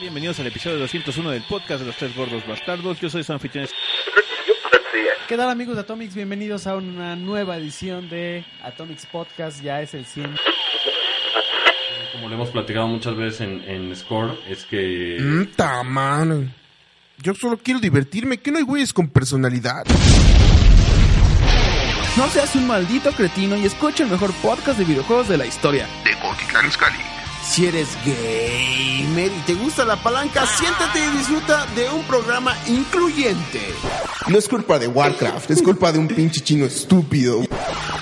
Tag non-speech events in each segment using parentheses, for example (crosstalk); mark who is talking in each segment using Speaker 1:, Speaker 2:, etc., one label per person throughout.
Speaker 1: Bienvenidos al episodio 201 del podcast de los tres gordos bastardos. Yo soy su anfitrión.
Speaker 2: ¿Qué tal amigos de Atomics? Bienvenidos a una nueva edición de Atomics Podcast, ya es el 100.
Speaker 3: Como lo hemos platicado muchas veces en, en Score, es que
Speaker 4: Mta, man. Yo solo quiero divertirme, que no hay güeyes con personalidad.
Speaker 5: No seas un maldito cretino y escucha el mejor podcast de videojuegos de la historia.
Speaker 6: Si eres gamer y te gusta la palanca, siéntate y disfruta de un programa incluyente.
Speaker 4: No es culpa de Warcraft, es culpa de un pinche chino estúpido.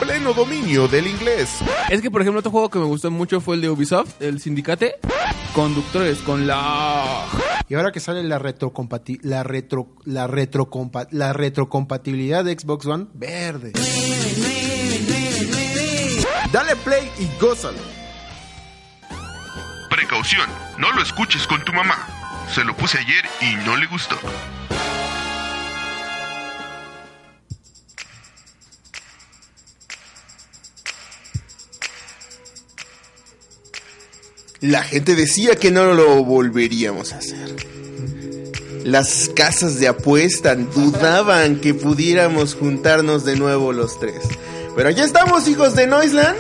Speaker 4: Pleno dominio del inglés.
Speaker 5: Es que, por ejemplo, otro juego que me gustó mucho fue el de Ubisoft, el Sindicate. Conductores con la...
Speaker 6: Y ahora que sale la retrocompati la retro la retrocompa- la retrocompatibilidad de Xbox One verde. Dale play y gózalo.
Speaker 7: Precaución, no lo escuches con tu mamá. Se lo puse ayer y no le gustó.
Speaker 4: La gente decía que no lo volveríamos a hacer. Las casas de apuesta dudaban que pudiéramos juntarnos de nuevo los tres. Pero ya estamos, hijos de Noisland.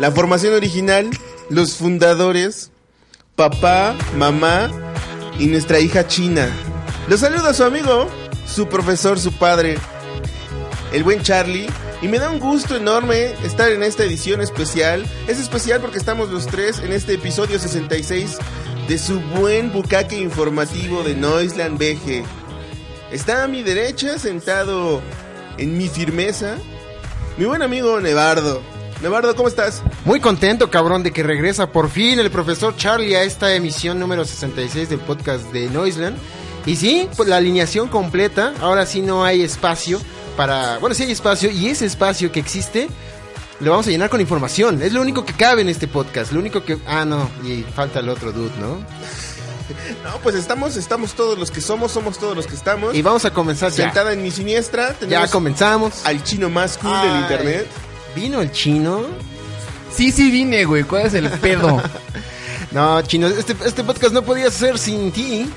Speaker 4: La formación original, los fundadores, papá, mamá y nuestra hija China. Los saluda su amigo, su profesor, su padre, el buen Charlie. Y me da un gusto enorme estar en esta edición especial. Es especial porque estamos los tres en este episodio 66 de su buen bucaque informativo de Noisland BG. Está a mi derecha, sentado en mi firmeza, mi buen amigo Nevardo. Nevardo, ¿cómo estás?
Speaker 6: Muy contento, cabrón, de que regresa por fin el profesor Charlie a esta emisión número 66 del podcast de Noisland. Y sí, pues la alineación completa, ahora sí no hay espacio para... Bueno, sí hay espacio y ese espacio que existe lo vamos a llenar con información. Es lo único que cabe en este podcast, lo único que... Ah, no, y falta el otro dude, ¿no?
Speaker 4: No, pues estamos, estamos todos los que somos, somos todos los que estamos.
Speaker 6: Y vamos a comenzar ya.
Speaker 4: Sentada Pues, en mi siniestra,
Speaker 6: Ya
Speaker 4: tenemos
Speaker 6: comenzamos.
Speaker 4: al chino más cool del
Speaker 6: Ay.
Speaker 4: internet.
Speaker 6: Vino el chino.
Speaker 5: Sí, sí vine, güey. ¿Cuál es el (laughs) pedo?
Speaker 6: No, chino, este, este podcast no podía ser sin ti.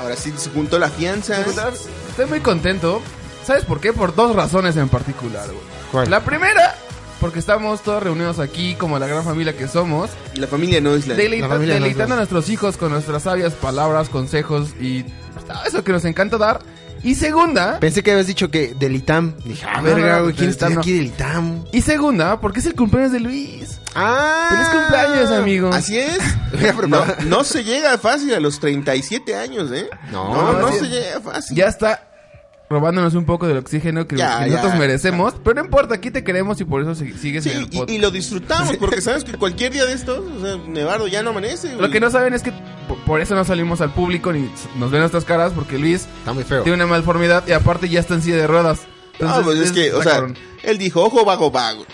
Speaker 4: Ahora sí se juntó la fianza.
Speaker 8: Estoy muy contento. ¿Sabes por qué? Por dos razones en particular, güey.
Speaker 6: ¿Cuál?
Speaker 8: La primera, porque estamos todos reunidos aquí como la gran familia que somos,
Speaker 4: La familia Noisland.
Speaker 8: deleita-
Speaker 6: la familia de
Speaker 8: deleitando
Speaker 6: nosotros.
Speaker 8: a nuestros hijos con nuestras sabias palabras, consejos y pues, todo eso que nos encanta dar. Y segunda,
Speaker 6: Pensé que habías dicho que del ITAM. Dije, ah,
Speaker 8: No,
Speaker 6: verga,
Speaker 8: no, pues
Speaker 6: güey, ¿quién
Speaker 8: del
Speaker 6: está
Speaker 8: ITAM no.
Speaker 6: aquí del ITAM?
Speaker 8: y segunda, porque es el cumpleaños de Luis.
Speaker 6: ¡Ah!
Speaker 8: ¡Feliz cumpleaños, amigo!
Speaker 6: (laughs)
Speaker 4: Así es. No,
Speaker 6: preparado.
Speaker 4: no se llega fácil a los 37 años, ¿eh?
Speaker 6: No,
Speaker 4: no, no
Speaker 8: sí.
Speaker 4: se llega fácil.
Speaker 8: Ya está robándonos un poco del oxígeno que,
Speaker 4: Ya,
Speaker 8: que
Speaker 4: ya.
Speaker 8: nosotros merecemos, pero no importa, aquí te queremos y por eso sig- sigues en
Speaker 4: Sí,
Speaker 8: el
Speaker 4: y-
Speaker 8: podcast.
Speaker 4: y, lo
Speaker 8: (laughs)
Speaker 4: disfrutamos, porque sabes que cualquier día de estos, o sea, Nevardo ya no amanece. güey.
Speaker 8: Lo que no saben es que po- por eso no salimos al público ni s- nos ven nuestras caras porque Luis
Speaker 6: Está muy feo.
Speaker 8: tiene una malformidad y aparte ya está en silla de ruedas.
Speaker 4: Ah,
Speaker 8: Entonces,
Speaker 4: pues es que, o
Speaker 8: está
Speaker 4: sea,
Speaker 8: cabrón.
Speaker 4: él dijo, ojo,
Speaker 8: (laughs)
Speaker 4: vago, vago.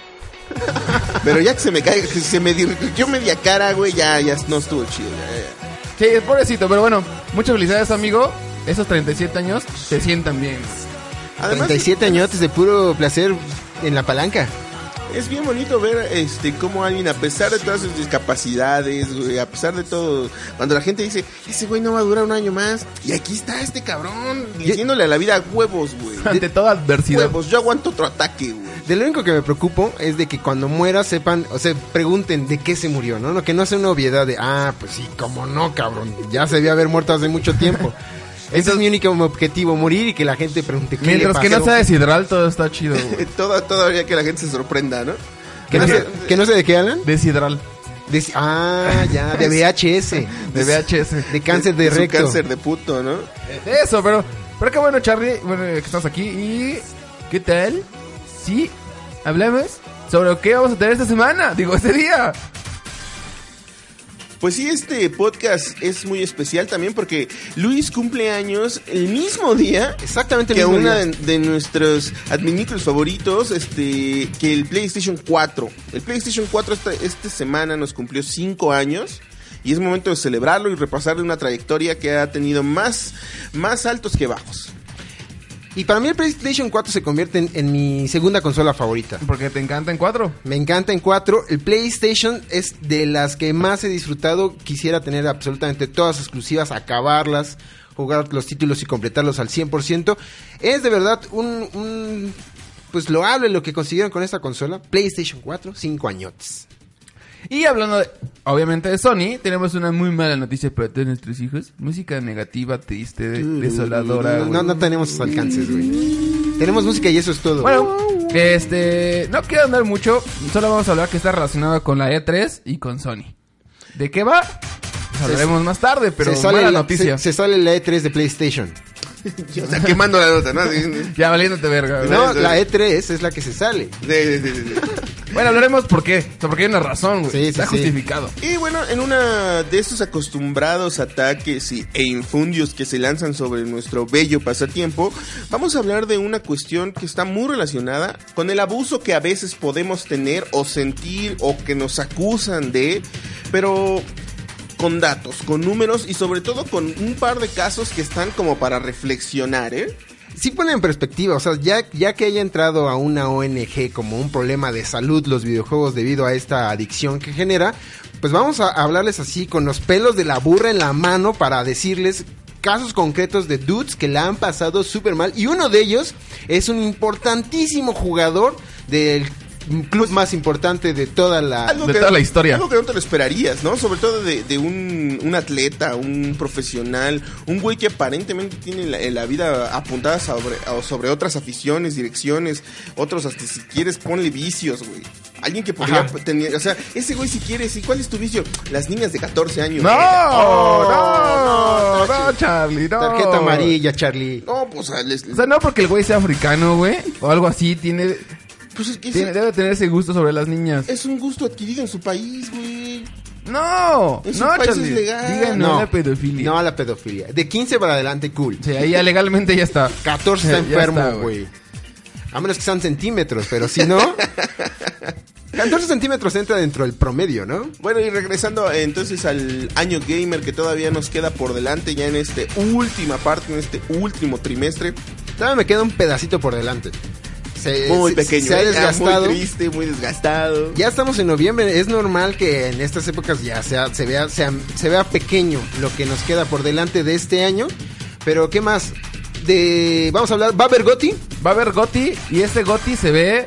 Speaker 4: Pero ya que se me caiga, que se me yo media cara, güey, ya, ya no estuvo chido. ya, ya.
Speaker 8: Sí, es pobrecito, pero bueno, muchas felicidades, amigo. Esos 37 años se sientan
Speaker 4: (laughs)
Speaker 8: bien.
Speaker 4: Además,
Speaker 6: 37 añotes de puro placer en la palanca.
Speaker 4: Es bien bonito ver este cómo alguien, a pesar de todas sus discapacidades, güey, a pesar de todo, cuando la gente dice, ese güey no va a durar un año más, y aquí está este cabrón, diciéndole a la vida huevos,
Speaker 8: (laughs)
Speaker 4: güey.
Speaker 8: Ante toda adversidad.
Speaker 4: Huevos, yo aguanto otro ataque, güey.
Speaker 6: De lo único que me preocupo es de que cuando muera sepan, o sea, pregunten de qué se murió, ¿no? No, que no sea una obviedad de, ah, pues sí, cómo no, cabrón. Ya se debió haber muerto hace
Speaker 8: (laughs)
Speaker 6: mucho tiempo. Ese es mi único objetivo, morir y que la gente pregunte qué
Speaker 8: Mientras
Speaker 6: le
Speaker 8: que no
Speaker 6: pasó?
Speaker 8: sea deshidral, todo está chido,
Speaker 4: (laughs)
Speaker 8: güey.
Speaker 4: Toda, todavía que la gente se sorprenda, ¿no?
Speaker 6: ¿Que no, se, que no se de qué hablan?
Speaker 8: Deshidral.
Speaker 6: De- ah, ya, de VHS.
Speaker 8: De VHS.
Speaker 6: De cáncer de,
Speaker 4: su
Speaker 6: recto.
Speaker 4: Cáncer de puto, ¿no?
Speaker 8: Eso, pero. Pero qué bueno, Charlie, bueno, que estás aquí. ¿Y qué tal? Sí, hablemos sobre qué vamos a tener esta semana. Digo, este día.
Speaker 4: Pues sí, este podcast es muy especial también porque Luis cumple años el mismo día
Speaker 6: Exactamente el
Speaker 4: que
Speaker 6: Este mismo
Speaker 4: una
Speaker 6: día.
Speaker 4: de, de nuestros adminículos favoritos, este, que el PlayStation 4. El PlayStation 4 esta, esta semana nos cumplió 5 años. Y es momento de celebrarlo y repasarle una trayectoria que ha tenido más, más altos que bajos. (laughs)
Speaker 6: Y para mí el PlayStation 4 se convierte en, en mi segunda consola favorita.
Speaker 8: Porque te encanta en cuatro.
Speaker 6: Me encanta en 4. El PlayStation es de las que más he disfrutado. Quisiera tener absolutamente todas exclusivas, acabarlas, jugar los títulos y completarlos al 100%. Es de verdad un... un pues loable lo que consiguieron con esta consola. PlayStation 4, 5 añotes.
Speaker 8: Y hablando, de- obviamente, de Sony, tenemos una muy mala noticia para todos nuestros hijos. Música negativa, triste, de- desoladora.
Speaker 6: No,
Speaker 8: güey.
Speaker 6: no tenemos esos alcances, güey. Tenemos música y eso es todo.
Speaker 8: Bueno, este, no quiero andar mucho, solo vamos a hablar que está relacionado con la E3 y con Sony. ¿De qué va? Pues hablaremos más tarde, pero
Speaker 6: se sale
Speaker 8: mala
Speaker 6: la-
Speaker 8: noticia.
Speaker 6: Se, se sale la E3 de PlayStation.
Speaker 4: O sea, quemando la nota, ¿no?
Speaker 6: (laughs)
Speaker 4: Sí, sí,
Speaker 8: Ya valiéndote verga. güey.
Speaker 6: No,
Speaker 4: sí.
Speaker 6: la E3 es la que se sale.
Speaker 4: sí, sí, sí.
Speaker 8: Bueno, hablaremos por qué. O sea, porque hay una razón, güey.
Speaker 6: Sí, sí,
Speaker 8: está
Speaker 6: sí.
Speaker 8: justificado.
Speaker 4: Y bueno, en una de esos acostumbrados ataques y- e infundios que se lanzan sobre nuestro bello pasatiempo, vamos a hablar de una cuestión que está muy relacionada con el abuso que a veces podemos tener o sentir o que nos acusan de, pero con datos, con números y sobre todo con un par de casos que están como para reflexionar, ¿eh?
Speaker 6: Sí pone en perspectiva, o sea, ya, ya que haya entrado a una ONG como un problema de salud los videojuegos debido a esta adicción que genera, pues vamos a hablarles así con los pelos de la burra en la mano para decirles casos concretos de dudes que la han pasado súper mal y uno de ellos es un importantísimo jugador del club más importante de toda la...
Speaker 4: Ah, Algo
Speaker 8: de toda la historia.
Speaker 4: Algo que no te lo esperarías, ¿no? Sobre todo de, de un, un atleta, un profesional, un güey que aparentemente tiene la, eh, la vida apuntada sobre, a- sobre otras aficiones, direcciones, otros hasta si quieres ponle vicios, güey. Alguien que podría
Speaker 8: Ajá.
Speaker 4: tener, o sea, ese güey si quieres, ¿y cuál es tu vicio? Las niñas de 14 años.
Speaker 8: No,
Speaker 4: verga.
Speaker 8: no,
Speaker 4: no,
Speaker 8: no, Charlie, no.
Speaker 6: Tarjeta amarilla, Charlie.
Speaker 4: No, pues, a- les-
Speaker 8: O sea, no porque el güey sea africano, güey, o algo así, tiene,
Speaker 4: pues es que
Speaker 8: tiene-
Speaker 4: es,
Speaker 8: debe tener ese gusto sobre las niñas.
Speaker 4: es un gusto adquirido en su país, güey.
Speaker 8: No,
Speaker 4: En su
Speaker 8: no,
Speaker 4: país es
Speaker 8: Charlie.
Speaker 4: legal.
Speaker 8: Digan no,
Speaker 6: No.
Speaker 8: a la pedofilia.
Speaker 6: No a la pedofilia. De 15 para adelante, cool.
Speaker 8: O sea, ahí ya legalmente ya está.
Speaker 6: 14
Speaker 8: Ya está,
Speaker 6: está enfermo,
Speaker 8: güey.
Speaker 6: güey. A menos que sean centímetros, pero si
Speaker 8: (laughs)
Speaker 6: no. 14 centímetros entra dentro del promedio, ¿no?
Speaker 4: Bueno, y regresando eh, entonces al año gamer que todavía nos queda por delante, ya en esta última parte, en este último trimestre.
Speaker 6: Todavía me queda un pedacito por delante. Se,
Speaker 4: Muy
Speaker 6: se-
Speaker 4: pequeño,
Speaker 6: Se ha
Speaker 4: eh,
Speaker 6: desgastado.
Speaker 4: muy triste, muy desgastado.
Speaker 6: Ya estamos en noviembre, es normal que en estas épocas ya sea, se, vea, sea- se vea pequeño lo que nos queda por delante de este año. Pero, ¿qué más? De, vamos a hablar, ¿va a haber Goti?
Speaker 8: Va a haber Goti y este Goti se ve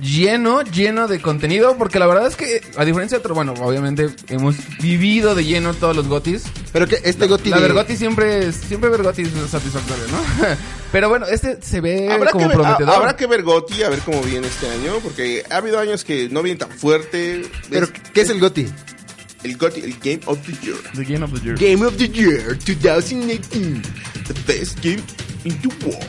Speaker 8: lleno, lleno de contenido, porque la verdad es que, a diferencia de otro, bueno, obviamente hemos vivido de lleno todos los Gotis.
Speaker 6: Pero que este Goti
Speaker 8: La
Speaker 6: de-
Speaker 8: Vergoti siempre es, siempre Vergoti es satisfactorio, ¿no? (laughs) Pero bueno, este se ve
Speaker 4: Habrá que,
Speaker 8: como
Speaker 4: ver,
Speaker 8: prometedor.
Speaker 4: a- habrá que ver Gotti, a ver cómo viene este año, porque ha habido años que no viene tan fuerte.
Speaker 6: Pero,
Speaker 4: este-
Speaker 6: ¿qué es el Goti?
Speaker 4: El Gotti, el Game of the Year.
Speaker 8: The Game of the Year.
Speaker 6: Game of the Year 2018.
Speaker 4: The best game in the world.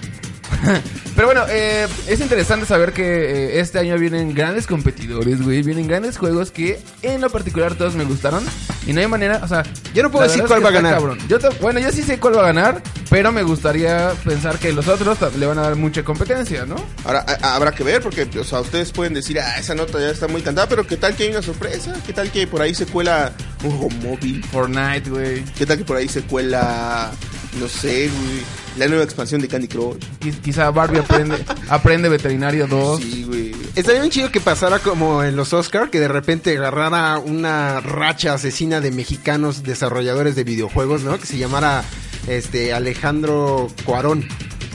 Speaker 8: Pero bueno, eh, es interesante saber que eh, este año vienen grandes competidores, güey. Vienen grandes juegos que en lo particular todos me gustaron. Y no hay manera, o sea...
Speaker 6: Yo no puedo
Speaker 8: la
Speaker 6: decir
Speaker 8: verdad
Speaker 6: cuál
Speaker 8: que
Speaker 6: va a
Speaker 8: está
Speaker 6: ganar.
Speaker 8: Yo ta- bueno, yo sí sé cuál va a ganar, pero me gustaría pensar que los otros ta- le van a dar mucha competencia, ¿no?
Speaker 4: Ahora, a- habrá que ver, porque, o sea, ustedes pueden decir, ah, esa nota ya está muy cantada, pero ¿qué tal que hay una sorpresa? ¿Qué tal que por ahí se cuela un juego móvil?
Speaker 8: Fortnite, güey.
Speaker 4: ¿Qué tal que por ahí se cuela, no sé, güey, la nueva expansión de Candy Crush?
Speaker 8: Qui- Quizá Barbie aprende, (laughs) aprende veterinario 2.
Speaker 4: Sí, güey.
Speaker 6: Estaría bien chido que pasara como en los Oscar, que de repente agarrara una racha asesina de mexicanos desarrolladores de videojuegos, ¿no? Que se llamara este Alejandro Cuarón.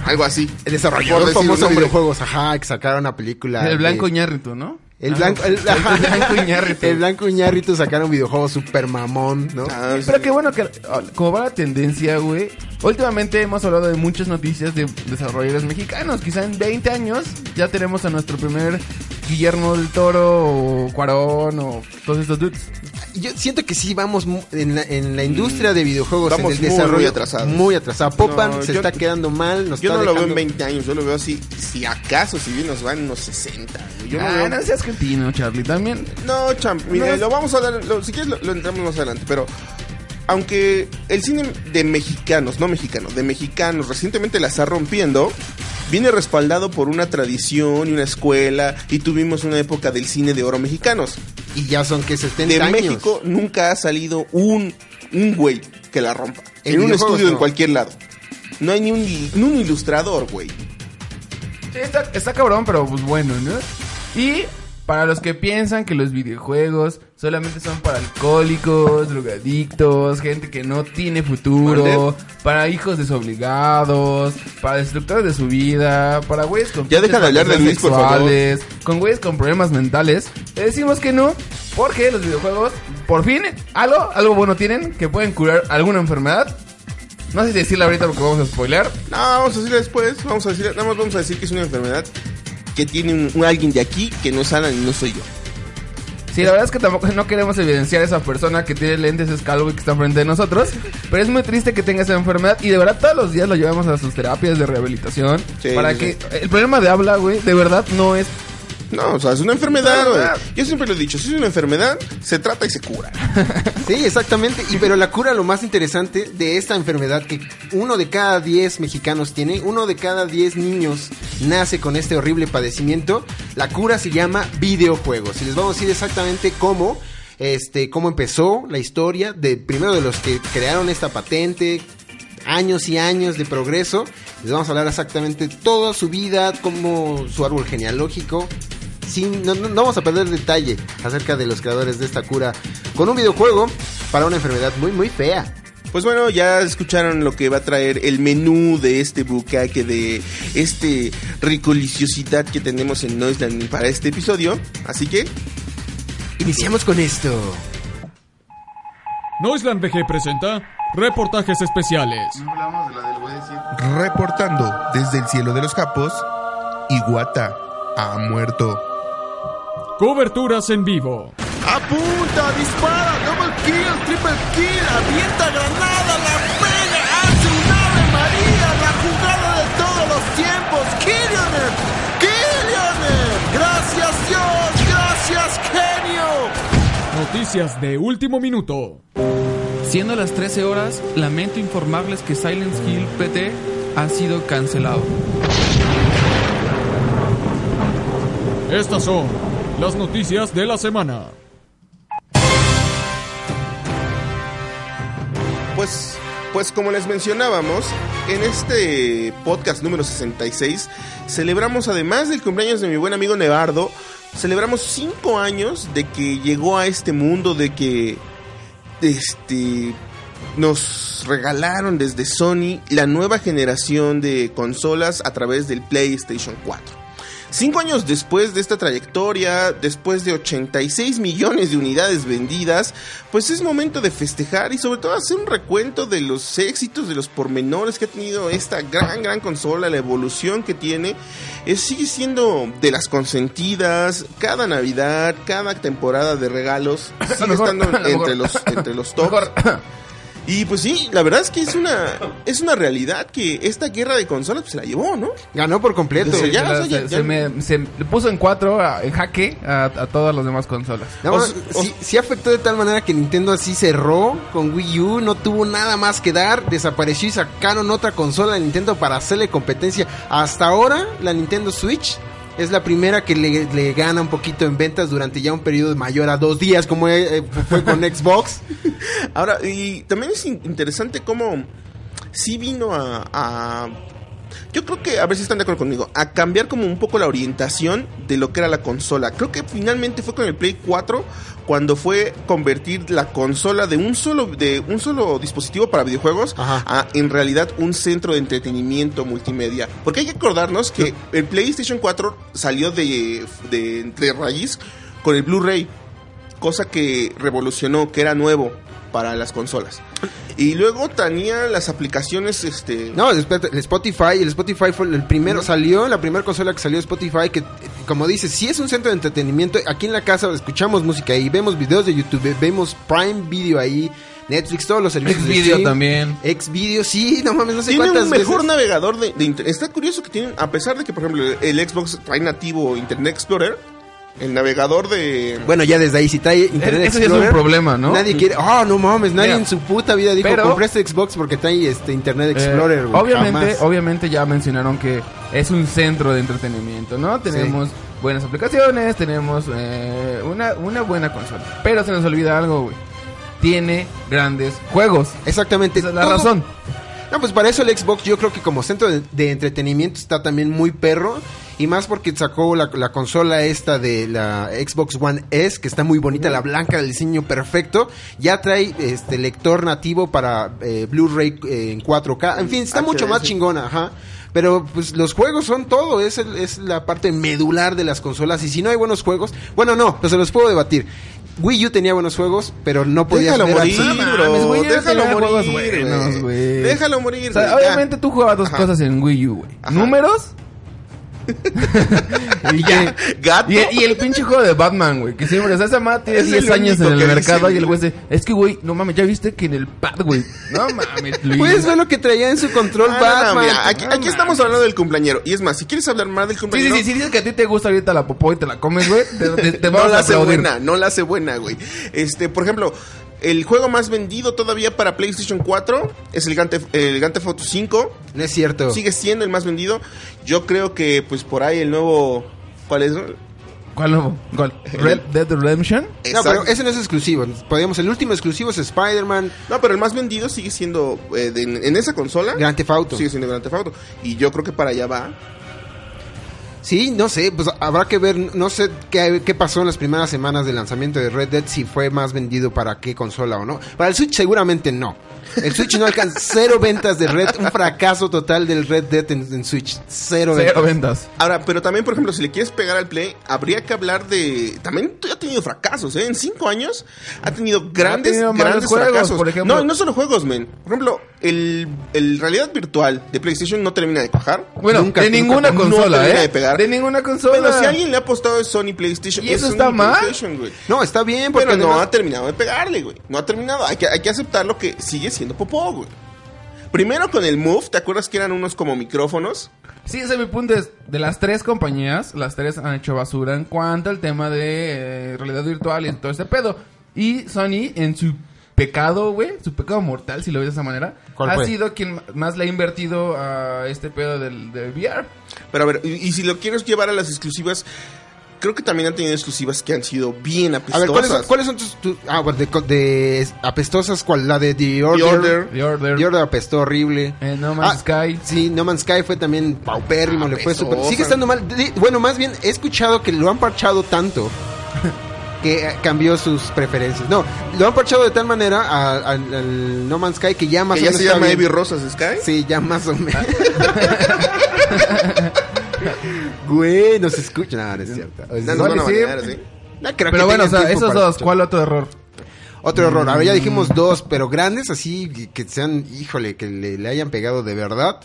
Speaker 4: Algo así.
Speaker 6: El
Speaker 4: Por
Speaker 6: desarrollador
Speaker 4: decir un
Speaker 6: famoso de
Speaker 4: nombre.
Speaker 6: videojuegos, ajá, que sacaron una película.
Speaker 8: El blanco
Speaker 6: de-
Speaker 8: Iñárritu, ¿no?
Speaker 6: El
Speaker 8: Ah,
Speaker 6: blanco,
Speaker 8: (laughs)
Speaker 6: el,
Speaker 8: el blanco Iñárritu.
Speaker 6: El blanco Iñárritu sacaron un videojuego super mamón, ¿no?
Speaker 4: Ah, sí.
Speaker 8: Pero qué bueno que, ah, como va la tendencia, güey. Últimamente hemos hablado de muchas noticias de desarrolladores mexicanos. Quizá en 20 años ya tenemos a nuestro primer Guillermo del Toro o Cuarón o todos estos dudes.
Speaker 6: yo siento que sí vamos mu- en la, en la industria de videojuegos,
Speaker 4: Vamos
Speaker 6: en el
Speaker 4: muy,
Speaker 6: desarrollo,
Speaker 4: muy atrasados.
Speaker 6: Muy atrasado. Popan
Speaker 4: No,
Speaker 6: se
Speaker 4: yo-
Speaker 6: está quedando mal, nos
Speaker 4: Yo
Speaker 6: está
Speaker 4: no lo veo en
Speaker 6: dejando-
Speaker 4: 20 años, yo lo veo si, si acaso, si bien nos van unos 60. güey. Yo no
Speaker 8: Ah,
Speaker 4: veo-
Speaker 8: no seas argentino, Charlie, también.
Speaker 4: No, champ, mira,
Speaker 8: No es-
Speaker 4: lo vamos a hablar, lo- si quieres lo, lo entramos más adelante, pero aunque el cine de mexicanos, no mexicanos, de mexicanos recientemente la está rompiendo, viene respaldado por una tradición y una escuela y tuvimos una época del cine de oro mexicanos.
Speaker 6: Y ya son que 70
Speaker 4: De
Speaker 6: años.
Speaker 4: México nunca ha salido un, un güey que la rompa.
Speaker 6: En
Speaker 4: En, un
Speaker 6: videojuegos,
Speaker 4: estudio
Speaker 6: no.
Speaker 4: en cualquier lado. No hay ni un, ni un ilustrador, güey.
Speaker 8: Sí, está, está cabrón, pero pues bueno, ¿no? Y para los que piensan que los videojuegos solamente son para alcohólicos, drogadictos, gente que no tiene futuro, para hijos desobligados, para destructores de su vida, para güeyes con
Speaker 4: Ya deja de hablar de
Speaker 8: fantasías
Speaker 4: Luis, por favor.
Speaker 8: sexuales, con güeyes con problemas mentales, te decimos que no, porque los videojuegos, por fin, algo, algo bueno tienen, que pueden curar alguna enfermedad. No sé si decirla ahorita porque vamos a spoiler.
Speaker 4: No, vamos a decir después, vamos a decir, nada más vamos a decir que es una enfermedad que tiene un, un alguien de aquí que no sana y no soy yo.
Speaker 8: Sí, la verdad es que tampoco no queremos evidenciar a esa persona que tiene lentes escalvo y que está frente de nosotros, pero es muy triste que tenga esa enfermedad y de verdad todos los días lo llevamos a sus terapias de rehabilitación
Speaker 4: Sí,
Speaker 8: para
Speaker 4: sí,
Speaker 8: que el problema de habla, güey, de verdad no es
Speaker 4: No, o sea, es una enfermedad, güey. Yo siempre lo he dicho, si es una enfermedad, se trata y se cura.
Speaker 6: (laughs) Sí, exactamente. Y pero la cura, lo más interesante de esta enfermedad que uno de cada 10 mexicanos tiene, uno de cada 10 niños nace con este horrible padecimiento. La cura se llama videojuegos. Y les vamos a decir exactamente cómo, este, cómo empezó la historia de primero de los que crearon esta patente. Años y años de progreso. Les vamos a hablar exactamente toda su vida, como su árbol genealógico, sin- no, no- no vamos a perder detalle acerca de los creadores de esta cura con un videojuego para una enfermedad muy, muy fea.
Speaker 4: Pues bueno, ya escucharon lo que va a traer el menú de este bucaque, de este ricoliciosidad que tenemos en Noisland para este episodio. Así que,
Speaker 6: Iniciamos con esto.
Speaker 2: Noisland VG presenta reportajes especiales.
Speaker 7: Reportando desde el cielo de los capos, Iguata ha muerto.
Speaker 2: Coberturas en vivo.
Speaker 4: ¡apunta, dispara, double kill, triple kill, avienta granada, la pega, hace un ave María, la jugada de todos los tiempos, Kylianer, Kylianer, gracias Dios, gracias genio.
Speaker 2: Noticias de último minuto.
Speaker 9: Siendo las 13 horas, lamento informarles que Silent Hill PT ha sido cancelado.
Speaker 2: Estas son las noticias de la semana.
Speaker 4: Pues, pues como les mencionábamos, en este podcast número 66 celebramos, además del cumpleaños de mi buen amigo Nevardo, celebramos cinco años de que llegó a este mundo, de que este, nos regalaron desde Sony la nueva generación de consolas a través del PlayStation 4. Cinco años después de esta trayectoria, después de 86 millones de unidades vendidas, pues es momento de festejar y sobre todo hacer un recuento de los éxitos, de los pormenores que ha tenido esta gran, gran consola, la evolución que tiene. Eh, sigue siendo de las consentidas, cada Navidad, cada temporada de regalos, sigue
Speaker 8: mejor,
Speaker 4: estando
Speaker 8: (laughs) a lo
Speaker 4: entre
Speaker 8: mejor.
Speaker 4: los,
Speaker 8: (laughs)
Speaker 4: entre los tops.
Speaker 8: mejor.
Speaker 4: Y pues sí, la verdad es que es una, es una realidad que esta guerra de consolas pues, se la llevó, ¿no?
Speaker 6: Ganó por completo.
Speaker 4: Desde ya.
Speaker 8: se,
Speaker 4: o sea, ya-
Speaker 8: se-
Speaker 4: ya-
Speaker 8: se me, se le puso en cuatro a- en jaque a, a todas las demás consolas.
Speaker 6: Nada más,
Speaker 4: Os- os-
Speaker 6: sí, sí afectó de tal manera que Nintendo así cerró con Wii U, no tuvo nada más que dar, desapareció y sacaron otra consola de Nintendo para hacerle competencia. Hasta ahora, la Nintendo Switch es la primera que le, le gana un poquito en ventas durante ya un periodo mayor a dos días, como eh, fue con Xbox.
Speaker 4: Ahora, y también es in- interesante cómo sí vino a, a- Yo creo que, a ver si están de acuerdo conmigo, a cambiar como un poco la orientación de lo que era la consola. Creo que finalmente fue con el Play 4 cuando fue convertir la consola de un solo, de un solo dispositivo para videojuegos
Speaker 6: Ajá.
Speaker 4: a en realidad un centro de entretenimiento multimedia. Porque hay que acordarnos que el PlayStation 4 salió de, de entre raíz con el Blu-ray cosa que revolucionó, que era nuevo para las consolas. Y luego tenía las aplicaciones, este...
Speaker 6: No, el Spot- el Spotify, el Spotify fue el primero, salió la primera consola que salió Spotify que como dices, si es un centro de entretenimiento, aquí en la casa escuchamos música ahí, vemos videos de YouTube, vemos Prime Video ahí, Netflix, todos los servicios de
Speaker 10: Xvideo
Speaker 6: streaming.
Speaker 10: también.
Speaker 6: Xvideo, sí, no mames, no sé
Speaker 4: tienen
Speaker 6: cuántas
Speaker 4: un mejor
Speaker 6: veces.
Speaker 4: navegador de, de internet. Está curioso que tienen, a pesar de que, por ejemplo, el Xbox trae nativo Internet Explorer, el navegador de.
Speaker 6: Bueno, ya desde ahí, si trae Internet
Speaker 8: Eso ya es un
Speaker 6: Explorer,
Speaker 8: problema, ¿no?
Speaker 6: Nadie quiere. Oh, no mames, nadie
Speaker 8: Mira,
Speaker 6: en su puta vida dijo:
Speaker 8: pero-
Speaker 6: Compré este Xbox porque trae este Internet
Speaker 8: Eh,
Speaker 6: Explorer. güey,
Speaker 8: obviamente,
Speaker 6: jamás.
Speaker 8: obviamente ya mencionaron que es un centro de entretenimiento, ¿no? Tenemos buenas aplicaciones, tenemos eh, una, una buena consola. Pero se nos olvida algo, güey. Tiene grandes juegos.
Speaker 6: Exactamente.
Speaker 8: Esa es la
Speaker 6: todo-
Speaker 8: razón.
Speaker 6: No, pues para eso el Xbox yo creo que como centro de, de entretenimiento está también muy perro. Y más porque sacó la, la consola esta de la Xbox One S, que está muy bonita, la blanca, el diseño perfecto. Ya trae este lector nativo para eh, Blu-ray eh, en 4K. En fin,
Speaker 4: Ah,
Speaker 6: está mucho más
Speaker 4: HDS.
Speaker 6: chingona, ajá. Pero pues los juegos son todo, es, el- es la parte medular de las consolas. Y si no hay buenos juegos, bueno, no, pues se los puedo debatir. Wii U tenía buenos juegos, pero no podía
Speaker 4: Déjalo
Speaker 6: ver
Speaker 4: morir,
Speaker 6: absolutamente-
Speaker 4: bro.
Speaker 8: mames, güey, ya
Speaker 4: Déjalo
Speaker 8: tenía juegos
Speaker 4: morir.
Speaker 8: buenos, güey.
Speaker 4: güey. Déjalo morir.
Speaker 8: O sea,
Speaker 4: güey, ya.
Speaker 8: obviamente tú jugabas dos
Speaker 4: Ajá.
Speaker 8: cosas en Wii U, güey.
Speaker 4: (laughs)
Speaker 8: ¿Números? y, que-
Speaker 4: Gato.
Speaker 8: y, y el pinche juego de Batman, güey. Que siempre, o sea, esa madre tiene
Speaker 4: Es
Speaker 8: 10
Speaker 4: el
Speaker 8: años
Speaker 4: único
Speaker 8: en el
Speaker 4: que
Speaker 8: mercado
Speaker 4: dice,
Speaker 8: y el
Speaker 4: güey.
Speaker 8: güey dice, es que, güey, no mames, ya viste que en el pad, güey. No
Speaker 4: (laughs)
Speaker 8: mames, Luis.
Speaker 6: Puedes ver lo que traía en su control
Speaker 4: Ah, no, no,
Speaker 6: Batman.
Speaker 4: mira, aquí, aquí estamos hablando del cumpleañero. Y es más, si quieres hablar más
Speaker 8: Sí,
Speaker 4: del
Speaker 8: sí,
Speaker 4: cumpleañero,
Speaker 8: sí, si dices que a ti te gusta ahorita la popó y te la comes, güey, te, te- te
Speaker 4: (laughs) no
Speaker 8: vamos
Speaker 4: la
Speaker 8: a
Speaker 4: hace
Speaker 8: aplaudir.
Speaker 4: buena, no la hace buena, güey. Este, por ejemplo, el juego más vendido todavía para PlayStation 4 es el Gante, el Grand Theft Auto 5.
Speaker 6: No es cierto.
Speaker 4: Sigue siendo el más vendido. Yo creo que, pues, por ahí el nuevo... ¿Cuál es?
Speaker 8: ¿Cuál nuevo? ¿Cuál? ¿Red Dead Redemption?
Speaker 6: No,
Speaker 4: Exacto.
Speaker 6: pero ese no es exclusivo. Podríamos, el último exclusivo es Spider-Man,
Speaker 4: No, pero el más vendido sigue siendo eh, de- en, en esa consola.
Speaker 6: Grand Theft Auto.
Speaker 4: Sigue
Speaker 6: Sí.
Speaker 4: siendo Grand Theft Auto. Y yo creo que para allá va.
Speaker 6: no sé, pues habrá que ver, no sé qué, qué pasó en las primeras semanas del lanzamiento de Red Dead, si fue más vendido para qué consola o no. Para el Switch seguramente no. El Switch no alcanza (laughs) cero ventas de Red, un fracaso total del Red Dead en, en Switch. Cero,
Speaker 8: Cero
Speaker 6: ventas.
Speaker 8: ventas.
Speaker 4: Ahora, pero también, por ejemplo, si le quieres pegar al Play, habría que hablar de... También ha tenido fracasos, ¿eh? En cinco años ha tenido grandes,
Speaker 8: tenido malos
Speaker 4: grandes
Speaker 8: juegos,
Speaker 4: fracasos.
Speaker 8: por ejemplo.
Speaker 4: No, y no solo juegos, men. Por ejemplo, el, el realidad virtual de PlayStation no termina de cuajar.
Speaker 8: Bueno,
Speaker 6: Nunca,
Speaker 8: de
Speaker 6: nunca,
Speaker 8: ninguna
Speaker 4: no
Speaker 8: consola,
Speaker 4: termina
Speaker 8: ¿eh?
Speaker 4: de pegar.
Speaker 8: ninguna consola.
Speaker 4: Pero si alguien le ha apostado es Sony PlayStation.
Speaker 8: ¿Y eso
Speaker 4: es
Speaker 8: está
Speaker 4: Sony
Speaker 8: mal?
Speaker 4: PlayStation, güey.
Speaker 6: No, está bien, porque
Speaker 4: Pero no
Speaker 6: además-
Speaker 4: ha terminado de pegarle, güey. No ha terminado. Hay que, hay que aceptarlo que sigue siendo popó, güey. Primero con el Move, ¿te acuerdas que eran unos como micrófonos?
Speaker 8: Sí, ese es mi punto. Es, de las tres compañías, las tres han hecho basura en cuanto al tema de eh, realidad virtual y todo este pedo. Y Sony, en su pecado, güey, su pecado mortal, si lo ves de esa manera,
Speaker 6: ¿Cuál
Speaker 8: ha
Speaker 6: fue?
Speaker 8: sido quien ma- más le ha invertido a este pedo del, del VR.
Speaker 4: Pero a ver, y, y si lo quieres llevar a las exclusivas, creo que también han tenido exclusivas que han sido bien
Speaker 6: A
Speaker 4: apestosas.
Speaker 6: ver, ¿cuáles, son- ¿cuáles son tus, tu- ah, bueno, de, co- de apestosas? ¿Cuál? La de The Order.
Speaker 4: Order.
Speaker 8: The Order.
Speaker 6: The Order apestó horrible.
Speaker 8: Eh, no Man's
Speaker 6: Ah,
Speaker 8: Sky.
Speaker 6: Sí, No Man's Sky fue también paupérrimo, le fue
Speaker 4: pesosa.
Speaker 6: súper- Sigue estando mal. Di- Bueno, más bien he escuchado que lo han parchado tanto que eh, cambió sus preferencias. No, lo han parchado de tal manera a- a- al No Man's Sky que ya más
Speaker 4: que ya se
Speaker 6: está
Speaker 4: llama ¿eh?
Speaker 6: bien.
Speaker 4: Heavy Rosas Sky.
Speaker 6: Sí, ya más o
Speaker 4: (laughs)
Speaker 6: menos. Güey, no se escucha. No, no es cierto.
Speaker 4: No, no,
Speaker 8: Vale,
Speaker 4: no,
Speaker 8: sí.
Speaker 4: no, sí.
Speaker 6: No creo que
Speaker 8: Pero bueno, o
Speaker 6: tengan
Speaker 8: sea,
Speaker 6: tiempo
Speaker 8: esos
Speaker 6: para
Speaker 8: dos,
Speaker 6: escuchar.
Speaker 8: ¿cuál otro error?
Speaker 6: Otro error. A ver, ya dijimos dos, pero grandes así que- que sean, híjole, que le, le hayan pegado de verdad.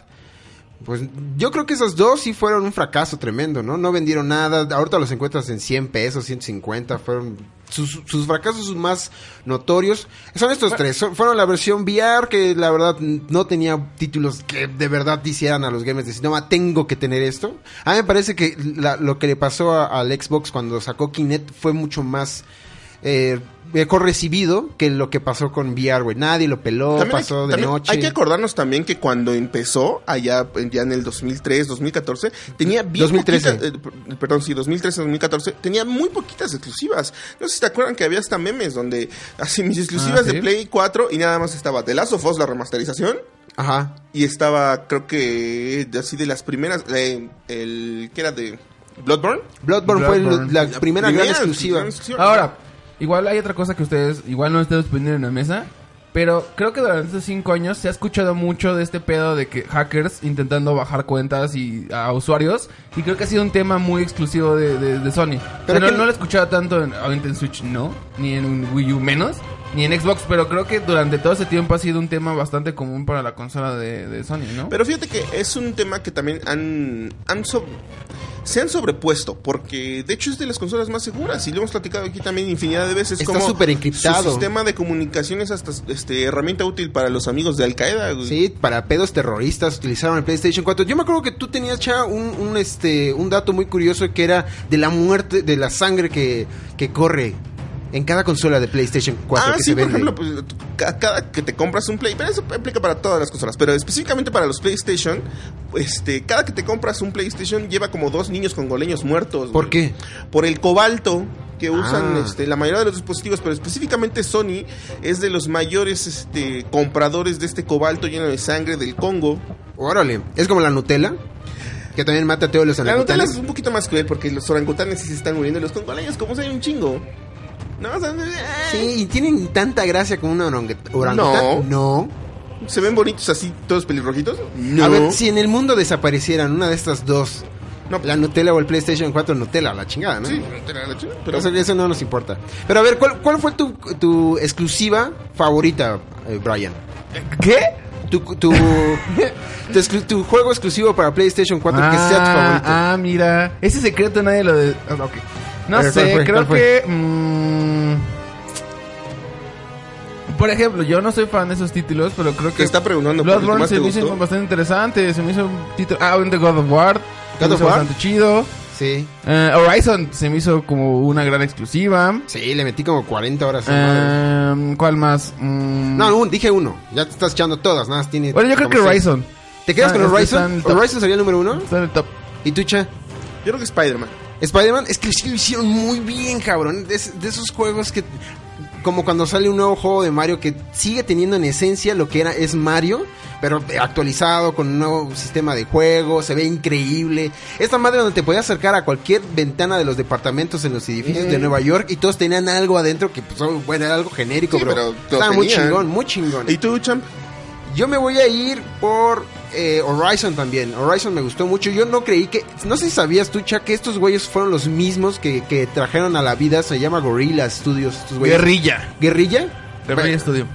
Speaker 6: Pues yo creo que esos dos sí fueron un fracaso tremendo, ¿no? No vendieron nada. Ahorita los encuentras en 100 pesos, 150. Fueron sus, sus fracasos más notorios. Son estos tres. Son- fueron la versión VR que la verdad n- no tenía títulos que de verdad hicieran a los gamers decir, no, ma, tengo que tener esto. A mí me parece que la- lo que le pasó a- al Xbox cuando sacó Kinect fue mucho más eh, mejor recibido que lo que pasó con VR, güey. Nadie lo peló,
Speaker 4: También
Speaker 6: pasó
Speaker 4: hay,
Speaker 6: de
Speaker 4: también
Speaker 6: noche.
Speaker 4: hay que acordarnos también que cuando empezó, allá ya en el 2003, 2014, tenía bien
Speaker 6: 2013.
Speaker 4: poquita- eh, per- perdón, sí, 2013, 2014, tenía muy poquitas exclusivas. No sé si te acuerdan que había hasta memes donde, (laughs) así, mis
Speaker 8: Ah,
Speaker 4: exclusivas
Speaker 8: sí.
Speaker 4: de Play 4 y nada más estaba The Last of Us, la remasterización,
Speaker 6: Ajá.
Speaker 4: y estaba, creo que, de- así de las primeras, eh, el que era de Bloodborne.
Speaker 6: Bloodborne,
Speaker 8: Bloodborne.
Speaker 6: fue la, la primera gran exclusiva.
Speaker 8: Ahora, igual hay otra cosa que ustedes, igual no ustedes poniendo en la mesa, pero creo que durante estos cinco años se ha escuchado mucho de este pedo de que hackers intentando bajar cuentas y a usuarios, y creo que ha sido un tema muy exclusivo de, de- de Sony.
Speaker 6: Pero
Speaker 8: Pero
Speaker 6: que-
Speaker 8: no, no lo he escuchado tanto en, obviamente en Switch, no, ni en Wii U menos, ni en Xbox, pero creo que durante todo ese tiempo ha sido un tema bastante común para la consola de, de Sony, ¿no?
Speaker 4: Pero fíjate que es un tema que también han, han so- se han sobrepuesto, porque de hecho es de las consolas más seguras, y lo hemos platicado aquí también infinidad de veces.
Speaker 6: Está
Speaker 4: como
Speaker 6: súper encriptado.
Speaker 4: Su sistema de comunicación es hasta este, herramienta útil para los amigos de Al-Qaeda. güey.
Speaker 6: Sí, para pedos terroristas utilizaron el PlayStation 4. Yo me acuerdo que tú tenías, Cha, un, un, este, un dato muy curioso que era de la muerte, de la sangre que, que corre en cada consola de PlayStation 4
Speaker 4: ah,
Speaker 6: que se
Speaker 4: sí, por
Speaker 6: vende.
Speaker 4: ejemplo, pues, ca- cada que te compras un Play, pero eso aplica para todas las consolas, pero específicamente para los PlayStation, este, cada que te compras un PlayStation lleva como dos niños congoleños muertos.
Speaker 6: ¿Por qué?
Speaker 4: Por el cobalto que usan
Speaker 6: Ah.
Speaker 4: este, la mayoría de los dispositivos, pero específicamente Sony es de los mayores este, compradores de este cobalto lleno de sangre del Congo.
Speaker 6: Órale, es como la Nutella, que también mata a todos los
Speaker 4: La Nutella
Speaker 6: orangutanes.
Speaker 4: es un poquito más cruel porque los orangutanes sí se están muriendo, los congoleños como se hay un chingo. No, eh. o sea,
Speaker 6: Sí, y tienen tanta gracia como una orangut- orangután. No.
Speaker 4: ¿Se ven bonitos así, todos pelirrojitos?
Speaker 6: A ver, si en el mundo desaparecieran una de estas dos, la Nutella o el PlayStation 4 Nutella, la chingada, ¿no?
Speaker 4: Sí, no te la la chinga,
Speaker 6: Pero
Speaker 4: pero
Speaker 6: eso, eso no nos importa. Pero a ver, ¿cuál, cuál fue tu, tu exclusiva favorita, eh, Brian?
Speaker 11: ¿Qué? (laughs)
Speaker 6: Tu, tu, tu, exclu- tu juego exclusivo para PlayStation 4 que sea tu favorito.
Speaker 11: Ah, mira. Ese secreto nadie lo. De... ah, ok. No
Speaker 6: A ver, ¿cuál
Speaker 11: sé,
Speaker 6: fue?
Speaker 11: creo
Speaker 6: ¿Cuál fue?
Speaker 11: que. mm, Por ejemplo, yo no soy fan de esos títulos, pero creo que.
Speaker 4: Te está preguntando por el que
Speaker 11: Bloodborne
Speaker 4: más
Speaker 11: se
Speaker 4: te
Speaker 11: me hizo
Speaker 4: gustó.
Speaker 11: bastante interesante. Se me hizo un título. Ah, obviamente God of War. se
Speaker 6: God
Speaker 11: me
Speaker 6: of
Speaker 11: hizo
Speaker 6: War.
Speaker 11: bastante chido.
Speaker 6: Sí.
Speaker 11: Eh, Horizon se me hizo como una gran exclusiva.
Speaker 6: Sí, le metí como 40 horas. a madre.
Speaker 11: Eh, ¿Cuál más? Mm,
Speaker 6: no, un, dije uno. Ya te estás echando todas, nada más tiene.
Speaker 11: Bueno, yo creo
Speaker 6: como
Speaker 11: que
Speaker 6: seis.
Speaker 11: Horizon.
Speaker 6: ¿Te quedas
Speaker 11: Ah,
Speaker 6: con
Speaker 11: este está en
Speaker 6: Horizon?
Speaker 11: el top.
Speaker 6: ¿Horizon sería el número uno?
Speaker 11: Está en el top.
Speaker 6: ¿Y tú, Cha?
Speaker 4: yo creo que Spider-Man.
Speaker 6: Spider-Man, es que sí lo hicieron muy bien, cabrón. De, es- de esos juegos que. Como cuando sale un nuevo juego de Mario que sigue teniendo en esencia lo que era es Mario, pero actualizado con un nuevo sistema de juego, se ve increíble. Esta madre donde te podías acercar a cualquier ventana de los departamentos en los edificios de
Speaker 4: Mm.
Speaker 6: Nueva York y todos tenían algo adentro que pues, oh, bueno, era algo genérico,
Speaker 4: Sí,
Speaker 6: bro.
Speaker 4: pero lo
Speaker 6: Estaba muy
Speaker 4: tenían.
Speaker 6: chingón, muy chingón.
Speaker 4: ¿Y tú, Champ?
Speaker 6: Yo me voy a ir por eh, Horizon también. Horizon me gustó mucho. Yo no creí que. No sé si sabías tú, Chuck, que estos güeyes fueron los mismos que, que trajeron a la vida. Se llama Gorilla Studios. Estos güeyes.
Speaker 11: Guerrilla.
Speaker 6: ¿Guerrilla?
Speaker 11: Guerrilla Studio.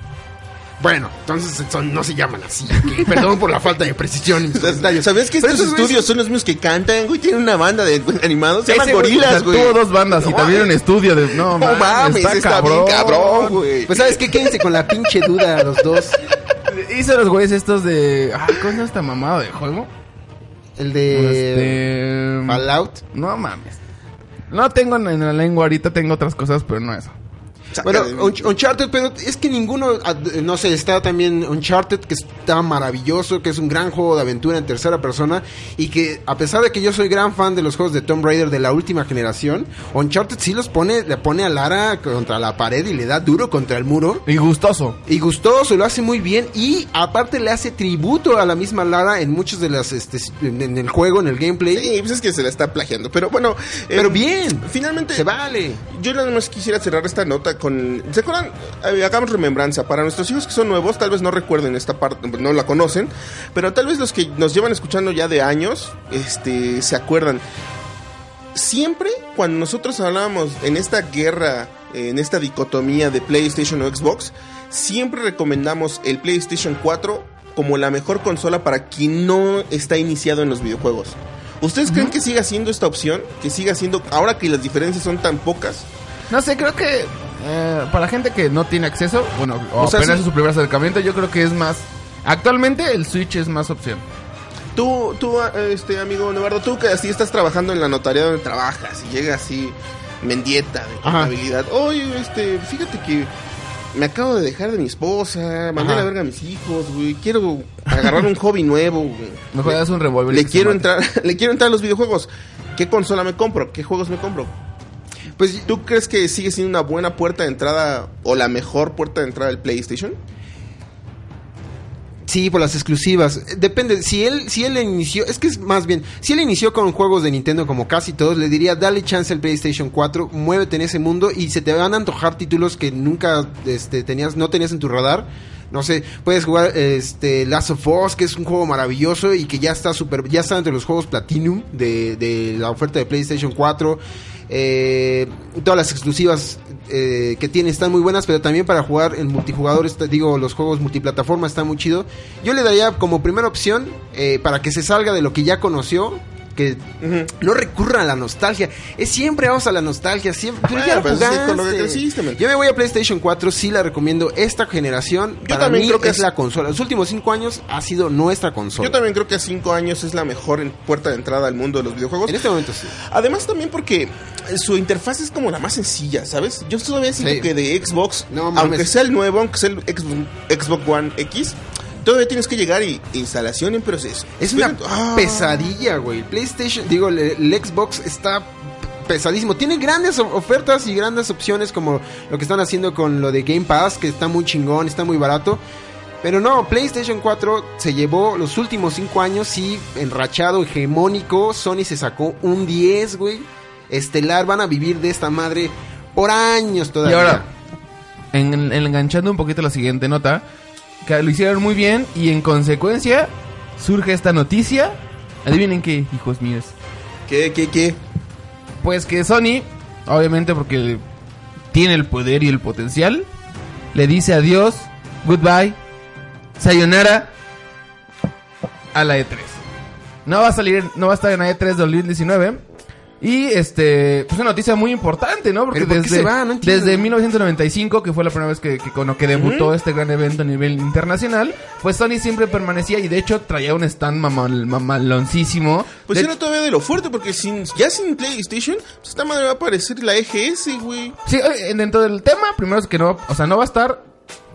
Speaker 6: Bueno, entonces son- no se llaman así. ok. (laughs) Perdón por la falta de (laughs) precisión.
Speaker 4: ¿Sabes que
Speaker 6: Pero
Speaker 4: estos
Speaker 6: esos güeyes-
Speaker 4: estudios son los mismos que cantan, güey? Tienen una banda de güey, animados, se llaman
Speaker 11: Ese güey, o
Speaker 4: Gorilas,
Speaker 11: sea,
Speaker 4: güey.
Speaker 11: Tuvo dos bandas y también un estudio de. No,
Speaker 4: No mames, está, bien cabrón, güey.
Speaker 6: Pues sabes qué, quédense con la pinche duda los dos.
Speaker 11: Hizo los güeyes estos de. Ah, ¿Cómo se llama esta mamada de juego?
Speaker 6: El de
Speaker 4: Eh,
Speaker 11: Este,
Speaker 6: Fallout.
Speaker 11: No mames. No tengo en la lengua ahorita, tengo otras cosas, pero no eso.
Speaker 6: Bueno,
Speaker 4: Sácale, güey.
Speaker 6: Unch- Uncharted, pero es que ninguno, ad- no sé, está también Uncharted, que está maravilloso, que es un gran juego de aventura en tercera persona, y que a pesar de que yo soy gran fan de los juegos de Tomb Raider de la última generación, Uncharted sí los pone, le pone a Lara contra la pared y le da duro contra el muro.
Speaker 11: Y gustoso.
Speaker 6: Y gustoso, lo hace muy bien. Y aparte le hace tributo a la misma Lara en muchos de las. Este, en, en el juego, en el gameplay.
Speaker 4: Sí, pues es que se la está plagiando. Pero bueno. eh,
Speaker 6: Pero bien,
Speaker 4: Finalmente,
Speaker 6: se vale.
Speaker 4: yo nada más quisiera cerrar esta nota con. ¿Se acuerdan? Eh, Hagamos remembranza. Para nuestros hijos que son nuevos, tal vez no recuerden esta parte, no la conocen. Pero tal vez los que nos llevan escuchando ya de años, este, se acuerdan. siempre cuando nosotros hablábamos en esta guerra, en esta dicotomía de PlayStation o Xbox, siempre recomendamos el PlayStation 4 como la mejor consola para quien no está iniciado en los videojuegos. ¿Ustedes creen que siga siendo esta opción? Que siga siendo, ahora que las diferencias son tan pocas.
Speaker 11: No sé, creo que eh, para gente que no tiene acceso, bueno, o
Speaker 4: O sea,
Speaker 11: apenas
Speaker 4: sí.
Speaker 11: es su primer acercamiento, yo creo que es más. Actualmente el Switch es más opción.
Speaker 4: Tú, tú, a- este amigo Nevardo, tú que así estás trabajando en la notaría donde trabajas y llega así mendieta de contabilidad. Oye, este, fíjate que me acabo de dejar de mi esposa,
Speaker 6: Ajá.
Speaker 4: mandé a la verga a mis hijos, güey. Quiero agarrar un hobby nuevo. güey.
Speaker 11: Mejor
Speaker 4: Le-
Speaker 11: das un revólver. y
Speaker 4: le
Speaker 11: que se
Speaker 4: quiero
Speaker 11: mate.
Speaker 4: entrar, (laughs) le quiero entrar a los videojuegos. ¿Qué consola me compro? ¿Qué juegos me compro? Pues, ¿tú crees que sigue siendo una buena puerta de entrada o la mejor puerta de entrada del PlayStation?
Speaker 6: Sí, por las exclusivas. Depende, si él, si él inició, es que es más bien, si él inició con juegos de Nintendo como casi todos, le diría dale chance al PlayStation 4, muévete en ese mundo y se te van a antojar títulos que nunca este, tenías, no tenías en tu radar. No sé, puedes jugar este Last of Us, que es un juego maravilloso y que ya está super, ya está entre los juegos Platinum de, de la oferta de PlayStation 4. Eh, todas las exclusivas eh, que tiene están muy buenas, pero también para jugar en multijugador, está- digo, los juegos multiplataforma está muy chido. Yo le daría como primera opción, eh, para que se salga de lo que ya conoció, que no recurran a la nostalgia. Es siempre vamos a la nostalgia, siempre. Pero
Speaker 4: Bueno,
Speaker 6: ya lo
Speaker 4: pues, es con lo que
Speaker 6: jugaste.
Speaker 4: creciste, man.
Speaker 6: Yo me voy a PlayStation 4, sí la recomiendo. Esta generación,
Speaker 4: Yo
Speaker 6: para
Speaker 4: también
Speaker 6: mí
Speaker 4: creo que
Speaker 6: es,
Speaker 4: es-
Speaker 6: la consola. Los últimos cinco años ha sido nuestra consola.
Speaker 4: Yo también creo que a 5 años es la mejor en- puerta de entrada al mundo de los videojuegos.
Speaker 6: En este momento sí.
Speaker 4: Además también porque eh, su interfaz es como la más sencilla, ¿sabes? Yo todavía siento
Speaker 6: Sí.
Speaker 4: que de Xbox,
Speaker 6: No mames.
Speaker 4: aunque sea el nuevo, aunque sea el Xbox, Xbox One X, todavía tienes que llegar y instalación en proceso.
Speaker 6: Es una
Speaker 4: Pero- ah,
Speaker 6: pesadilla, güey. PlayStation, digo, el, el Xbox está pesadísimo. Tiene grandes of- ofertas y grandes opciones como lo que están haciendo con lo de Game Pass, que está muy chingón, está muy barato. Pero no, PlayStation 4 se llevó los últimos 5 años, sí, enrachado, hegemónico. Sony se sacó un 10, güey. Estelar, van a vivir de esta madre por años todavía.
Speaker 8: Y ahora, en- en- enganchando un poquito la siguiente nota, que lo hicieron muy bien y en consecuencia surge esta noticia. Adivinen qué, hijos míos.
Speaker 4: ¿Qué, qué, qué?
Speaker 8: Pues que Sony, obviamente porque tiene el poder y el potencial, le dice adiós, goodbye, sayonara a la E3. No va a salir, no va a estar en la E E3 2019. Y este, pues una noticia muy importante, ¿no? Porque
Speaker 6: ¿Pero por qué
Speaker 8: desde,
Speaker 6: se va? No entiendo.
Speaker 8: desde 1995, que fue la primera vez que, que, con lo que debutó este gran evento a nivel internacional, pues Sony siempre permanecía y de hecho traía un stand mamal- mamaloncísimo.
Speaker 4: Pues
Speaker 8: De-
Speaker 4: yo no todavía de lo fuerte, porque sin, ya sin PlayStation, pues esta madre va a aparecer la EGS, güey.
Speaker 8: Sí, oye, dentro del tema, primero es que no, o sea, no va a estar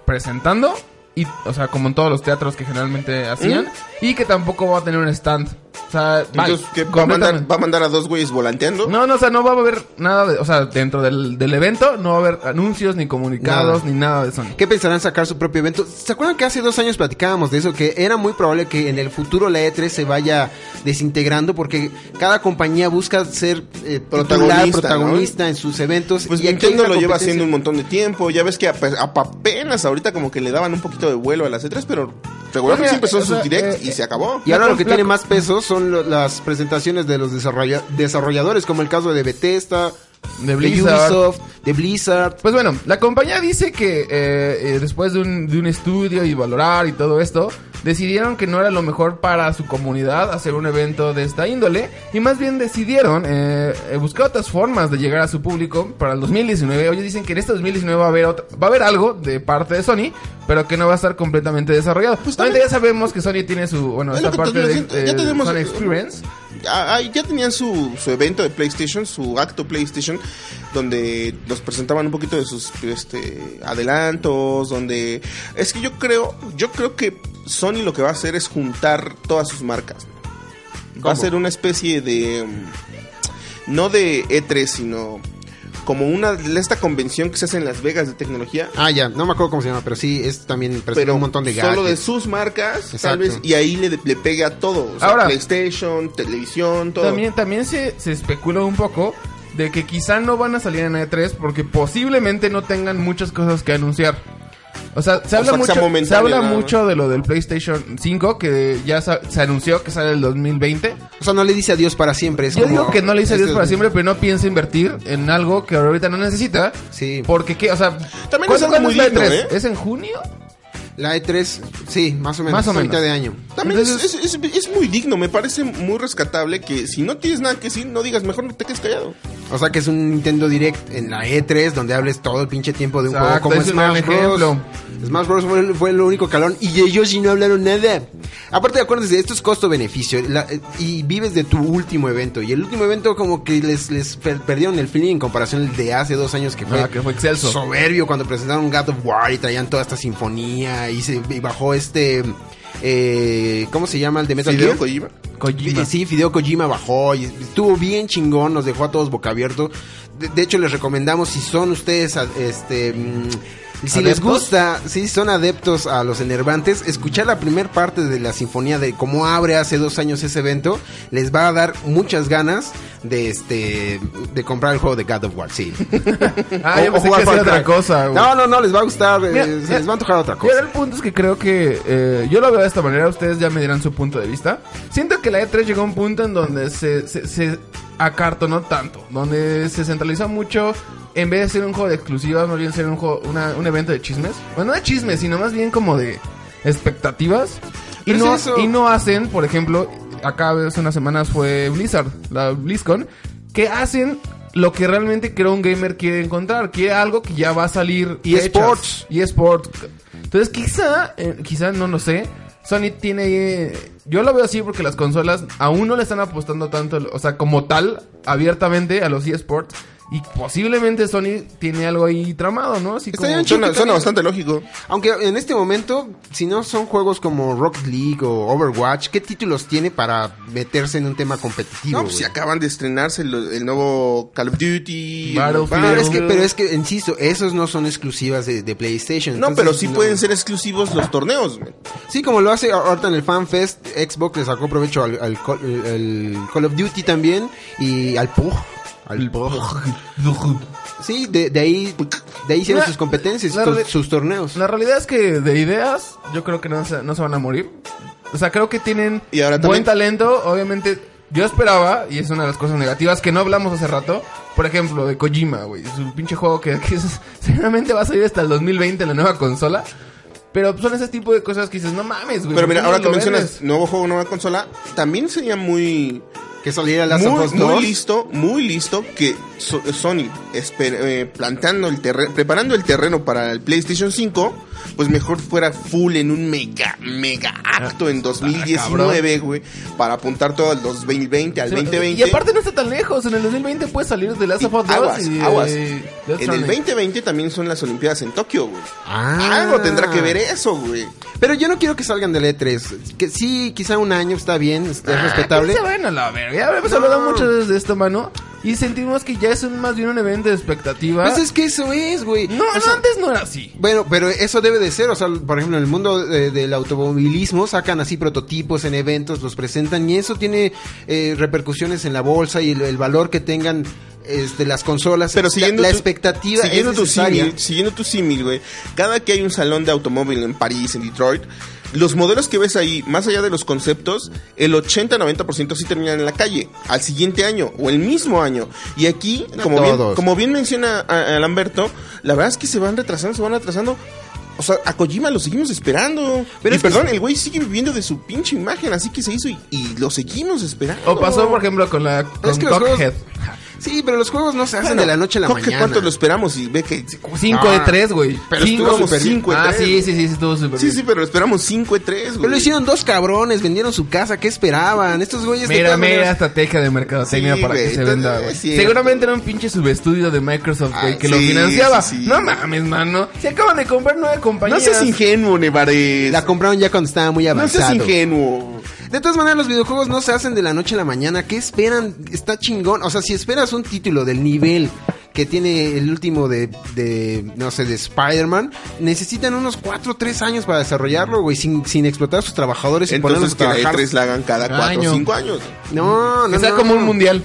Speaker 8: presentando y, o sea, como en todos los teatros que generalmente hacían y que tampoco va a tener un stand. O sea, bye,
Speaker 4: Entonces, ¿qué, va, a mandar,
Speaker 8: completamente.
Speaker 4: ¿va a mandar a dos güeyes volanteando?
Speaker 8: No, no, o sea, no va a haber nada, de- o sea, dentro del, del evento no va a haber anuncios ni comunicados
Speaker 6: Nada.
Speaker 8: ni nada de Sony.
Speaker 6: ¿Qué pensarán sacar su propio evento? ¿Se acuerdan que hace dos años platicábamos de eso? Que era muy probable que en el futuro la E3 se vaya desintegrando porque cada compañía busca ser eh, titular,
Speaker 4: Protagonista,
Speaker 6: protagonista,
Speaker 4: ¿no?
Speaker 6: en sus eventos.
Speaker 4: Pues
Speaker 6: y aquí
Speaker 4: Nintendo
Speaker 6: hay una
Speaker 4: lo lleva
Speaker 6: competencia.
Speaker 4: haciendo un montón de tiempo. Ya ves que ap- ap- apenas ahorita como que le daban un poquito de vuelo a las E3, pero regularmente
Speaker 8: Oiga,
Speaker 4: siempre son
Speaker 8: o sea,
Speaker 4: sus directs
Speaker 8: eh,
Speaker 4: y se acabó.
Speaker 6: Y ahora lo que
Speaker 8: Flaco.
Speaker 6: tiene más peso son lo- las presentaciones de los desarrolla- desarrolladores, como el caso de Bethesda,
Speaker 8: De
Speaker 6: de
Speaker 8: Blizzard.
Speaker 6: Ubisoft, de Blizzard.
Speaker 8: Pues bueno, la compañía dice que eh, eh, después de un, de un estudio y valorar y todo esto, decidieron que no era lo mejor para su comunidad hacer un evento de esta índole y más bien decidieron eh, eh, buscar otras formas de llegar a su público para el 2019. Ellos dicen que en este 2019 va a haber, otra- va a haber algo de parte de Sony, pero que no va a estar completamente desarrollado. Obviamente ya sabemos que Sony tiene su, bueno,
Speaker 4: Pues Es
Speaker 8: esta
Speaker 4: lo que
Speaker 8: parte
Speaker 4: te-
Speaker 8: de,
Speaker 4: ya
Speaker 8: eh,
Speaker 4: tenemos-
Speaker 8: Sony Experience.
Speaker 4: Ah, ah, ya tenían su, su evento de PlayStation, su acto PlayStation, donde nos presentaban un poquito de sus este, adelantos, donde... Es que yo creo, yo creo que Sony lo que va a hacer es juntar todas sus marcas. Va a ser una especie de... mm, No de E3, sino como una de esta convención que se hace en Las Vegas de tecnología,
Speaker 6: Ah, ya, no me acuerdo cómo se llama, pero sí, es también presenta
Speaker 4: pero
Speaker 6: un montón de
Speaker 4: solo de
Speaker 6: gadgets.
Speaker 4: sus marcas,
Speaker 6: Exacto.
Speaker 4: tal vez, y ahí le, le pegue a todo. O sea,
Speaker 8: Ahora-
Speaker 4: PlayStation, televisión, todo.
Speaker 8: También, también se, se especula un poco de que quizá no van a salir en E3 porque posiblemente no tengan muchas cosas que anunciar. O sea, se habla,
Speaker 4: O sea, que sea
Speaker 8: mucho, se
Speaker 4: momentáneo,
Speaker 8: habla
Speaker 4: nada más.
Speaker 8: mucho de lo del PlayStation 5 que ya sa- se anunció que sale el 2020.
Speaker 6: O sea, no le dice adiós para siempre. es
Speaker 8: Yo
Speaker 6: como-
Speaker 8: digo que no le hice Dios
Speaker 6: Este-
Speaker 8: para siempre, pero no piensa invertir en algo que ahorita no necesita.
Speaker 6: Sí.
Speaker 8: Porque, ¿qué? O sea,
Speaker 4: También es algo muy
Speaker 8: la
Speaker 4: digno,
Speaker 8: E3?
Speaker 4: ¿eh?
Speaker 8: E ¿Es en
Speaker 4: (laughs)
Speaker 8: junio?
Speaker 6: La E3, sí, más o menos.
Speaker 8: Más o
Speaker 6: a mitad
Speaker 8: menos.
Speaker 6: de año.
Speaker 4: También
Speaker 8: Entonces-
Speaker 4: es, es- es- es muy digno, me parece muy rescatable que si no tienes nada que decir, no digas, mejor no te quedes callado.
Speaker 6: O sea que es un Nintendo Direct en la E3 donde hables todo el pinche tiempo de un
Speaker 8: Exacto,
Speaker 6: juego como
Speaker 8: es un
Speaker 6: Smash
Speaker 8: gran
Speaker 6: Bros.
Speaker 8: ejemplo.
Speaker 6: Smash Bros fue, fue lo único calón y ellos sí no hablaron nada. Aparte, acuérdense, esto es costo-beneficio la- y vives de tu último evento. Y el último evento como que les, les per- perdieron el feeling en comparación de hace dos años que fue,
Speaker 8: Ah, que fue excelso.
Speaker 6: soberbio cuando presentaron God of War y traían toda esta sinfonía y, se, y bajó este... eh, ¿Cómo se llama el de Metal
Speaker 4: Hideo
Speaker 6: Gear?
Speaker 4: Kojima.
Speaker 8: Kojima.
Speaker 6: Fi- Sí, Fideo Kojima bajó y estuvo bien chingón, nos dejó a todos boca abierto. De, de hecho, les recomendamos si son ustedes, a- este, mm, si les
Speaker 8: ¿Adeptos?
Speaker 6: gusta, si son adeptos a los enervantes, escuchar la primera parte de la sinfonía de cómo abre hace dos años ese evento, les va a dar muchas ganas de este, de comprar el juego de God of War,
Speaker 8: (laughs)
Speaker 6: sí.
Speaker 8: Ah, yo
Speaker 6: O-
Speaker 8: pensé que
Speaker 6: o jugar
Speaker 8: hacía
Speaker 6: Far Cry.
Speaker 8: otra cosa. güey.
Speaker 6: No, no, no, les va a gustar, eh,
Speaker 8: Mira,
Speaker 6: se
Speaker 8: mira.
Speaker 6: les va a antojar otra
Speaker 8: Mira,
Speaker 6: cosa.
Speaker 8: el punto es que creo que eh, yo lo veo de esta manera, ustedes ya me dirán su punto de vista. Siento que la E3 llegó a un punto en donde se, se, se acartonó tanto, donde se centralizó mucho, en vez de ser un juego de exclusivas, más bien ser un, juego, una- un evento de chismes. Bueno, no de chismes, sino más bien como de expectativas. Y
Speaker 6: Pero
Speaker 8: no,
Speaker 6: es Pues eso.
Speaker 8: y no hacen, por ejemplo, acá hace unas semanas fue Blizzard, la BlizzCon, que hacen lo que realmente creo un gamer quiere encontrar, que algo que ya va a salir.
Speaker 6: Y
Speaker 8: fechas,
Speaker 6: esports.
Speaker 8: Y esports. Entonces quizá, eh, quizá no lo sé. Sony tiene... eh, yo lo veo así porque las consolas aún no le están apostando tanto, o sea, como tal, abiertamente a los esports. Y posiblemente Sony tiene algo ahí tramado, ¿no? Así como-
Speaker 4: Suena, suena bastante lógico.
Speaker 6: Aunque en este momento, si no son juegos como Rocket League o Overwatch, ¿qué títulos tiene para meterse en un tema competitivo?
Speaker 4: No, pues, si
Speaker 6: güey?
Speaker 4: acaban de estrenarse lo- el nuevo Call of Duty. el nuevo
Speaker 6: Bueno,
Speaker 4: Battlefield.
Speaker 6: Ah, es que, pero es que, insisto, esos no son exclusivas de, de PlayStation.
Speaker 4: No,
Speaker 6: entonces,
Speaker 4: pero sí pueden ser exclusivos los torneos, güey.
Speaker 6: Sí, como lo hace ahorita en el FanFest, Xbox le sacó provecho al, al Call, el Call of Duty también y al PUG. Al
Speaker 4: (laughs)
Speaker 6: PUG. Sí, de, de ahí, de ahí hicieron
Speaker 8: La-
Speaker 6: sus competencias,
Speaker 8: la
Speaker 6: sus-
Speaker 8: rele-
Speaker 6: sus torneos.
Speaker 8: La realidad es que de ideas, yo creo que no se, no se van a morir. O sea, creo que tienen
Speaker 4: Y ahora
Speaker 8: buen
Speaker 4: también-
Speaker 8: talento. Obviamente, yo esperaba, y es una de las cosas negativas que no hablamos hace rato, por ejemplo, de Kojima, güey. Es un pinche juego que, que es- (laughs) seguramente va a salir hasta el 2020 en la nueva consola. Pero son ese tipo de cosas que dices, no mames, güey.
Speaker 4: Pero mira,
Speaker 8: ¿cómo
Speaker 4: ahora
Speaker 8: lo
Speaker 4: que mencionas
Speaker 8: vendes?
Speaker 4: nuevo juego, nueva consola, también sería muy
Speaker 6: Que saliera Last of
Speaker 4: muy,
Speaker 6: Us
Speaker 4: muy
Speaker 6: 2.
Speaker 4: listo, muy listo que So- Sony esper- eh, plantando el terreno, preparando el terreno para el PlayStation 5, pues mejor fuera full en un mega, mega acto
Speaker 8: Ah,
Speaker 4: en 2019, güey, para apuntar todo al 2020, al
Speaker 8: Sí,
Speaker 4: 2020.
Speaker 8: Y aparte no está tan lejos. En el 2020 puedes salir de Last of Us 2
Speaker 4: Aguas,
Speaker 8: y de-
Speaker 4: aguas.
Speaker 8: Death
Speaker 4: En el
Speaker 8: Stranding.
Speaker 4: 2020 también son las Olimpiadas en Tokio, güey.
Speaker 6: Ah.
Speaker 4: Algo tendrá que ver eso, güey.
Speaker 6: Pero yo no quiero que salgan del E3. Que sí, quizá un año está bien, es es respetable.
Speaker 8: Pues se van a la verga. Ya hemos hablado muchas veces de esto, mano. Y sentimos que ya es un- más bien un evento de expectativa.
Speaker 6: Pues es que eso es, güey.
Speaker 8: no,
Speaker 6: O
Speaker 8: no,
Speaker 6: sea,
Speaker 8: antes no era así.
Speaker 6: Bueno, pero eso debe de ser, o sea, por ejemplo, en el mundo eh, del automovilismo sacan así prototipos en eventos, los presentan y eso tiene eh, repercusiones en la bolsa y el, el valor que tengan este, las consolas.
Speaker 4: Pero
Speaker 6: La-
Speaker 4: siguiendo
Speaker 6: la,
Speaker 4: tu-
Speaker 6: expectativa
Speaker 4: siguiendo
Speaker 6: es
Speaker 4: tu
Speaker 6: necesaria.
Speaker 4: símil, siguiendo tu símil, güey. Cada que hay un salón de automóvil en París, en Detroit, los modelos que ves ahí, más allá de los conceptos, el 80-90% sí terminan en la calle al siguiente año o el mismo año. Y aquí,
Speaker 6: No
Speaker 4: como bien,
Speaker 6: todos.
Speaker 4: como bien menciona a, a Lamberto, la verdad es que se van retrasando, se van retrasando. O sea, a Kojima lo seguimos esperando.
Speaker 6: Pero
Speaker 4: Pero
Speaker 6: es que-
Speaker 4: perdón, el güey sigue viviendo de su pinche imagen, así que se hizo y, y lo seguimos esperando.
Speaker 8: O pasó, por ejemplo, con la con
Speaker 6: Es que los juegos
Speaker 8: Cuphead.
Speaker 6: Sí, pero los juegos no se hacen
Speaker 4: Bueno,
Speaker 6: de la noche a la
Speaker 4: Jorge,
Speaker 6: mañana. Ah.
Speaker 4: ¿Cuánto lo esperamos? Y ve que
Speaker 8: 5 de 3, güey.
Speaker 4: Ah, Pero
Speaker 8: Cinco-
Speaker 4: estuvo súper bien. Cinco de
Speaker 8: Ah,
Speaker 4: tres,
Speaker 8: sí,
Speaker 4: güey.
Speaker 8: sí, sí, sí, estuvo súper
Speaker 4: Sí,
Speaker 8: bien.
Speaker 4: sí, pero lo esperamos 5 e 3, güey.
Speaker 6: Pero lo hicieron dos cabrones, vendieron su casa, ¿qué esperaban? Estos güeyes de
Speaker 8: Mira,
Speaker 6: todas
Speaker 8: mira
Speaker 6: maneras-
Speaker 8: estrategia de mercadotecnia
Speaker 4: Sí,
Speaker 8: para que
Speaker 4: güey,
Speaker 8: se
Speaker 4: todo
Speaker 8: venda,
Speaker 4: es
Speaker 8: güey.
Speaker 4: cierto.
Speaker 8: Seguramente era un pinche subestudio de Microsoft, güey,
Speaker 4: Ah,
Speaker 8: que lo
Speaker 4: sí,
Speaker 8: financiaba.
Speaker 4: sí, sí.
Speaker 8: No mames, mano. Se acaban de comprar nueve
Speaker 4: No
Speaker 8: compañías.
Speaker 4: seas ingenuo, Nevares.
Speaker 6: La compraron ya cuando estaba muy
Speaker 4: No
Speaker 6: avanzado.
Speaker 4: seas ingenuo.
Speaker 6: De todas maneras, los videojuegos no se hacen de la noche a la mañana. ¿Qué esperan? Está chingón. O sea, si esperas un título del nivel que tiene el último de, de, no sé, de Spider-Man, necesitan unos 4 o 3 años para desarrollarlo, güey, sin, sin explotar a sus trabajadores y ponerlos
Speaker 4: Entonces
Speaker 6: a
Speaker 4: que la
Speaker 6: trabajar.
Speaker 4: E3 la hagan cada 4
Speaker 8: Año.
Speaker 4: o 5 años.
Speaker 6: No, no,
Speaker 8: Que sea
Speaker 6: no.
Speaker 8: como un mundial.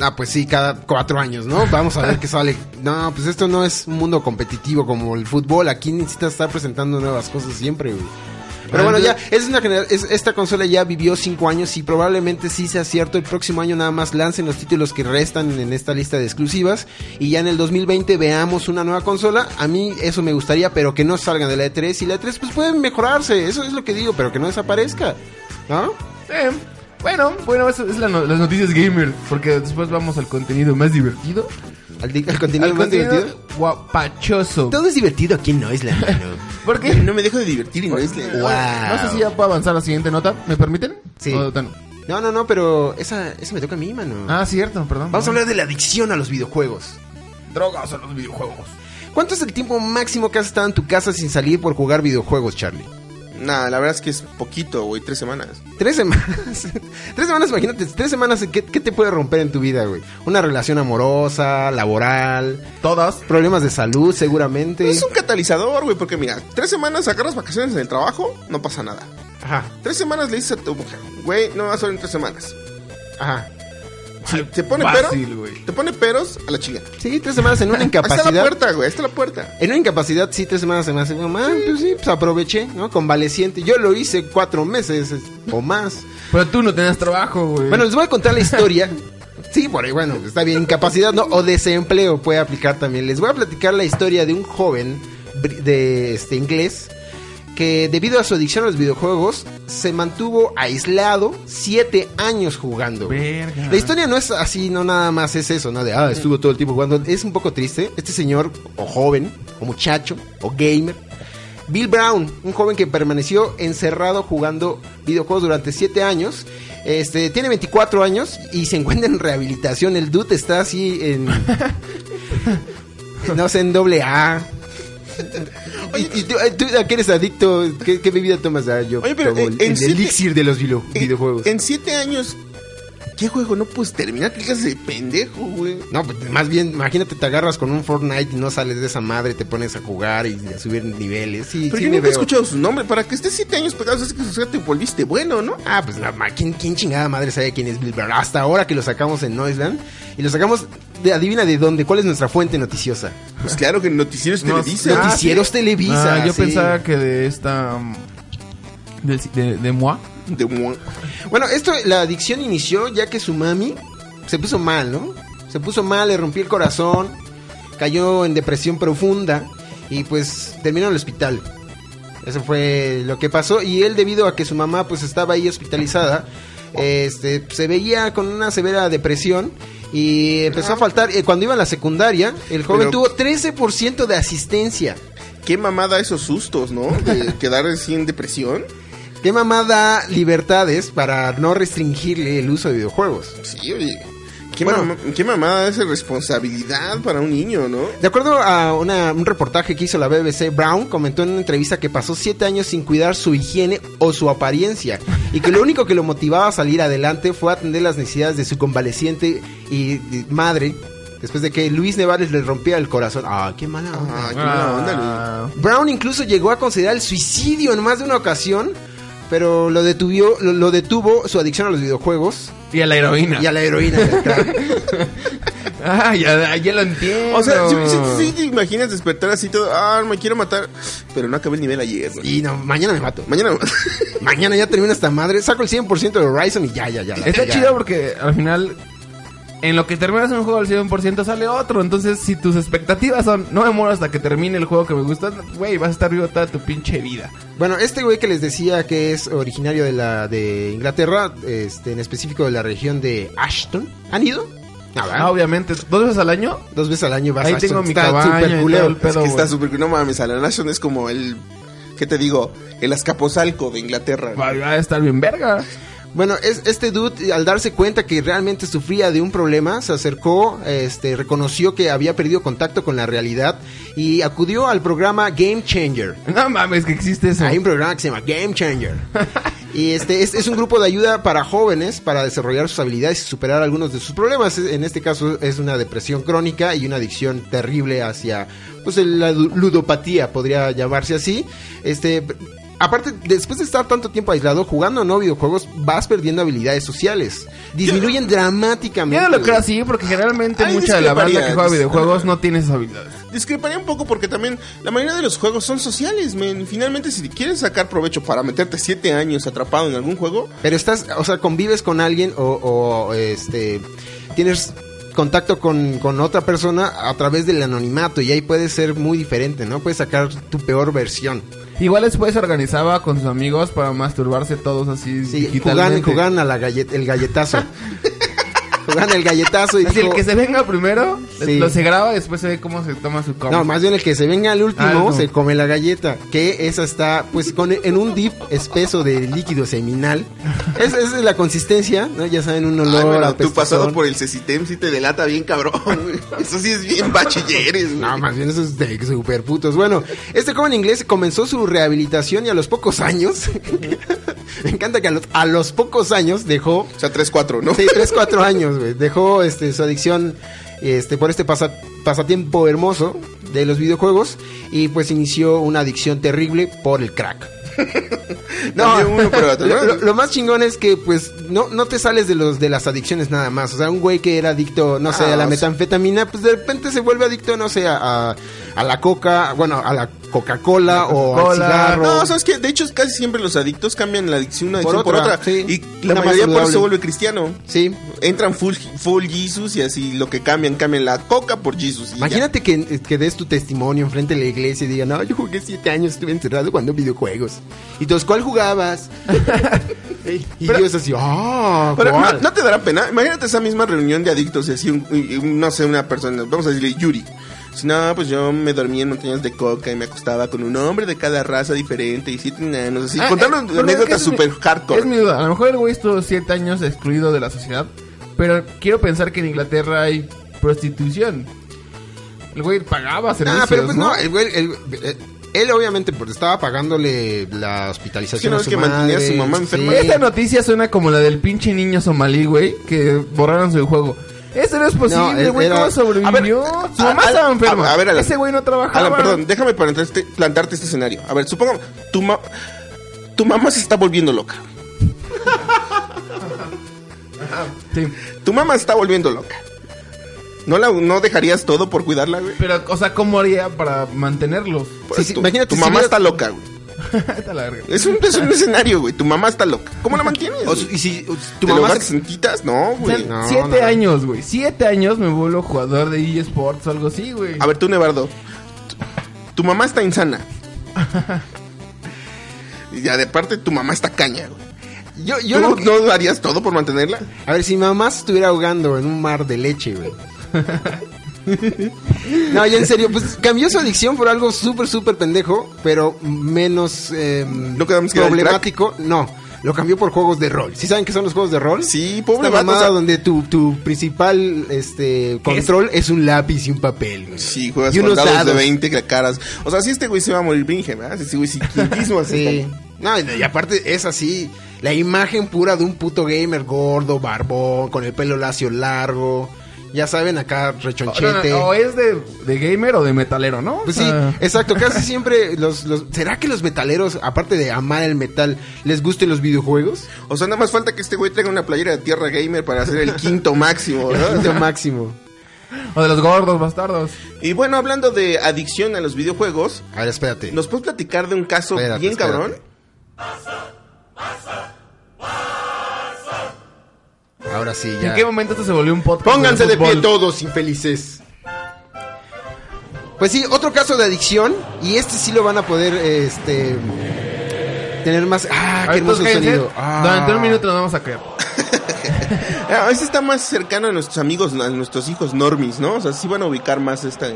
Speaker 6: Ah, pues sí, cada cuatro años, ¿no? Vamos a ver qué sale. No, pues esto no es un mundo competitivo como el fútbol. Aquí necesitas estar presentando nuevas cosas siempre, güey. Pero bueno, ya, es una genera- es- esta consola ya vivió cinco años y probablemente sí sea cierto. El próximo año nada más lancen los títulos que restan en esta lista de exclusivas. Y ya en el 2020 veamos una nueva consola. A mí eso me gustaría, pero que no salgan de la E3. Y la E3 pues puede mejorarse, eso es lo que digo, pero que no desaparezca. ¿No?
Speaker 8: Eh, bueno, bueno, eso es la no- las noticias gamer, porque después vamos al contenido más divertido.
Speaker 6: Al, di- al contenido
Speaker 8: al
Speaker 6: más
Speaker 8: contenido
Speaker 6: divertido.
Speaker 8: guapachoso.
Speaker 6: Todo es divertido aquí en Noisland. mano.
Speaker 8: Porque
Speaker 6: (laughs)
Speaker 4: No me dejo de divertir y no es
Speaker 6: Wow.
Speaker 8: no sé si ya puedo avanzar a la siguiente nota, ¿me permiten?
Speaker 6: Sí.
Speaker 8: O tan-
Speaker 6: No, no, no, pero esa, esa me toca a mí, mano.
Speaker 8: Ah, cierto, perdón.
Speaker 6: Vamos a hablar de la adicción a los videojuegos.
Speaker 8: drogas a los videojuegos.
Speaker 6: ¿Cuánto es el tiempo máximo que has estado en tu casa sin salir por jugar videojuegos, Charlie?
Speaker 4: Nah, la verdad es que es poquito, güey. Tres semanas.
Speaker 6: Tres semanas. (laughs) tres semanas, imagínate, tres semanas, ¿qué, qué te puede romper en tu vida, güey? Una relación amorosa, laboral,
Speaker 8: Todas.
Speaker 6: problemas de salud, seguramente.
Speaker 4: Es Pues un catalizador, güey, porque mira, tres semanas agarras vacaciones en el trabajo, no pasa nada.
Speaker 6: Ajá,
Speaker 4: Tres semanas le dices a tu mujer, güey, no vas a ver en tres semanas.
Speaker 6: ajá.
Speaker 4: Si te pone pero,
Speaker 8: Fácil, güey.
Speaker 4: te pone peros a la chingada.
Speaker 6: Sí, tres semanas en una
Speaker 4: (laughs) Ahí está la
Speaker 6: incapacidad.
Speaker 4: puerta, güey, ahí está la puerta.
Speaker 6: En una incapacidad, sí, tres semanas se me hace, mamá, pues sí, pues aproveché, ¿no? Convaleciente. Yo lo hice cuatro meses es- o más.
Speaker 8: Pero tú no tenías trabajo, güey.
Speaker 6: Bueno, les voy a contar la historia. Sí, por ahí, bueno, está bien, incapacidad no, o desempleo puede aplicar también. Les voy a platicar la historia de un joven bri- de este inglés que debido a su adicción a los videojuegos se mantuvo aislado siete años jugando. güey.
Speaker 11: Verga.
Speaker 6: La historia no es así, no nada más es eso, ¿no? De, ah, estuvo todo el tiempo jugando. Es un poco triste. Este señor, o joven, o muchacho, o gamer. Bill Brown, un joven que permaneció encerrado jugando videojuegos durante siete años. Este, tiene 24 años y se encuentra en rehabilitación. El dude está así
Speaker 4: (laughs)
Speaker 6: en... no sé, en doble A. ¿Y, y tú, eh, tú a qué eres adicto? ¿Qué, qué bebida tomas? Ah, yo
Speaker 4: Oye, pero,
Speaker 6: tomo
Speaker 4: eh,
Speaker 6: el,
Speaker 4: en eh,
Speaker 6: el
Speaker 4: siete-
Speaker 6: elixir de los vilo- videojuegos.
Speaker 4: En siete años, ¿qué juego no puedes terminar? ¿Qué clase de pendejo, güey?
Speaker 6: No, pues, más bien, imagínate, te agarras con un Fortnite y no sales de esa madre, te pones a jugar y a subir niveles. Sí,
Speaker 4: Pero
Speaker 6: sí
Speaker 4: yo
Speaker 6: me
Speaker 4: nunca he
Speaker 6: veo.
Speaker 4: escuchado su nombre. Para que estés siete años pegados es que o sea, te volviste bueno, ¿no?
Speaker 6: Ah, pues no, ma, ¿quién, quién chingada madre sabe quién es Bill Brown? Hasta ahora que lo sacamos en Noisland y lo sacamos, de, adivina de dónde, ¿cuál es nuestra fuente noticiosa?
Speaker 4: Pues claro que Noticieros
Speaker 8: No,
Speaker 4: Televisa.
Speaker 8: ah,
Speaker 6: Noticieros Televisa.
Speaker 8: Ah, yo
Speaker 6: sí.
Speaker 8: pensaba que de esta. mm, del- de, de Moa.
Speaker 4: Ah, De mu-
Speaker 6: Bueno, esto, la adicción inició ya que su mami se puso mal, ¿no? Se puso mal, le rompió el corazón, cayó en depresión profunda y pues terminó en el hospital. Eso fue lo que pasó y él debido a que su mamá pues estaba ahí hospitalizada, este, se veía con una severa depresión y empezó a faltar. eh, Cuando iba a la secundaria, el joven
Speaker 4: Pero-
Speaker 6: tuvo 13% de asistencia.
Speaker 4: Qué mamada esos sustos, ¿no?
Speaker 6: (laughs)
Speaker 4: De quedar así en depresión.
Speaker 6: ¿Qué mamá da libertades para no restringirle el uso de videojuegos?
Speaker 4: Sí, oye. Qué,
Speaker 6: Bueno.
Speaker 4: mama- qué mamada es responsabilidad para un niño, ¿no?
Speaker 6: De acuerdo a una- un reportaje que hizo la BBC, Brown comentó en una entrevista que pasó siete años sin cuidar su higiene o su apariencia y que lo único que lo motivaba a salir adelante fue atender las necesidades de su convaleciente y y madre después de que Luis Nevares le rompiera el corazón. Ah, qué mala onda.
Speaker 4: Ah, qué mala onda, Luis.
Speaker 8: Ah,
Speaker 6: Brown incluso llegó a considerar el suicidio en más de una ocasión, pero lo detuvo, lo, lo detuvo su adicción a los videojuegos
Speaker 8: Ah, Y a la heroína.
Speaker 6: y a la heroína.
Speaker 8: (laughs) Ah, ya, ya lo entiendo.
Speaker 4: O sea, si, si- si te imaginas despertar así todo, ah, me quiero matar, pero no acabé el nivel ayer, güey.
Speaker 6: y no, mañana me mato. (laughs)
Speaker 4: Mañana.
Speaker 6: Mañana ya termina esta madre, saco el 100% de Horizon y ya, ya, ya. la
Speaker 8: Está
Speaker 6: ya.
Speaker 8: chido porque al final, en lo que terminas un juego al 100% sale otro. Entonces, si tus expectativas son, no me muero hasta que termine el juego que me gusta, güey, vas a estar vivo toda tu pinche vida.
Speaker 6: Bueno, este güey que les decía que es originario de la de Inglaterra, este, en específico de la región de Ashton. ¿Han ido? No, ¿verdad?
Speaker 8: Ah, obviamente, dos veces al año.
Speaker 6: Dos veces al año vas
Speaker 8: Ahí
Speaker 6: a Ashton.
Speaker 8: tengo mi
Speaker 6: Está
Speaker 8: cabaña
Speaker 6: súper
Speaker 8: y todo
Speaker 6: culero.
Speaker 8: el pe-
Speaker 4: es
Speaker 8: Pero,
Speaker 4: que está
Speaker 8: güey.
Speaker 4: súper. No mames, Alan Ashton es como el. ¿Qué te digo? El Azcapozalco de Inglaterra.
Speaker 8: Va va a estar bien verga.
Speaker 6: Bueno, es, este dude al darse cuenta que realmente sufría de un problema, se acercó, este, reconoció que había perdido contacto con la realidad y acudió al programa Game Changer.
Speaker 8: No mames, que existe eso.
Speaker 6: Hay un programa que se llama Game Changer. Y este es, es un grupo de ayuda para jóvenes para desarrollar sus habilidades y superar algunos de sus problemas. En este caso es una depresión crónica y una adicción terrible hacia pues el- la lu- ludopatía podría llamarse así. Este aparte después de estar tanto tiempo aislado jugando o no videojuegos vas perdiendo habilidades sociales. Disminuyen
Speaker 8: Yo
Speaker 6: dramáticamente.
Speaker 8: no lo
Speaker 6: güey.
Speaker 8: creo así, porque generalmente
Speaker 4: Ahí
Speaker 8: mucha de la banda que
Speaker 4: discreparía,
Speaker 8: juega
Speaker 4: dis-
Speaker 8: videojuegos no tiene esas habilidades.
Speaker 4: Discreparía un poco porque también la mayoría de los juegos son sociales, men. Finalmente, si quieres sacar provecho para meterte siete años atrapado en algún juego,
Speaker 6: Pero estás, o sea, convives con alguien o, o, este, tienes contacto con, con otra persona a través del anonimato y ahí puede ser muy diferente, ¿no? Puedes sacar tu peor versión.
Speaker 8: Igual después se organizaba con sus amigos para masturbarse todos así
Speaker 6: Sí,
Speaker 8: digitalmente.
Speaker 6: jugaban, jugaban a la galleta,
Speaker 8: (laughs)
Speaker 6: el galletazo. jugaban el galletazo y
Speaker 8: Así
Speaker 6: dijo,
Speaker 8: el que se venga primero,
Speaker 6: Sí.
Speaker 8: lo se graba, después se ve cómo se toma su Ah, combo.
Speaker 6: No, más bien el que se venga al último
Speaker 8: Ah, no.
Speaker 6: se come la galleta, que esa está pues con en un dip espeso de líquido seminal. Esa esa es la consistencia, ¿no? Ya saben, un olor
Speaker 4: Ay, bueno,
Speaker 6: a
Speaker 4: tu pasado
Speaker 6: pestizón.
Speaker 4: por el CECITEM sí te delata bien cabrón. (laughs) güey. Eso sí es bien bachilleres, güey.
Speaker 6: No, más bien esos de super putos. Bueno, este joven inglés comenzó su rehabilitación y a los pocos años. (laughs) me encanta que a los, a los pocos años dejó.
Speaker 4: O sea, 3-4, ¿no?
Speaker 6: Sí, 3, 4 años, güey. Dejó este, su adicción este, por este pasa- pasatiempo hermoso de los videojuegos. Y pues inició una adicción terrible por el crack. No,
Speaker 4: También uno, pero-
Speaker 6: (laughs) lo, lo- lo más chingón es que pues no, no te sales de los de las adicciones nada más. O sea, un güey que era adicto, no sé,
Speaker 4: Ah,
Speaker 6: a la
Speaker 4: o sea-
Speaker 6: metanfetamina, pues de repente se vuelve adicto, no sé, a, a- a la coca, bueno, a la Coca-Cola o al cigarro.
Speaker 4: No, sabes que de hecho casi siempre los adictos cambian la adicción una
Speaker 6: Por
Speaker 4: adicción por
Speaker 6: otra,
Speaker 4: otra.
Speaker 6: sí.
Speaker 4: Y
Speaker 6: Una
Speaker 4: la
Speaker 6: más
Speaker 4: mayoría por eso
Speaker 6: saludable.
Speaker 4: se vuelve cristiano.
Speaker 6: Sí.
Speaker 4: Entran full, full Jesus y así lo que cambian, cambian la coca por Jesus. y ya.
Speaker 6: Imagínate que, que des tu testimonio enfrente de la iglesia y digan, no, yo jugué siete años, estuve encerrado jugando videojuegos. Y entonces, ¿cuál
Speaker 4: (laughs)
Speaker 6: jugabas? y Dios así, ah,
Speaker 4: Pero no,
Speaker 6: ¿cuál?".
Speaker 4: no te dará pena. Imagínate esa misma reunión de adictos y así, un- un- no sé, una persona, vamos a decirle Yuri. Si no, pues yo me dormía en montañas de coca y me acostaba con un hombre de cada raza diferente y siete enanos, así.
Speaker 8: Ah,
Speaker 4: Contaron
Speaker 8: eh, pero es que
Speaker 4: anécdotas
Speaker 8: es mi-
Speaker 4: súper hardcore.
Speaker 8: Es mi duda. A lo mejor el güey estuvo siete años excluido de la sociedad. Pero quiero pensar que en Inglaterra hay prostitución. El güey pagaba servicios.
Speaker 6: Ah, pero pues
Speaker 8: ¿no?
Speaker 6: no, el güey- el- eh, él obviamente porque estaba pagándole la hospitalización
Speaker 4: Sí, no,
Speaker 6: a
Speaker 4: es
Speaker 6: su
Speaker 4: que mantenía a su
Speaker 6: madre,
Speaker 4: mamá enferma.
Speaker 6: sí.
Speaker 8: Esta noticia suena como la del pinche niño somalí, güey, que borraron su juego. Eso no es posible,
Speaker 4: eh,
Speaker 6: No,
Speaker 8: güey.
Speaker 6: era-
Speaker 8: ¿Cómo sobrevivió? su mamá
Speaker 4: a-
Speaker 8: estaba enferma.
Speaker 4: a- a ver, Alan.
Speaker 8: Ese güey no trabajaba.
Speaker 4: Alan, perdón, déjame plantarte, plantarte este escenario. A ver, supongamos, tu, ma- tu mamá se está volviendo loca.
Speaker 8: Sí.
Speaker 4: Tu mamá se está volviendo loca. ¿No, la, ¿No dejarías todo por cuidarla, güey?
Speaker 8: Pero, o sea, ¿cómo haría para mantenerlo?
Speaker 4: Pues
Speaker 6: Sí, sí,
Speaker 4: tu,
Speaker 6: imagínate
Speaker 8: (laughs)
Speaker 4: tu
Speaker 6: si
Speaker 4: mamá
Speaker 6: hubiera-
Speaker 4: está loca, güey.
Speaker 8: Está larga.
Speaker 4: Es un, es un escenario, güey. Tu mamá está loca. ¿Cómo la mantienes?
Speaker 6: O
Speaker 4: güey?
Speaker 6: su- y si o si
Speaker 4: ¿Tu
Speaker 6: tu
Speaker 4: mamá
Speaker 6: mamá
Speaker 4: se... sentitas? No,
Speaker 8: O sea,
Speaker 4: güey.
Speaker 6: no,
Speaker 8: siete
Speaker 6: no.
Speaker 8: años, güey. Siete años me vuelvo jugador de eSports o algo así, güey.
Speaker 4: A ver, tú, Nevardo. tu- Tu mamá
Speaker 6: (laughs)
Speaker 4: está insana. Y ya de parte, tu mamá está caña, güey.
Speaker 6: Yo, yo
Speaker 4: ¿Tú
Speaker 6: lo que-
Speaker 4: no harías todo por mantenerla?
Speaker 6: A ver, si mi mamá se estuviera ahogando en un mar de leche, güey.
Speaker 4: (laughs)
Speaker 6: No, ya en serio, pues cambió su adicción por algo súper, súper pendejo, pero menos eh,
Speaker 4: ¿No quedamos que era el
Speaker 6: problemático. No, lo cambió por juegos de rol. ¿Sí saben qué son los juegos de rol?
Speaker 4: Sí,
Speaker 6: Esta
Speaker 4: pobre vato,
Speaker 6: mamada
Speaker 4: o sea-
Speaker 6: donde tu, tu principal este, control es? un lápiz y un papel. güey.
Speaker 4: Sí, juegas
Speaker 6: Y
Speaker 4: con
Speaker 6: unos
Speaker 4: dados de
Speaker 6: dados.
Speaker 4: 20 que caras. O sea, si este güey se va a morir virgen, ¿verdad? Si este güey sí, quintísimo así.
Speaker 6: Sí. No, y y aparte es así, la imagen pura de un puto gamer gordo, barbón, con el pelo lacio largo. Ya saben, acá
Speaker 8: O- no, no,
Speaker 6: rechonchete.
Speaker 8: o es de, de gamer o de metalero, ¿no?
Speaker 6: Pues sí,
Speaker 8: Ah.
Speaker 6: exacto, casi siempre los, los... ¿Será que los metaleros, aparte de amar el metal, les gusten
Speaker 8: (laughs)
Speaker 6: los videojuegos?
Speaker 4: O sea, nada más falta que este güey traiga una playera de tierra gamer para hacer el quinto máximo,
Speaker 6: (laughs)
Speaker 4: ¿no?
Speaker 6: Lo máximo.
Speaker 8: O de los gordos bastardos.
Speaker 4: Y bueno, hablando de adicción a los videojuegos,
Speaker 6: A ver, espérate.
Speaker 4: ¿nos puedes platicar de un caso
Speaker 6: Espérate,
Speaker 4: bien
Speaker 6: espérate.
Speaker 4: cabrón?
Speaker 6: Ahora sí,
Speaker 8: ¿En
Speaker 6: ya.
Speaker 8: qué momento esto se volvió un podcast?
Speaker 6: Pónganse de pie
Speaker 8: fútbol?
Speaker 6: todos, infelices. Pues sí, otro caso de adicción. Y este sí lo van a poder, este... Tener más... Ah, qué
Speaker 8: Ahorita
Speaker 6: hermoso
Speaker 8: cállense.
Speaker 6: sonido. Ah.
Speaker 8: Durante un minuto nos vamos a caer.
Speaker 4: A veces Ah, está más cercano a nuestros amigos, a nuestros hijos normis, ¿no? O sea, sí van a ubicar más esta,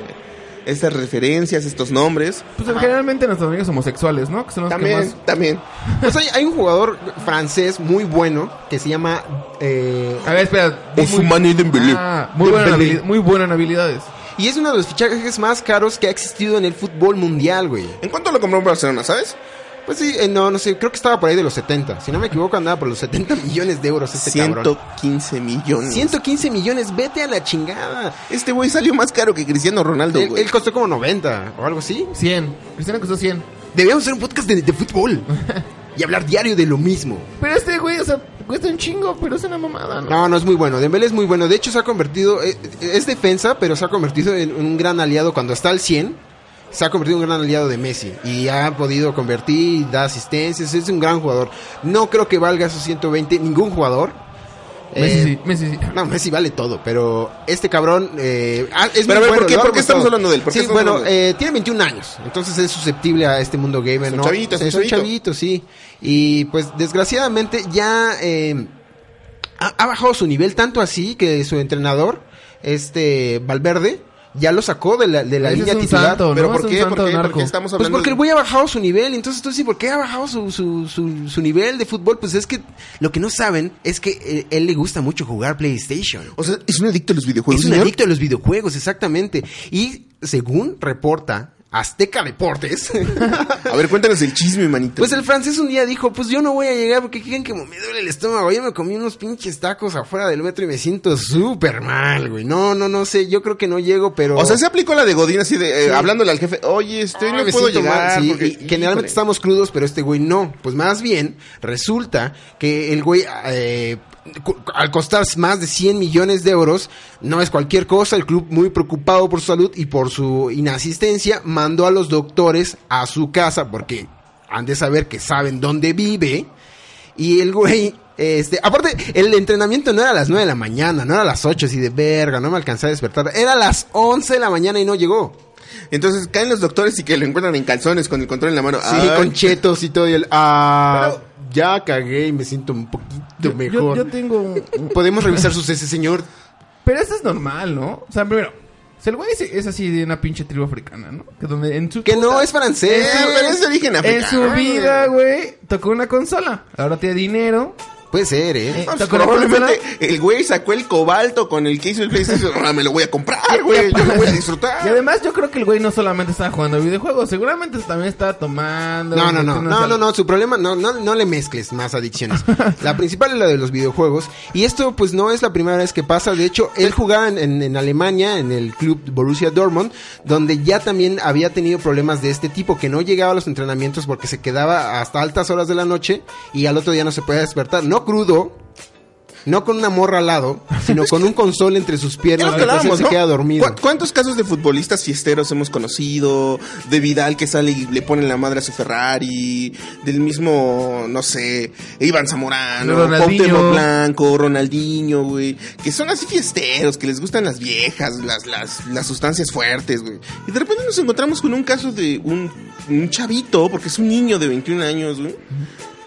Speaker 4: estas referencias, estos nombres.
Speaker 8: Pues generalmente nuestros amigos homosexuales, ¿no? Que son los que
Speaker 4: También,
Speaker 8: más...
Speaker 4: también.
Speaker 6: Pues hay, hay un jugador francés muy bueno que se llama... eh,
Speaker 8: A ver, espera. di muy-
Speaker 4: Ousmane Dembélé.
Speaker 8: Ah, muy, buena
Speaker 6: Dembélé.
Speaker 8: habilidad- muy buenas habilidades.
Speaker 6: y es uno de los fichajes más caros que ha existido en el fútbol mundial, güey.
Speaker 4: ¿En cuánto lo compró Barcelona, sabes?
Speaker 6: Pues sí, eh, no, no sé, creo que estaba por ahí de los 70. Si no me equivoco, andaba por los 70 (laughs) millones de euros este cabrón.
Speaker 4: 115 millones.
Speaker 6: 115 millones, vete a la chingada.
Speaker 4: Este güey salió más caro que Cristiano Ronaldo,
Speaker 6: Él,
Speaker 4: güey.
Speaker 6: él costó como 90 o algo así.
Speaker 8: 100. Cristiano costó 100.
Speaker 6: Debíamos hacer un podcast de, de fútbol y hablar diario de lo mismo.
Speaker 8: Pero este güey, o sea, cuesta un chingo, pero es una mamada, ¿no?
Speaker 6: No, no es muy bueno. Dembélé es muy bueno. De hecho, se ha convertido. eh, Es defensa, pero se ha convertido en un gran aliado. Cuando está al 100, se ha convertido en un gran aliado de Messi. Y ha podido convertir, da asistencias. Es un gran jugador. No creo que valga esos 120 ningún jugador.
Speaker 8: Messi
Speaker 6: Eh,
Speaker 8: sí, Messi sí.
Speaker 6: No, Messi vale todo, pero este cabrón eh, ah, es muy
Speaker 4: Pero a ver,
Speaker 6: bueno,
Speaker 4: ¿por qué-
Speaker 6: lo ha
Speaker 4: por qué estamos
Speaker 6: demostrado.
Speaker 4: hablando de él? ¿Por
Speaker 6: Sí,
Speaker 4: qué estamos
Speaker 6: bueno,
Speaker 4: hablando de
Speaker 6: eh, tiene 21 años, entonces es susceptible a este mundo gamer,
Speaker 4: Es un
Speaker 6: ¿no?
Speaker 4: chavito, es un
Speaker 6: un chavito, sí. Y pues desgraciadamente ya eh, ha, ha bajado su nivel tanto así que su entrenador, este Valverde, ya lo sacó de la, de la
Speaker 8: Ese
Speaker 6: línea
Speaker 8: es un
Speaker 6: titular.
Speaker 8: santo,
Speaker 4: ¿Pero
Speaker 8: ¿no?
Speaker 4: por
Speaker 8: Es un
Speaker 4: qué?
Speaker 8: santo
Speaker 4: ¿Por qué? ¿Por
Speaker 8: narco.
Speaker 4: qué estamos
Speaker 6: Pues
Speaker 4: hablando?
Speaker 6: porque el
Speaker 4: de-
Speaker 6: güey ha bajado su nivel, entonces tú dices, ¿por qué ha bajado su, su, su, su nivel de fútbol? Pues es que lo que no saben es que eh, él le gusta mucho jugar PlayStation.
Speaker 4: O sea, es un adicto a los
Speaker 8: Pues,
Speaker 4: videojuegos,
Speaker 6: Es un
Speaker 4: señor?
Speaker 6: adicto a los videojuegos, exactamente. Y según reporta Azteca
Speaker 8: (laughs)
Speaker 6: Deportes,
Speaker 4: A ver, cuéntanos el chisme, manito.
Speaker 6: pues el francés un día dijo, pues yo no voy a llegar porque quieren que me duele el estómago. Yo me comí unos pinches tacos afuera del metro y me siento súper mal, güey. No, no, no sé, yo creo que no llego, pero...
Speaker 4: O sea, se aplicó la de Godín así de eh,
Speaker 6: Sí.
Speaker 4: hablándole al jefe, oye, este,
Speaker 6: Ah,
Speaker 4: no
Speaker 6: me
Speaker 4: puedo
Speaker 6: siento
Speaker 4: llegar.
Speaker 6: mal, sí,
Speaker 4: porque-
Speaker 6: y generalmente
Speaker 4: Híjole.
Speaker 6: estamos crudos, pero este güey no. Pues más bien, resulta que el güey eh, cu- al costar más de 100 millones de euros, no es cualquier cosa. El club, muy preocupado por su salud y por su inasistencia, mandó a los doctores a su casa porque han de saber que saben dónde vive. Y el güey, este, aparte, el entrenamiento no era a las 9 de la mañana, no era a las 8, así de verga, no me alcancé a despertar. Era a las 11 de la mañana y no llegó.
Speaker 4: Entonces caen los doctores y que lo encuentran en calzones con el control en la mano.
Speaker 6: Sí,
Speaker 4: Ay,
Speaker 6: con chetos y todo. Y el, ah, ya cagué y me siento un poquito
Speaker 11: Yo,
Speaker 6: mejor.
Speaker 11: yo tengo... un-
Speaker 6: Podemos revisar sus ese señor.
Speaker 11: Pero esto es normal, ¿no? O sea, primero, o sea, el güey es, es así de una pinche tribu africana, ¿no? Que donde en su...
Speaker 6: Que no es francés.
Speaker 11: En su-
Speaker 4: pero es de
Speaker 11: En
Speaker 4: origen africano.
Speaker 11: su vida, güey, tocó una consola. Ahora tiene dinero.
Speaker 6: Puede ser,
Speaker 11: eh,
Speaker 6: ¿eh?
Speaker 4: no, pues,
Speaker 11: tocó una
Speaker 4: probablemente
Speaker 11: consola.
Speaker 4: el güey sacó el cobalto con el que hizo el PlayStation. Ahora "Ah, (laughs) me lo voy a comprar, güey. Yo lo voy a disfrutar.
Speaker 11: Y además yo creo que el güey no solamente estaba jugando videojuegos, seguramente también estaba tomando.
Speaker 6: No, no, no,
Speaker 11: metiéndose
Speaker 6: no,
Speaker 11: al-
Speaker 6: no, no, su problema, no, no, no le mezcles más adicciones. La principal es la de los videojuegos. Y esto, pues, no es la primera vez que pasa. De hecho, él jugaba en, en- en Alemania, en el club Borussia Dortmund, donde ya también había tenido problemas de este tipo, que no llegaba a los entrenamientos porque se quedaba hasta altas horas de la noche y al otro día no se podía despertar. No crudo, no con una morra al lado, sino con un console entre sus
Speaker 4: Es
Speaker 6: piernas.
Speaker 4: lo que
Speaker 6: mientras él
Speaker 4: hablábamos,
Speaker 6: se
Speaker 4: ¿no?
Speaker 6: queda dormido.
Speaker 4: ¿Cu- ¿Cuántos casos de futbolistas fiesteros hemos conocido? De Vidal que sale y le ponen la madre a su Ferrari. Del mismo, no sé, Iván Zamorano,
Speaker 11: Ronaldinho.
Speaker 4: Cuauhtémoc Blanco, Ronaldinho, güey. Que son así fiesteros, que les gustan las viejas, las, las, las sustancias fuertes, güey. Y de repente nos encontramos con un caso de un, un chavito, porque es un niño de 21 años, güey.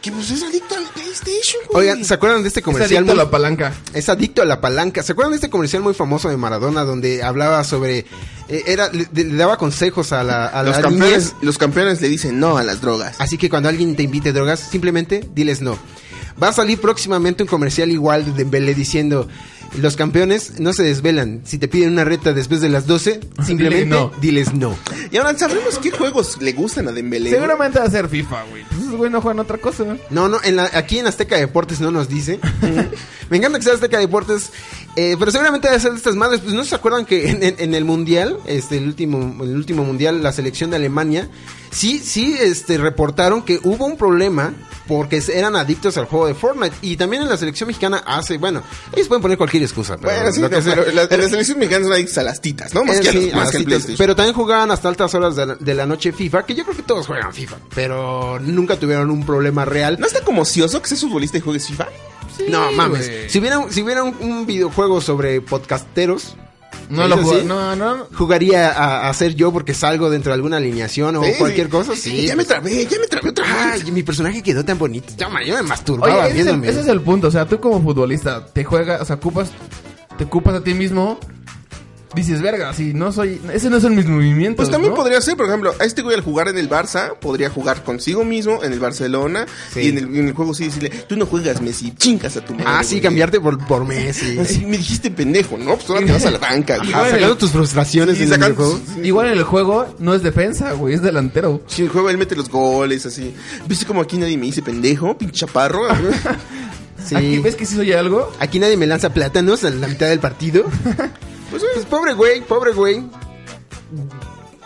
Speaker 4: Que pues es adicto al PlayStation, güey.
Speaker 6: Oigan, ¿se acuerdan de este
Speaker 11: Es
Speaker 6: comercial?
Speaker 11: adicto a
Speaker 6: muy-
Speaker 11: la palanca.
Speaker 6: Es adicto a la palanca. ¿Se acuerdan de este comercial muy famoso de Maradona donde hablaba sobre eh, era le, le daba consejos a la a
Speaker 4: los,
Speaker 6: la
Speaker 4: campeones,
Speaker 6: niñez?
Speaker 4: los campeones le dicen no a las drogas.
Speaker 6: Así que cuando alguien te invite drogas, simplemente diles no. Va a salir próximamente un comercial igual de Dembélé diciendo los campeones no se desvelan. Si te piden una reta después de las 12, simplemente
Speaker 11: no.
Speaker 6: diles no.
Speaker 4: Y ahora sabemos qué juegos le gustan a Dembélé.
Speaker 11: Seguramente va a ser FIFA, güey. Pues esos güey no juegan otra cosa, güey.
Speaker 6: No, no, en la- aquí en Azteca Deportes no nos
Speaker 4: (laughs)
Speaker 6: dice. Me encanta que sea Azteca Deportes, eh, pero seguramente debe ser de estas madres. Pues no se acuerdan que en, en- en el Mundial, este, el último, el último Mundial, la selección de Alemania, sí, sí, este, reportaron que hubo un problema porque se- eran adictos al juego de Fortnite. Y también en la selección mexicana hace, bueno, ellos pueden poner cualquier excusa. pero
Speaker 4: Bueno, sí,
Speaker 6: lo que
Speaker 4: no,
Speaker 6: sea.
Speaker 4: pero la, la selección mexicana son adictos a las titas, ¿no? Más
Speaker 6: Eh,
Speaker 4: que a los-
Speaker 6: sí,
Speaker 4: más que al
Speaker 6: así,
Speaker 4: PlayStation.
Speaker 6: Pero también jugaban hasta altas horas de la, de la noche FIFA, que yo creo que todos juegan FIFA, pero nunca tuvieron un problema real.
Speaker 4: ¿No está como ocioso que seas futbolista y juegues FIFA?
Speaker 6: No mames.
Speaker 11: güey.
Speaker 6: Si hubiera, si hubiera un, un videojuego sobre podcasteros,
Speaker 11: No lo
Speaker 6: ¿Es
Speaker 11: juegan.
Speaker 6: así?
Speaker 11: No, no.
Speaker 6: jugaría a, a ser yo porque salgo dentro de alguna alineación o
Speaker 4: Sí,
Speaker 6: cualquier
Speaker 4: sí.
Speaker 6: cosa.
Speaker 4: Sí,
Speaker 6: Sí. pues. Ah,
Speaker 4: ya me trabé, ya me trabé otra vez.
Speaker 6: Ay, mi personaje quedó tan bonito. Ya, ma, yo me
Speaker 11: Oye, ese,
Speaker 6: masturbaba
Speaker 11: es el,
Speaker 6: viéndome.
Speaker 11: ese es el punto. O sea, tú como futbolista te juegas, o sea, ocupas, te ocupas a ti mismo. Dices, verga, si no soy. Esos no son mis movimientos.
Speaker 4: Pues también
Speaker 11: ¿no?
Speaker 4: podría ser, por ejemplo, a este güey al jugar en el Barça, podría jugar consigo mismo en el Barcelona
Speaker 6: Sí.
Speaker 4: y en el, en el juego sí decirle, tú no juegas Messi, chingas a tu madre.
Speaker 6: Ah, sí,
Speaker 4: güey".
Speaker 6: cambiarte por, por Messi.
Speaker 4: Sí, (laughs) me dijiste pendejo, ¿no? Pues ahora te vas a la banca, güey.
Speaker 6: Ajá, sacando tus frustraciones
Speaker 4: Sí,
Speaker 6: en el
Speaker 4: sacando-
Speaker 6: videojuego.
Speaker 11: Igual en el juego no es defensa, güey, es delantero.
Speaker 4: Sí, el juego él mete los goles, así. ¿Viste como aquí nadie me dice pendejo,
Speaker 6: (laughs)
Speaker 4: pinche chaparro?
Speaker 6: Sí.
Speaker 11: Aquí ves que sí soy algo.
Speaker 6: Aquí nadie me lanza plátanos a la mitad del partido. pues, pues, pobre güey, pobre güey.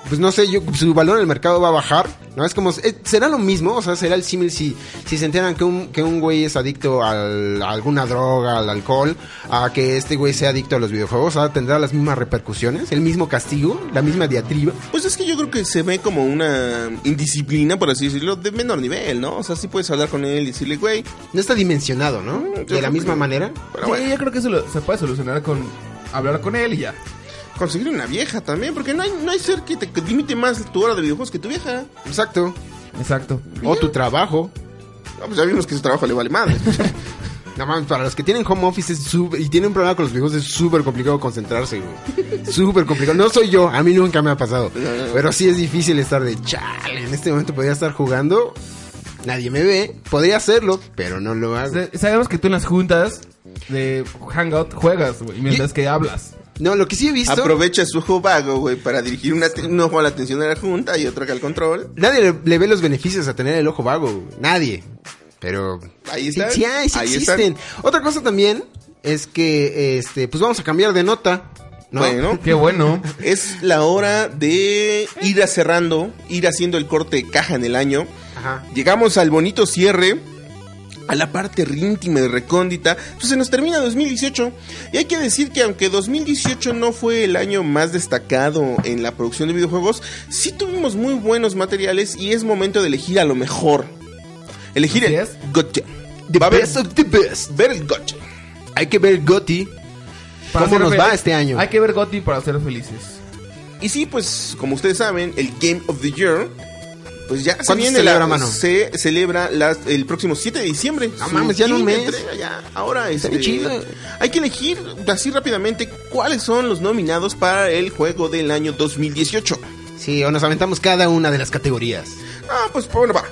Speaker 6: Pues no sé, yo, su valor en el mercado va a bajar. ¿No? Es como, eh, será lo mismo, o sea, será el símil si, si se enteran que un, que un güey es adicto al- a alguna droga, al alcohol, a que este güey sea adicto a los videojuegos, o sea, tendrá las mismas repercusiones, el mismo castigo, la misma diatriba.
Speaker 4: Pues es que yo creo que se ve como una indisciplina, por así decirlo, de menor nivel, ¿no? O sea, sí puedes hablar con él y decirle, güey,
Speaker 6: No está dimensionado, ¿no? De la misma manera.
Speaker 4: pero
Speaker 11: sí,
Speaker 4: bueno,
Speaker 11: yo creo que eso lo- se puede solucionar con hablar con él y ya.
Speaker 4: conseguir una vieja también, porque no hay, no hay ser que te que limite más tu hora de videojuegos que tu vieja.
Speaker 6: Exacto.
Speaker 11: Exacto.
Speaker 6: O tu trabajo.
Speaker 4: No, pues ya vimos que su trabajo le
Speaker 6: (laughs)
Speaker 4: vale madre.
Speaker 6: No mames, para los que tienen home office es súper- y tienen un problema con los viejos es súper complicado concentrarse,
Speaker 4: (laughs)
Speaker 6: güey. súper complicado. No soy yo, a mí nunca me ha pasado. Pero sí es difícil estar de chale. En este momento podría estar jugando, nadie me ve, podría hacerlo, pero no lo hago.
Speaker 11: Sa- Sabemos que tú en las juntas de Eh, Hangout juegas, güey, mientras que hablas.
Speaker 6: No, lo que sí he visto.
Speaker 4: Aprovecha su ojo vago, güey, para dirigir una te- un ojo a la atención de la junta y otro acá al control.
Speaker 6: Nadie le, le ve los beneficios a tener el ojo vago, güey. Nadie. Pero
Speaker 4: Ahí
Speaker 6: sí,
Speaker 4: están.
Speaker 6: sí hay, sí
Speaker 4: ahí
Speaker 6: existen. Otra cosa también es que, este, pues vamos a cambiar de nota. ¿no?
Speaker 4: Bueno,
Speaker 11: Qué bueno.
Speaker 4: es la hora de ir a cerrando, ir haciendo el corte de caja en el año.
Speaker 6: (laughs) Ajá.
Speaker 4: Llegamos al bonito cierre a la parte ríntima y recóndita, pues se nos termina 2018. Y hay que decir que aunque 2018 no fue el año más destacado en la producción de videojuegos, sí tuvimos muy buenos materiales y es momento de elegir a lo mejor. Elegir el gotcha.
Speaker 6: The
Speaker 4: Va a haber-
Speaker 6: best of the best.
Speaker 4: Ver el gotcha.
Speaker 6: Hay que ver Gotti.
Speaker 8: Para
Speaker 6: ¿Cómo
Speaker 8: ser
Speaker 6: nos
Speaker 8: feliz-
Speaker 6: va este año?
Speaker 8: Hay que ver Gotti para ser felices.
Speaker 4: Y sí, pues como ustedes saben, el Game of the Year, pues ya se
Speaker 6: ¿Cuándo se
Speaker 4: viene
Speaker 6: celebra,
Speaker 4: la-
Speaker 6: mano?
Speaker 4: se celebra las- el próximo 7 de diciembre.
Speaker 6: No
Speaker 4: Su
Speaker 6: mames, ya en un
Speaker 4: quinta
Speaker 6: mes.
Speaker 4: entrega ya. Ahora
Speaker 6: Está
Speaker 4: este,
Speaker 6: bien chido.
Speaker 4: hay que elegir así rápidamente cuáles son los nominados para el juego del año 2018.
Speaker 6: Sí, o nos aventamos cada una de las categorías.
Speaker 4: Ah, pues bueno, va.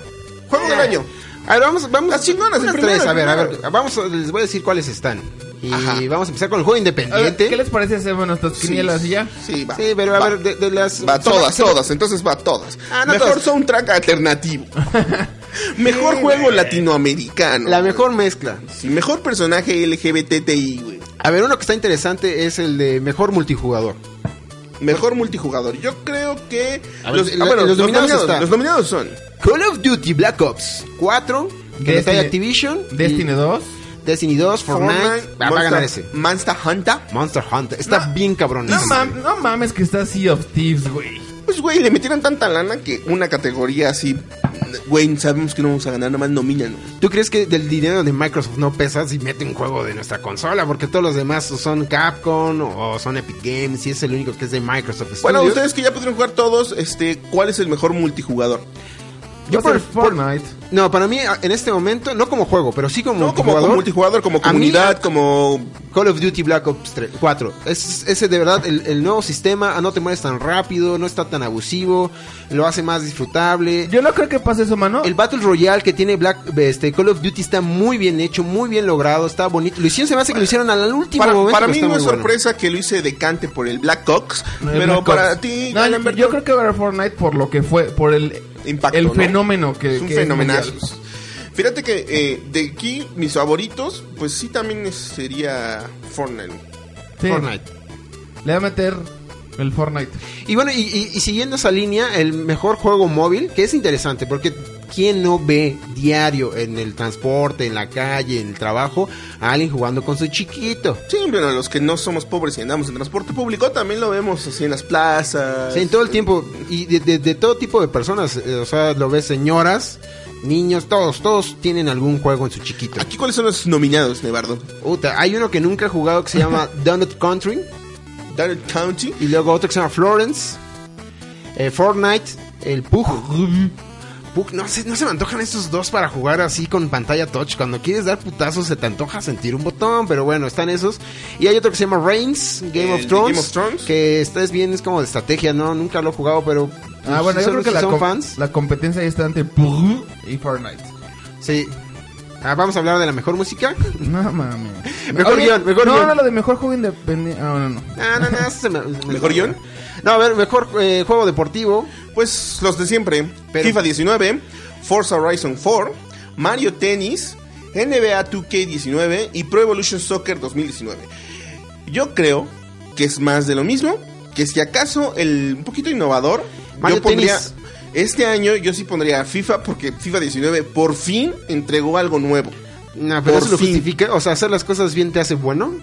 Speaker 4: Juego del año. Ah,
Speaker 6: A ver, vamos, vamos.
Speaker 4: Las chingonas, el
Speaker 6: unas
Speaker 4: primero,
Speaker 6: tres,
Speaker 4: el
Speaker 6: a ver, a ver,
Speaker 4: primero.
Speaker 6: vamos, a- les voy a decir cuáles están. Y vamos a empezar con el
Speaker 8: A
Speaker 6: juego
Speaker 8: ver,
Speaker 6: independiente.
Speaker 8: ¿Qué les parece hacemos nuestras quinielas y ya?
Speaker 4: Sí, va.
Speaker 6: Sí, pero a
Speaker 4: Va.
Speaker 6: ver, de, de las.
Speaker 4: Va todas,
Speaker 6: se me-
Speaker 4: todas, entonces va todas.
Speaker 6: Ah, no
Speaker 4: Mejor
Speaker 6: todas. (laughs)
Speaker 4: soundtrack alternativo. Mejor juego latinoamericano.
Speaker 6: La mejor mezcla.
Speaker 4: Sí, mejor personaje LGBTI, güey.
Speaker 6: A ver, uno que está interesante es el de mejor multijugador.
Speaker 4: Mejor multijugador. Yo creo que
Speaker 3: A ver,
Speaker 4: los,
Speaker 6: el-
Speaker 4: ah, bueno,
Speaker 6: los
Speaker 4: los
Speaker 6: nominados
Speaker 4: nominados,
Speaker 6: están.
Speaker 4: los nominados son
Speaker 6: Call of Duty Black Ops 4, que
Speaker 8: Destiny-
Speaker 6: está en Activision. y
Speaker 8: Destiny 2.
Speaker 6: Destiny 2, Fortnite. va, va a ganar ese.
Speaker 4: Monster, Monster Hunter.
Speaker 6: Monster Hunter. Está bien cabrón.
Speaker 8: No, mam- no mames que está Sea of Thieves, güey.
Speaker 4: Pues, güey, le metieron tanta lana que una categoría así, güey, sabemos que no vamos a ganar, nomás nomínanos.
Speaker 6: ¿Tú crees que del dinero de Microsoft no pesa si mete un juego de nuestra consola? Porque todos los demás son Capcom o son Epic Games y es el único que es de Microsoft.
Speaker 4: Bueno,
Speaker 6: Studios.
Speaker 4: ustedes que ya pudieron jugar todos, este, ¿cuál es el mejor multijugador?
Speaker 6: Yo
Speaker 8: Yo por
Speaker 6: por-
Speaker 8: Fortnite.
Speaker 6: No, para mí en este momento, no como juego, pero sí como
Speaker 4: No, como, como multijugador, como
Speaker 6: A mí-
Speaker 4: comunidad, como...
Speaker 6: Call of Duty Black Ops 3 4. Es, ese de verdad, el, el nuevo sistema, ah, no te mueres tan rápido, no está tan abusivo, lo hace más disfrutable.
Speaker 8: Yo no creo que pase eso, mano.
Speaker 6: El Battle Royale que tiene Black, este, Call of Duty está muy bien hecho, muy bien logrado, está bonito. Lo hicieron, se me hace que lo hicieron al último
Speaker 4: Para,
Speaker 6: momento.
Speaker 4: para
Speaker 6: pero
Speaker 4: mí
Speaker 6: está
Speaker 4: no
Speaker 6: muy
Speaker 4: es
Speaker 6: bueno.
Speaker 4: sorpresa que Luis se decante por el Black Ox, pero
Speaker 8: Black
Speaker 4: para
Speaker 8: Ops.
Speaker 4: ti,
Speaker 8: No, yo,
Speaker 4: Alberto,
Speaker 8: yo creo que va a ganar Fortnite por lo que fue, por el,
Speaker 4: Impacto,
Speaker 8: el
Speaker 4: ¿no?
Speaker 8: fenómeno que
Speaker 4: es un
Speaker 8: que es
Speaker 4: fenomenazo.
Speaker 8: mundial.
Speaker 4: Fíjate que eh, de aquí, mis favoritos, pues sí también es- sería Fortnite.
Speaker 8: Sí,
Speaker 6: Fortnite.
Speaker 8: Le va a meter el Fortnite.
Speaker 6: Y bueno, y, y- y siguiendo esa línea, el mejor juego móvil, que es interesante, porque ¿quién no ve diario en el transporte, en la calle, en el trabajo, a alguien jugando con su chiquito?
Speaker 4: Sí, bueno, los que no somos pobres y andamos en transporte público también lo vemos así en las plazas.
Speaker 6: Sí, en todo el tiempo, y de, de- de todo tipo de personas, eh, o sea, lo ves señoras, niños, todos, todos tienen algún juego en su chiquito.
Speaker 4: Aquí, ¿cuáles son los nominados, Nevardo?
Speaker 6: Puta, hay uno que nunca he jugado que se llama Donut Country,
Speaker 4: Darrell County.
Speaker 6: y luego otro que se llama Florence, eh, Fortnite, el Pug. Pug, no, se, no se me antojan estos dos para jugar así con pantalla touch. Cuando quieres dar putazos se te antoja sentir un botón, pero bueno, están esos. Y hay otro que se llama Reigns,
Speaker 4: El
Speaker 6: Game, of
Speaker 4: de
Speaker 6: Thrones,
Speaker 4: Game of Thrones.
Speaker 6: que está es bien, es como de estrategia, ¿no? Nunca lo he jugado, pero...
Speaker 8: Ah, bueno, yo
Speaker 6: son-
Speaker 8: creo que
Speaker 6: si
Speaker 8: la,
Speaker 6: son
Speaker 8: com-
Speaker 6: fans.
Speaker 8: la competencia ahí está entre Purr y Fortnite.
Speaker 6: Sí. Ah, vamos a hablar de la mejor música.
Speaker 8: No mames.
Speaker 6: (laughs) Mejor guión, mejor
Speaker 8: no,
Speaker 6: guión.
Speaker 8: No, lo de mejor juego independiente. Ah, no, no.
Speaker 6: Ah, no, no, eso se me- se me-
Speaker 4: ¿Mejor guión?
Speaker 6: No, a ver, mejor eh, juego deportivo.
Speaker 4: Pues los de siempre.
Speaker 6: Pero-
Speaker 4: FIFA 19, Forza Horizon 4, Mario Tennis, NBA 2K19 y Pro Evolution Soccer 2019. Yo creo que es más de lo mismo, que si acaso el un poquito innovador,
Speaker 6: Mario
Speaker 4: yo pondría
Speaker 6: Tennis.
Speaker 4: este año yo sí pondría FIFA porque FIFA 19 por fin entregó algo nuevo.
Speaker 6: No, pero
Speaker 4: Por
Speaker 6: eso lo
Speaker 4: fin.
Speaker 6: justifica. O sea, hacer las cosas bien te hace bueno.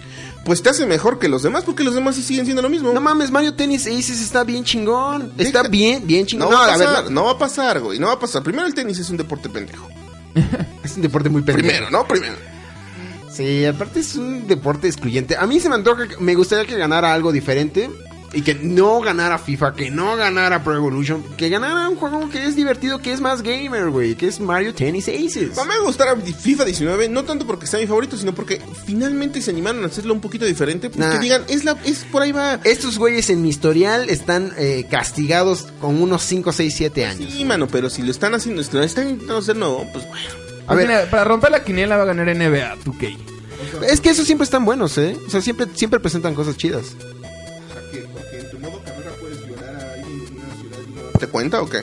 Speaker 4: Pues te hace mejor que los demás porque los demás sí siguen siendo lo mismo.
Speaker 6: No mames, Mario Tennis Aces está bien chingón.
Speaker 4: Deja-
Speaker 6: Está bien, bien
Speaker 4: No
Speaker 6: chingón. No,
Speaker 4: va a
Speaker 6: la
Speaker 4: pasar,
Speaker 6: verdad.
Speaker 4: no va a pasar, güey, no va a pasar. Primero el tenis es un deporte pendejo.
Speaker 6: Es un deporte muy pendejo.
Speaker 4: Primero, ¿no? Primero.
Speaker 6: Sí, aparte es un deporte excluyente. A mí se me antoja, que- me gustaría que ganara algo diferente. Y que no ganara FIFA, que no ganara Pro Evolution, que ganara un juego que es divertido, que es más gamer, güey, que es Mario Tennis Aces.
Speaker 4: A mí me gustará FIFA 19, no tanto porque sea mi favorito, sino porque finalmente se animaron a hacerlo un poquito diferente. Porque
Speaker 6: Nah.
Speaker 4: digan, es la, es por ahí va.
Speaker 6: Estos güeyes en mi historial están eh, castigados con unos 5, 6, 7 años.
Speaker 4: Sí, mano, pero si lo están haciendo, si lo están intentando hacer nuevo, pues bueno.
Speaker 8: A ver. para romper la quiniela va a ganar NBA 2K.
Speaker 6: Es que esos siempre están buenos, ¿eh? O sea, siempre, siempre presentan cosas chidas.
Speaker 4: ¿Te cuenta o qué?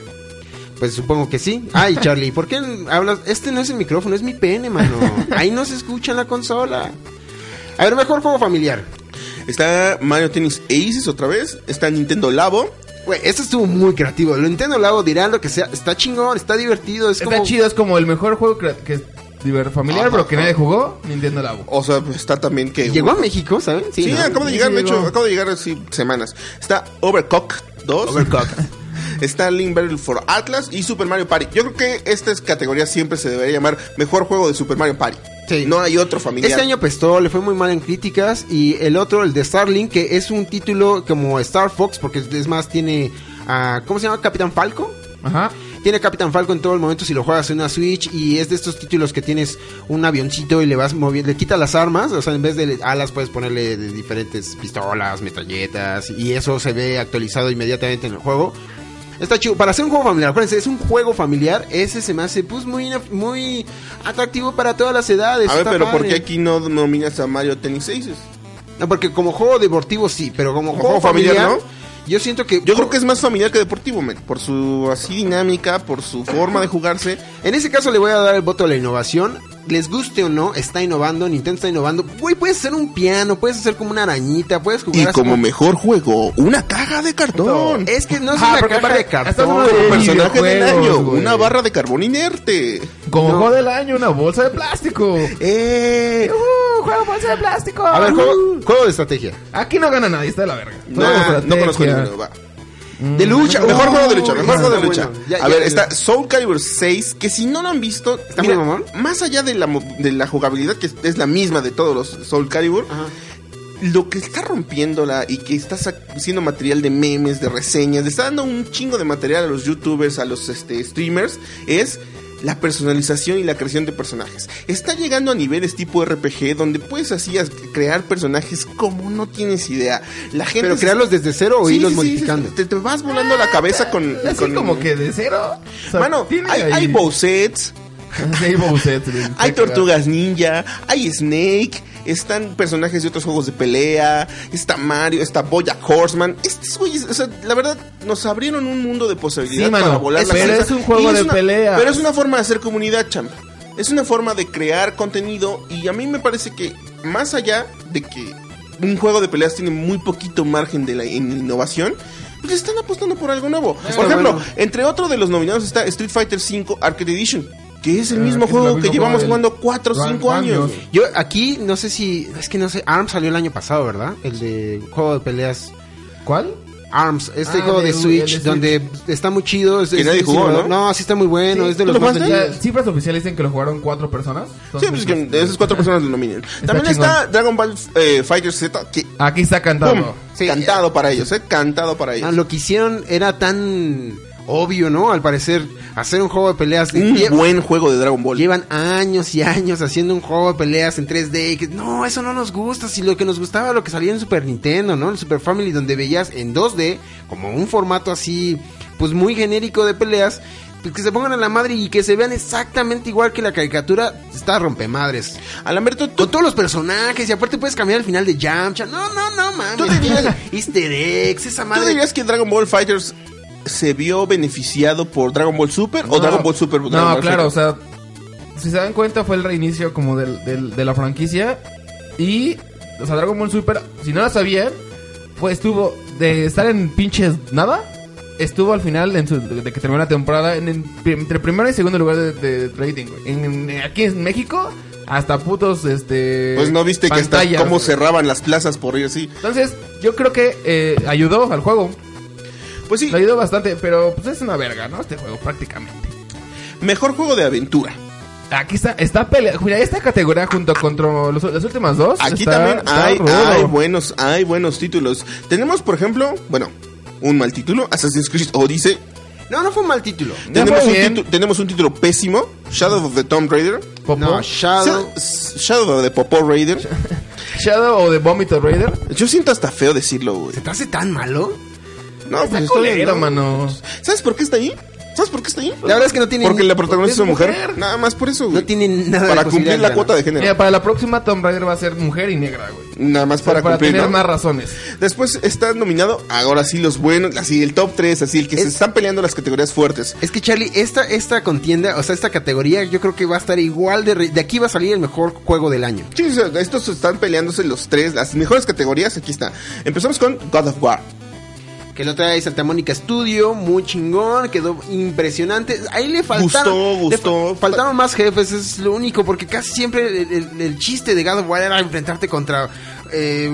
Speaker 6: Pues supongo que sí. Ay, Charlie, ¿por qué hablas? Este no es el micrófono, es mi pene, mano. Ahí no se escucha en la consola. A ver, mejor juego familiar.
Speaker 4: Está Mario Tennis Aces otra vez. Está Nintendo Labo.
Speaker 6: Güey, esto estuvo muy creativo. Lo entiendo, Lavo, dirán lo que sea. Está chingón, está divertido. Es
Speaker 8: Está
Speaker 6: como...
Speaker 8: chido, es como el mejor juego crea- que diver- familiar,
Speaker 4: Ah,
Speaker 8: pero que
Speaker 4: ah,
Speaker 8: nadie jugó, Nintendo Labo.
Speaker 4: O sea, pues, está también que...
Speaker 6: ¿Llegó a México, saben?
Speaker 4: Sí,
Speaker 6: ¿no? Este
Speaker 4: acabo de
Speaker 6: Sí,
Speaker 4: llegar, de
Speaker 6: llegó.
Speaker 4: hecho, acabo de llegar así semanas. Está Overcook 2. (laughs) Está Link Battle for Atlas y Super Mario Party. Yo creo que esta es- categoría siempre se debería llamar mejor juego de Super Mario Party.
Speaker 6: Sí.
Speaker 4: No hay otro familiar.
Speaker 6: Este año apestó, le fue muy mal en críticas. Y el otro, el de Starlink, que es un título como Star Fox, porque es más, tiene. ah, ¿Cómo se llama? Capitán Falco.
Speaker 8: Ajá.
Speaker 6: Tiene Capitán Falco en todo el momento si lo juegas en una Switch y es de estos títulos que tienes un avioncito y le vas moviendo, le quitas las armas, o sea, en vez de alas puedes ponerle de diferentes pistolas, metralletas y eso se ve actualizado inmediatamente en el juego. Está chido, para hacer un juego familiar, acuérdense, es un juego familiar, ese se me hace pues muy, inaf- muy atractivo para todas las edades.
Speaker 4: A ver,
Speaker 6: está
Speaker 4: pero ¿por
Speaker 6: padre.
Speaker 4: qué aquí no nominas a Mario Tennis Aces?
Speaker 6: No, porque como juego deportivo sí, pero como
Speaker 4: Como
Speaker 6: juego,
Speaker 4: juego familiar,
Speaker 6: familiar,
Speaker 4: ¿no?
Speaker 6: yo siento que...
Speaker 4: Yo creo que es más familiar que deportivo, men. Por su así dinámica, por su forma de jugarse.
Speaker 6: En ese caso le voy a dar el voto a la innovación. Les guste o no, está innovando, Nintendo está innovando. Güey, puedes hacer un piano, puedes hacer como una arañita, puedes jugar
Speaker 4: Y
Speaker 6: así
Speaker 4: como mejor juego, una caja de cartón.
Speaker 6: Es que no es
Speaker 8: Ah,
Speaker 6: una
Speaker 8: pero
Speaker 6: caja de
Speaker 8: espera, estás
Speaker 6: cartón.
Speaker 8: hablando de
Speaker 4: Personaje del
Speaker 8: videojuegos,
Speaker 4: año,
Speaker 8: güey.
Speaker 4: una barra de carbón inerte.
Speaker 8: Como
Speaker 6: No.
Speaker 8: juego del año, una bolsa de plástico.
Speaker 4: Eh,
Speaker 8: ¡Uh! ¡Juego bolsa de plástico! Uh.
Speaker 6: A ver, juego, juego de estrategia.
Speaker 8: Aquí no gana nadie, está de la verga.
Speaker 4: nah, no conozco ninguno, va.
Speaker 6: De lucha.
Speaker 4: Mejor
Speaker 6: Oh,
Speaker 4: juego de lucha, mejor
Speaker 6: no,
Speaker 4: juego de
Speaker 6: está
Speaker 4: lucha.
Speaker 6: bueno. Ya,
Speaker 4: a
Speaker 6: ya,
Speaker 4: ver,
Speaker 6: ya.
Speaker 4: está Soul Calibur 6, que si no lo han visto,
Speaker 6: ¿Está
Speaker 4: mira,
Speaker 6: muy mamón?
Speaker 4: más allá de la, mo- de la jugabilidad, que es la misma de todos los Soul Calibur,
Speaker 6: Ajá.
Speaker 4: lo que está rompiéndola y que está sac- siendo material de memes, de reseñas, le está dando un chingo de material a los youtubers, a los este, streamers, es la personalización y la creación de personajes. Está llegando a niveles tipo RPG donde puedes así as- crear personajes como no tienes idea. La gente
Speaker 6: Pero
Speaker 4: se-
Speaker 6: crearlos desde cero o
Speaker 4: Sí,
Speaker 6: irlos
Speaker 4: sí, sí,
Speaker 6: modificando.
Speaker 4: sí, Te, te vas volando la cabeza con...
Speaker 8: Así
Speaker 4: con-
Speaker 8: como que de cero. O sea,
Speaker 4: Mano,
Speaker 8: tiene
Speaker 4: hay,
Speaker 8: ahí-
Speaker 4: hay Bowsets,
Speaker 8: (laughs) Sí, hay Bowser, sí, está
Speaker 4: (laughs) hay
Speaker 8: cagado.
Speaker 4: Tortugas Ninja, hay Snake, están personajes de otros juegos de pelea, está Mario, está Boya Horseman. Estos güeyes, o sea, la verdad, nos abrieron un mundo de posibilidades
Speaker 8: Sí, mano,
Speaker 4: para volar la
Speaker 8: pero
Speaker 4: cabeza.
Speaker 8: es un juego
Speaker 4: Y
Speaker 8: de
Speaker 4: una-
Speaker 8: pelea.
Speaker 4: Pero es una forma de hacer comunidad, champ. Es una forma de crear contenido y a mí me parece que más allá de que un juego de peleas tiene muy poquito margen de la en innovación, pues están apostando por algo nuevo. por ejemplo,
Speaker 6: bueno.
Speaker 4: entre otro de los nominados está Street Fighter V Arcade Edition, que es el
Speaker 8: Ah,
Speaker 4: mismo
Speaker 8: que es el
Speaker 4: juego
Speaker 8: mismo
Speaker 4: que
Speaker 8: juego
Speaker 4: llevamos
Speaker 8: del-
Speaker 4: jugando 4 o
Speaker 8: Juan-
Speaker 4: 5
Speaker 8: Juan,
Speaker 4: años.
Speaker 8: Dios.
Speaker 6: Yo aquí no sé si. Es que no sé. ARMS salió el año pasado, ¿verdad? El de juego de peleas.
Speaker 8: ¿Cuál?
Speaker 6: ARMS, este
Speaker 8: Ah,
Speaker 6: juego
Speaker 8: de-
Speaker 6: de Switch,
Speaker 8: de Switch.
Speaker 6: donde está muy chido. Es,
Speaker 4: Que
Speaker 6: es
Speaker 4: nadie jugó,
Speaker 6: innovador.
Speaker 4: ¿no?
Speaker 6: No, sí está muy bueno,
Speaker 4: Sí.
Speaker 6: es de
Speaker 4: ¿Tú
Speaker 6: los
Speaker 4: lo
Speaker 6: más
Speaker 4: jugaste?
Speaker 6: vendidos.
Speaker 8: Ya, cifras oficiales dicen que lo jugaron cuatro personas.
Speaker 4: Sí,
Speaker 8: Entonces,
Speaker 4: pues que esas cuatro personas lo nominan. También está
Speaker 8: eh. chingón.
Speaker 4: Dragon Ball eh, Fighter Z, que
Speaker 8: Aquí está cantando.
Speaker 4: ¡pum! cantado para ellos, eh, cantado para
Speaker 6: Ah,
Speaker 4: ellos.
Speaker 6: lo que hicieron era tan obvio, ¿no? Al parecer, hacer un juego de peleas. de-
Speaker 4: un
Speaker 6: lle-
Speaker 4: buen juego de Dragon Ball.
Speaker 6: Llevan años y años haciendo un juego de peleas en 3D. y que, no, eso no nos gusta. Si lo que nos gustaba era lo que salía en Super Nintendo, ¿no? En Super Family, donde veías en 2D, como un formato así, pues muy genérico de peleas. pues, Que se pongan a la madre y que se vean exactamente igual que la caricatura. Está rompemadres.
Speaker 4: Alamberto, tú
Speaker 6: Con todos los personajes. Y aparte puedes cambiar el final de Yamcha. No, no, no, mames.
Speaker 4: Tú dirías-
Speaker 6: (laughs) Easter eggs, esa
Speaker 4: ¿Tú
Speaker 6: madre.
Speaker 4: dirías que Dragon Ball Fighters se vio beneficiado por Dragon Ball Super o
Speaker 8: No.
Speaker 4: Dragon Ball Super? por Dragon
Speaker 8: No,
Speaker 4: Ball
Speaker 8: claro, o
Speaker 4: Fighter?
Speaker 8: sea, si se dan cuenta fue el reinicio como del, del- de la franquicia y, o sea, Dragon Ball Super, si no lo sabían, pues estuvo de estar en pinches nada, estuvo al final en su- de que terminó la temporada en, en- entre primero y segundo lugar de, de rating, güey. En- en- aquí en México hasta putos, este,
Speaker 4: Pues no viste que hasta
Speaker 8: pantallas,
Speaker 4: cómo
Speaker 8: güey.
Speaker 4: cerraban las plazas por ir así.
Speaker 8: Entonces, yo creo que eh, ayudó al juego,
Speaker 4: Pues sí,
Speaker 8: lo ayudó bastante, pero pues es una verga, ¿no? Este juego prácticamente.
Speaker 4: mejor juego de aventura.
Speaker 8: Aquí está, está pelea. Mira, esta categoría junto contra los- las últimas dos.
Speaker 4: Ah. Aquí
Speaker 8: está-
Speaker 4: también
Speaker 8: está
Speaker 4: hay,
Speaker 8: rudo.
Speaker 4: hay buenos, hay buenos títulos. Tenemos, por ejemplo, bueno, un mal título, Assassin's Creed Odyssey.
Speaker 6: No, no fue un mal título.
Speaker 4: Tenemos
Speaker 8: fue
Speaker 4: un,
Speaker 8: bien.
Speaker 4: titu- tenemos un título pésimo, Shadow of the Tomb Raider.
Speaker 8: Popó.
Speaker 6: No, Shadow.
Speaker 4: Sa- s- Shadow of the Popo Raider.
Speaker 8: Shadow o de Vomito Raider.
Speaker 4: Yo siento hasta feo decirlo, güey.
Speaker 6: ¿Se te hace tan malo?
Speaker 4: No, pues
Speaker 8: Está
Speaker 4: estoy
Speaker 8: culero,
Speaker 4: no.
Speaker 8: mano.
Speaker 4: ¿Sabes por qué está ahí? ¿Sabes por qué está ahí?
Speaker 6: La verdad es que no tiene
Speaker 4: Porque
Speaker 6: ni-
Speaker 4: la protagonista es una
Speaker 8: porque
Speaker 4: mujer.
Speaker 8: es mujer.
Speaker 4: Nada más por eso, güey.
Speaker 6: No tiene nada de
Speaker 4: Para cumplir
Speaker 6: posibilidad,
Speaker 4: la cuota de género.
Speaker 8: Mira, para la próxima Tomb Raider va a ser mujer y negra, güey.
Speaker 4: Nada más
Speaker 8: O sea,
Speaker 4: para, cumplir.
Speaker 8: tener
Speaker 4: ¿no?
Speaker 8: más razones.
Speaker 4: Después está nominado, ahora sí los buenos, así el top 3, así el que se
Speaker 6: Es-
Speaker 4: están peleando las categorías fuertes.
Speaker 6: Es que Charlie, esta, esta contienda, o sea, esta categoría, yo creo que va a estar igual de... re- De aquí va a salir el mejor juego del año.
Speaker 4: Sí, o sea, estos están peleándose los tres, las mejores categorías, aquí está. Empezamos con God of War.
Speaker 6: que lo trae Santa Mónica Studio, muy chingón, quedó impresionante. Ahí le faltaron.
Speaker 4: Gustó,
Speaker 6: le
Speaker 4: gustó.
Speaker 6: fa- faltaron más jefes, es lo único, porque casi siempre el, el- el chiste de God of War era enfrentarte contra. eh,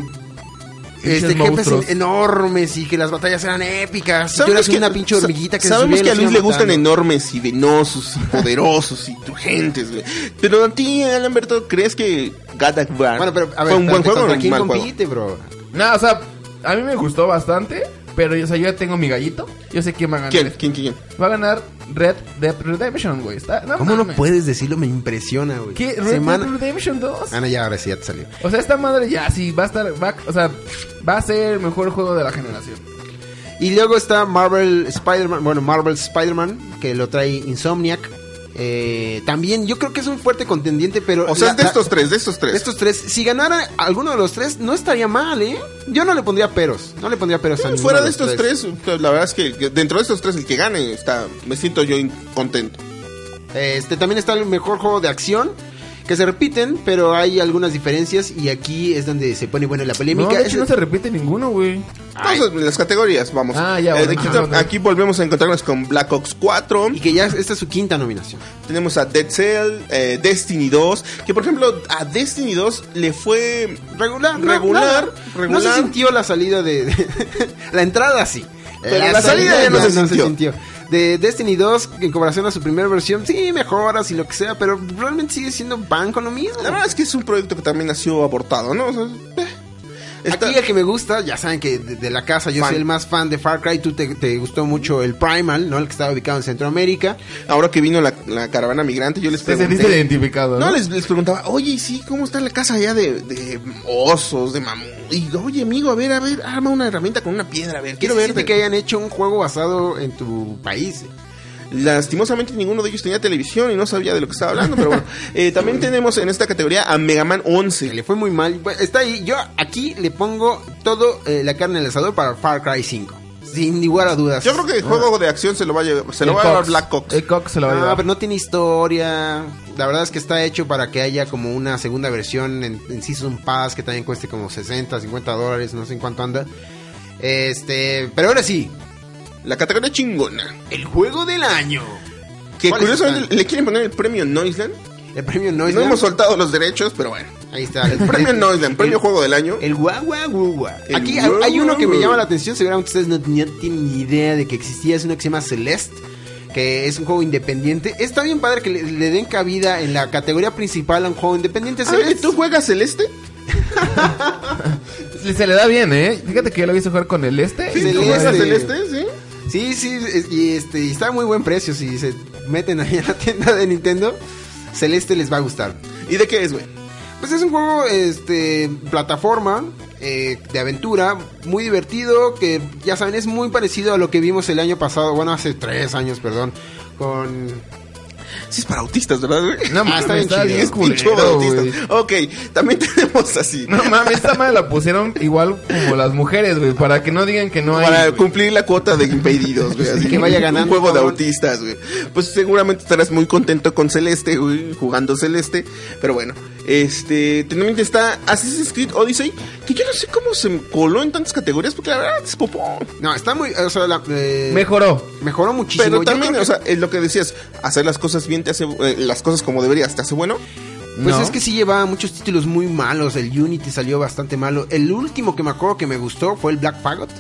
Speaker 11: Pinches
Speaker 6: este, jefes
Speaker 11: monstruos.
Speaker 6: en- enormes y que las batallas eran épicas. y Tú
Speaker 4: Sabemos
Speaker 6: eras
Speaker 4: que-
Speaker 6: una pinche
Speaker 4: sa-
Speaker 6: hormiguita que se
Speaker 4: Sabemos
Speaker 6: subía y
Speaker 4: que a
Speaker 6: los iba
Speaker 4: Luis le gustan
Speaker 6: matando.
Speaker 4: enormes y venosos y poderosos y turgentes, güey. Pero a ti, Alberto, ¿crees que God of War
Speaker 6: Bueno, pero a ver,
Speaker 4: fue un buen
Speaker 6: espérate,
Speaker 4: juego o
Speaker 6: ¿contra
Speaker 4: un
Speaker 6: quién
Speaker 4: mal juego?
Speaker 6: compite, bro?
Speaker 11: Nada, o sea, a mí me gustó bastante, pero o sea, yo ya tengo mi gallito. Yo sé quién va a ganar.
Speaker 4: ¿Quién? ¿Quién? ¿Quién?
Speaker 11: Va a ganar Red Dead Redemption, güey. Está,
Speaker 6: ¿Cómo no
Speaker 11: mames.
Speaker 6: puedes decirlo? Me impresiona, güey.
Speaker 11: ¿Qué? ¿Red
Speaker 6: Semana...
Speaker 11: Dead Redemption 2?
Speaker 6: Ah, no, ya, ahora sí, ya te salió.
Speaker 11: O sea, esta madre ya sí va a estar. Va, o sea, va a ser el mejor juego de la generación.
Speaker 6: Y luego está Marvel Spider-Man, bueno, Marvel Spider-Man, que lo trae Insomniac. Eh, también yo creo que es un fuerte contendiente, pero...
Speaker 4: O sea,
Speaker 6: la-
Speaker 4: es de
Speaker 6: la-
Speaker 4: estos tres, de estos
Speaker 6: de
Speaker 4: tres.
Speaker 6: estos tres, si ganara alguno de los tres, no estaría mal, ¿eh? Yo no le pondría peros, no le pondría peros a ninguno
Speaker 4: Fuera de
Speaker 6: los
Speaker 4: estos tres, la verdad es que que dentro de estos tres el que gane está, me siento yo in- contento.
Speaker 6: Este, también está el mejor juego de acción, que se repiten, pero hay algunas diferencias y aquí es donde se pone buena la
Speaker 11: No,
Speaker 6: polémica.
Speaker 11: de
Speaker 6: Es-
Speaker 11: hecho, no se repite ninguno, güey.
Speaker 6: Ay.
Speaker 4: Entonces, las categorías, vamos.
Speaker 11: Ah, ya,
Speaker 4: Eh,
Speaker 11: bueno,
Speaker 4: aquí,
Speaker 11: ajá,
Speaker 4: tam-
Speaker 11: otra vez.
Speaker 4: aquí volvemos a encontrarnos con Black Ops 4.
Speaker 6: Y que ya esta es su quinta nominación.
Speaker 4: Tenemos a Dead Cell, eh, Destiny 2. Que por ejemplo, a Destiny 2 le fue
Speaker 6: Regular, no,
Speaker 4: Regular,
Speaker 6: nada.
Speaker 4: regular.
Speaker 6: No se sintió la salida de. de- (laughs) la entrada sí. Eh,
Speaker 4: Pero la salida ya no se sintió.
Speaker 6: De Destiny 2, en comparación a su primera versión, sí, mejoras y lo que sea, pero realmente sigue siendo pan con lo mismo.
Speaker 4: La verdad es que es un proyecto que también ha sido abortado, ¿no? O sea, eh, está-
Speaker 6: Aquí el que me gusta, ya saben que de, de la casa yo
Speaker 4: Fan.
Speaker 6: soy el más fan de Far Cry, tú te, te gustó mucho el Primal, ¿no? El que estaba ubicado en Centroamérica.
Speaker 4: Ahora que vino la, la caravana migrante, yo les
Speaker 11: Te
Speaker 4: pregunté.
Speaker 11: sentiste identificado, ¿no?
Speaker 4: No, les, les preguntaba, oye, ¿y sí, ¿cómo está la casa allá de, de osos, de mamú? Y oye, amigo, a ver, a ver, arma una herramienta con una piedra, a ver,
Speaker 6: Quiero
Speaker 4: quiero
Speaker 6: ver
Speaker 4: verte.
Speaker 6: que hayan hecho un juego basado en tu país.
Speaker 4: Lastimosamente ninguno de ellos tenía televisión y no sabía de lo que estaba hablando, pero bueno. Eh, también tenemos en esta categoría a Mega Man
Speaker 6: que
Speaker 4: 11.
Speaker 6: le fue muy mal. Bueno, Está ahí. Yo aquí le pongo todo eh, la carne al asador para Far Cry 5. Sin lugar a dudas.
Speaker 4: Yo creo que el juego de acción se lo va a llevar, se lo
Speaker 11: El
Speaker 4: va a llevar
Speaker 11: Cox.
Speaker 4: Black Ops.
Speaker 11: El Cox se lo va a
Speaker 6: Ah,
Speaker 11: llevar.
Speaker 6: pero no tiene historia. La verdad es que está hecho para que haya como una segunda versión en, en Season Pass que también cueste como 60, 50 dólares, no sé en cuánto anda. Este, pero ahora sí,
Speaker 4: La categoría chingona.
Speaker 6: el juego del año.
Speaker 4: Que
Speaker 6: ¿Cuáles
Speaker 4: curiosamente le quieren poner el premio Noisland.
Speaker 6: El premio no
Speaker 4: No hemos soltado los derechos, pero bueno.
Speaker 6: Ahí está. (laughs)
Speaker 4: El premio Noisland, premio juego del año.
Speaker 6: El guau guau guau, guau.
Speaker 4: El
Speaker 6: Aquí
Speaker 4: guau,
Speaker 6: hay uno que me
Speaker 4: guau.
Speaker 6: llama la atención, seguramente ustedes no, ni- tienen ni idea de que existía, es uno que se llama Celeste, que es un juego independiente. Está bien padre que le, le den cabida en la categoría principal a un juego independiente.
Speaker 4: ¿Sabes que
Speaker 6: Celeste.
Speaker 4: Ah, tú juegas Celeste?
Speaker 11: Se le da bien, ¿eh? Fíjate que yo lo hice jugar con el este.
Speaker 4: Sí,
Speaker 11: y
Speaker 4: ¿Tú
Speaker 6: Celeste.
Speaker 4: juegas Celeste? Sí.
Speaker 6: Sí, sí, es- y este y está a muy buen precio si se meten ahí a la tienda de Nintendo. Celeste les va a gustar.
Speaker 4: ¿Y de qué es, güey?
Speaker 6: Pues es un juego, este, plataforma eh, de aventura, muy divertido, que ya saben, es muy parecido a lo que vimos el año pasado, bueno, hace tres años, perdón, con...
Speaker 4: Sí es para autistas, ¿verdad, güey? Ah,
Speaker 11: No, mames,
Speaker 6: está bien
Speaker 11: está
Speaker 6: chido.
Speaker 11: bien
Speaker 4: es (laughs) pinche
Speaker 11: culero,
Speaker 4: autista.
Speaker 11: güey.
Speaker 4: Ok, también (laughs) tenemos así.
Speaker 11: No mames, esta madre la pusieron igual como las mujeres, güey. Para que no digan que no hay.
Speaker 4: Para
Speaker 11: güey.
Speaker 4: cumplir la cuota de
Speaker 6: (laughs)
Speaker 4: impedidos, güey. Así
Speaker 6: Que vaya
Speaker 4: Un
Speaker 6: ganando,
Speaker 4: juego de
Speaker 6: cabrón.
Speaker 4: autistas, güey. Pues seguramente estarás muy contento con Celeste, güey. Jugando Celeste. Pero bueno. Este. También está Assassin's Creed Odyssey. Que yo no sé cómo se coló en tantas categorías. Porque la verdad es popó.
Speaker 6: No, está muy... O sea, la- eh,
Speaker 11: Mejoró.
Speaker 6: mejoró muchísimo.
Speaker 4: Pero
Speaker 6: Yo
Speaker 4: también,
Speaker 6: creo
Speaker 4: o
Speaker 6: que-
Speaker 4: sea, es lo que decías. Hacer las cosas bien te hace. eh, las cosas como deberías te hace bueno.
Speaker 6: Pues
Speaker 11: No.
Speaker 6: es que sí llevaba muchos títulos muy malos, el Unity salió bastante malo. El último que me acuerdo que me gustó fue el Black
Speaker 11: (laughs)
Speaker 6: Fagot.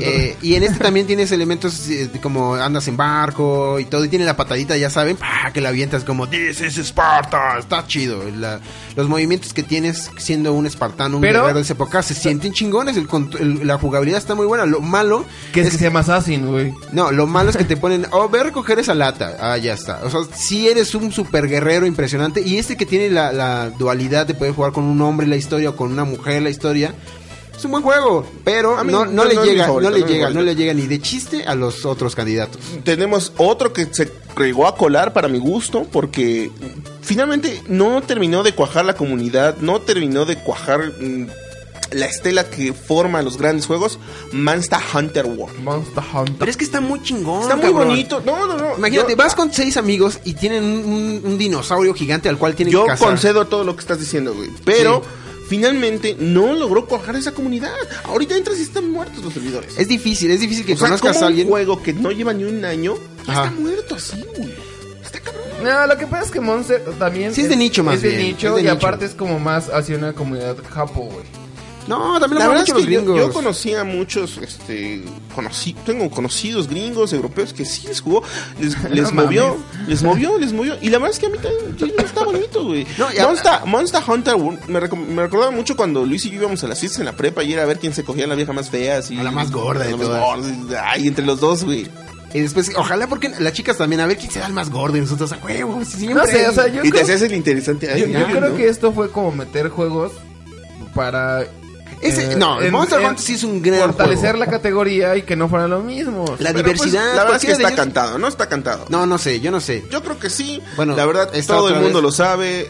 Speaker 6: Eh, y en este también tienes elementos eh, como andas en barco y todo, y tiene la patadita, ya saben, ¡pah! que la avientas como This is Sparta, está chido. La- los movimientos que tienes siendo un espartano, un
Speaker 11: Pero-
Speaker 6: guerrero de esa época, se sienten chingones, el contro- el- la jugabilidad está muy buena. Lo malo
Speaker 11: Que es que se llama Assassin, güey.
Speaker 6: no, lo malo es que te ponen, oh, ve a recoger esa lata. Ah, ya está. O sea, sí eres un super guerrero impresionante. Y este que tiene la, la dualidad de poder jugar con un hombre la historia o con una mujer la historia. Es un buen juego, pero
Speaker 4: A mí
Speaker 6: no,
Speaker 4: no-
Speaker 6: no le
Speaker 4: no es mi
Speaker 6: llega,
Speaker 4: favorito,
Speaker 6: no le
Speaker 4: no es mi
Speaker 6: llega, no
Speaker 4: favorito.
Speaker 6: le llega ni de chiste a los otros candidatos.
Speaker 4: tenemos otro que se llegó a colar para mi gusto porque finalmente no terminó de cuajar la comunidad, no terminó de cuajar mm, la estela que forma los grandes juegos, Monster Hunter World.
Speaker 11: Monster Hunter.
Speaker 6: Pero es que está muy chingón.
Speaker 4: Está muy
Speaker 6: Ah, cabrón.
Speaker 4: bonito. No, no, no.
Speaker 6: Imagínate,
Speaker 4: Yo-
Speaker 6: vas con seis amigos y tienen un, un- un dinosaurio gigante al cual tienen
Speaker 4: Yo
Speaker 6: que cazar.
Speaker 4: concedo todo lo que estás diciendo, güey. Pero finalmente no logró cuajar esa comunidad. Ahorita entras y están muertos los servidores.
Speaker 6: Es difícil, es difícil que
Speaker 4: O sea,
Speaker 6: conozcas
Speaker 4: ¿cómo
Speaker 6: a alguien.
Speaker 4: un juego que no lleva ni un año ya
Speaker 6: Ajá.
Speaker 4: está muerto así, güey.
Speaker 8: No, lo que pasa es que Monster también.
Speaker 6: Sí, es de nicho más
Speaker 8: Es de
Speaker 6: bien,
Speaker 8: nicho
Speaker 6: es de
Speaker 8: y
Speaker 6: nicho.
Speaker 8: aparte es como más hacia una comunidad japo, güey.
Speaker 6: No, también
Speaker 4: La
Speaker 6: lo
Speaker 4: verdad es
Speaker 6: mucho los
Speaker 4: que yo,
Speaker 6: gringos.
Speaker 4: yo conocí a muchos, este, conocí, tengo conocidos gringos, europeos que sí les jugó,
Speaker 6: (laughs)
Speaker 4: les, les
Speaker 8: mames.
Speaker 4: movió, les movió, les movió. Y la verdad es que a mí también sí, no está bonito, güey.
Speaker 6: No, y a-
Speaker 4: Monster, Monster Hunter World, me, recom- me recordaba mucho cuando Luis y yo íbamos a las fiestas en la prepa y era a ver quién se cogía a la vieja más fea. Así,
Speaker 6: A la más gorda de
Speaker 4: A la más
Speaker 6: todas.
Speaker 4: gorda. Ay, entre los dos, güey.
Speaker 6: Y después, ojalá porque las chicas también, a ver quién se da el más gordo y nosotros a huevo, siempre.
Speaker 8: No sé, o sea, yo
Speaker 4: y te
Speaker 8: creo,
Speaker 4: hacías el interesante. Ay,
Speaker 8: yo- yo
Speaker 4: ay,
Speaker 8: creo
Speaker 4: ¿no?
Speaker 8: que esto fue como meter juegos para.
Speaker 6: Ese-
Speaker 8: eh,
Speaker 6: no,
Speaker 8: en-
Speaker 6: Monster
Speaker 8: en
Speaker 6: Hunter sí es un gran
Speaker 8: Fortalecer
Speaker 6: juego.
Speaker 8: la categoría y que no fuera lo mismo.
Speaker 6: La
Speaker 4: Pero, pues,
Speaker 6: diversidad.
Speaker 4: la verdad es que
Speaker 6: cualquiera de
Speaker 4: está
Speaker 6: ellos-
Speaker 4: cantado, no está cantado.
Speaker 6: No, no sé, yo no sé.
Speaker 4: Yo creo que sí.
Speaker 6: Bueno,
Speaker 4: la verdad,
Speaker 6: está
Speaker 4: todo el
Speaker 6: otra
Speaker 4: mundo
Speaker 6: vez.
Speaker 4: lo sabe.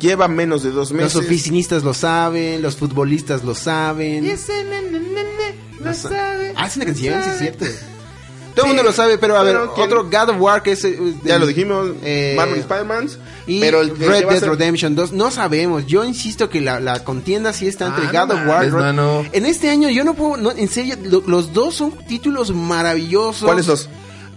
Speaker 4: Lleva menos de dos meses.
Speaker 6: Los oficinistas lo saben, los futbolistas lo saben.
Speaker 8: Y ese ne- ne- ne- ne- no
Speaker 6: No sa-
Speaker 8: sabe.
Speaker 6: Ah, es una
Speaker 8: no
Speaker 6: canción, sí,
Speaker 8: sabe.
Speaker 6: es cierto. Todo el
Speaker 4: Sí,
Speaker 6: mundo lo sabe, pero a
Speaker 4: pero
Speaker 6: ver,
Speaker 4: ¿quién?
Speaker 6: otro God of War que es. eh,
Speaker 4: Ya
Speaker 6: del-
Speaker 4: lo dijimos,
Speaker 6: eh,
Speaker 4: Marvel Spider-Man.
Speaker 6: Y
Speaker 4: Pero el, el que
Speaker 6: Red
Speaker 4: va a
Speaker 6: Dead
Speaker 4: ser-
Speaker 6: Redemption 2, no sabemos. Yo insisto que la, la contienda sí está entre
Speaker 8: Ah, no
Speaker 6: God of War.
Speaker 8: mames,
Speaker 6: Red-
Speaker 8: mano.
Speaker 6: En este año yo no puedo, no, en serio, lo- los dos son títulos maravillosos.
Speaker 4: ¿Cuáles dos?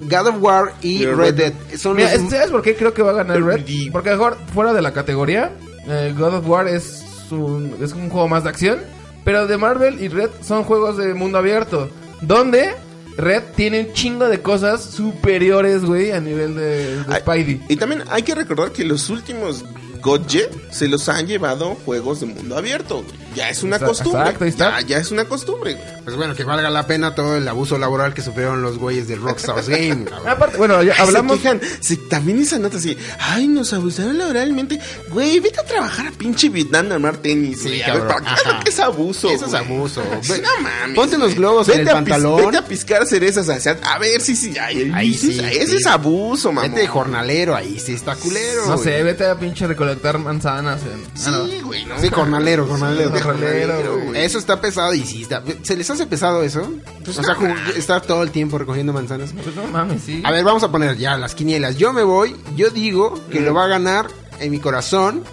Speaker 6: God of War y
Speaker 4: Y
Speaker 6: Red,
Speaker 4: Red
Speaker 6: Dead. Son
Speaker 8: Mira,
Speaker 6: los-
Speaker 8: es- ¿sabes por qué creo que va a ganar Red?
Speaker 4: Di-
Speaker 8: Porque mejor fuera de la categoría, eh, God of War es un, es un juego más de acción, pero de Marvel y Red son juegos de mundo abierto, donde Red tiene un chingo de cosas superiores, güey, a nivel de, de
Speaker 4: Ay,
Speaker 8: Spidey.
Speaker 4: Y también hay que recordar que los últimos Godje se los han llevado juegos de mundo abierto. güey. Ya es una
Speaker 8: Exacto,
Speaker 4: costumbre.
Speaker 8: exacto, ahí está.
Speaker 4: Ya, ya es una costumbre. güey.
Speaker 6: Pues bueno, que valga la pena todo el abuso laboral que sufrieron los güeyes de Rockstar Game. cabrón.
Speaker 8: Aparte, bueno, ya
Speaker 4: Ay, se
Speaker 8: hablamos...
Speaker 4: quejan. Se- también esa nota así. Ay, nos abusaron laboralmente. Güey, vete a trabajar a pinche Vietnam a armar tenis.
Speaker 6: Sí,
Speaker 4: güey. A ver,
Speaker 6: cabrón,
Speaker 4: ¿para qué?
Speaker 6: ajá.
Speaker 4: ¿Qué es abuso?
Speaker 6: Eso es
Speaker 4: güey?
Speaker 6: abuso.
Speaker 4: (laughs) Sí, No mames.
Speaker 6: Ponte los globos en
Speaker 4: Vete
Speaker 6: el
Speaker 4: a pis-
Speaker 6: pantalón.
Speaker 4: Vete a piscar cerezas hacia. A ver, sí, sí. Ay,
Speaker 6: Ahí
Speaker 4: sí,
Speaker 6: sí,
Speaker 4: ese
Speaker 6: sí.
Speaker 4: es abuso, mamá.
Speaker 6: Vete de jornalero ahí, sí está culero.
Speaker 8: No
Speaker 6: güey.
Speaker 8: sé, vete a pinche recolectar manzanas en... ah, no.
Speaker 4: Sí, güey, no.
Speaker 6: Sí, jornalero, jornalero.
Speaker 4: Sí, jornalero,
Speaker 6: Jornalero,
Speaker 4: güey.
Speaker 6: Eso está pesado y sí está. ¿Se les hace pesado eso? o sea, como estar todo el tiempo recogiendo manzanas.
Speaker 8: Pues no mames, sí.
Speaker 6: A ver, vamos a poner ya las quinielas. Yo me voy, yo digo que lo va a ganar en mi corazón.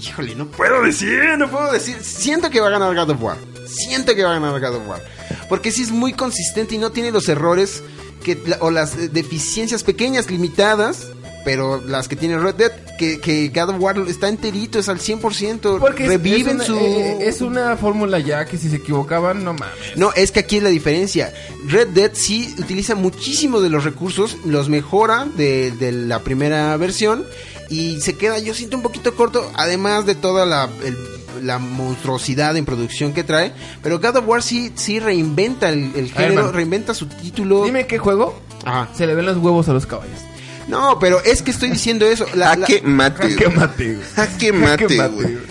Speaker 6: Híjole, no puedo decir, no puedo decir. Siento que va a ganar God of War. Siento que va a ganar God of War. Porque sí es muy consistente y no tiene los errores que, o las eh, deficiencias pequeñas, limitadas, pero las que tiene Red Dead, que, que God of War está enterito, es al 100%.
Speaker 8: Porque es-
Speaker 6: reviven
Speaker 8: es
Speaker 6: su...
Speaker 8: una, eh, es una fórmula ya que si se equivocaban, no mames.
Speaker 6: No, es que aquí es la diferencia. Red Dead sí utiliza muchísimos de los recursos, los mejora de, de la primera versión y se queda, yo siento, un poquito corto, además de toda la, el- la monstruosidad en producción que trae. Pero God of War sí, sí reinventa el, el
Speaker 8: ver,
Speaker 6: género,
Speaker 8: man.
Speaker 6: reinventa su título.
Speaker 8: Dime qué juego
Speaker 6: Ajá.
Speaker 8: se le ven los huevos a los caballos.
Speaker 6: No, pero es que estoy diciendo eso. La- la- (laughs)
Speaker 4: Jaque
Speaker 8: (laughs)
Speaker 4: mate. (laughs)
Speaker 8: Qué mate, güey. (laughs) Jaque
Speaker 4: Jaque Ah, mate,
Speaker 8: mate,
Speaker 4: güey.
Speaker 8: güey.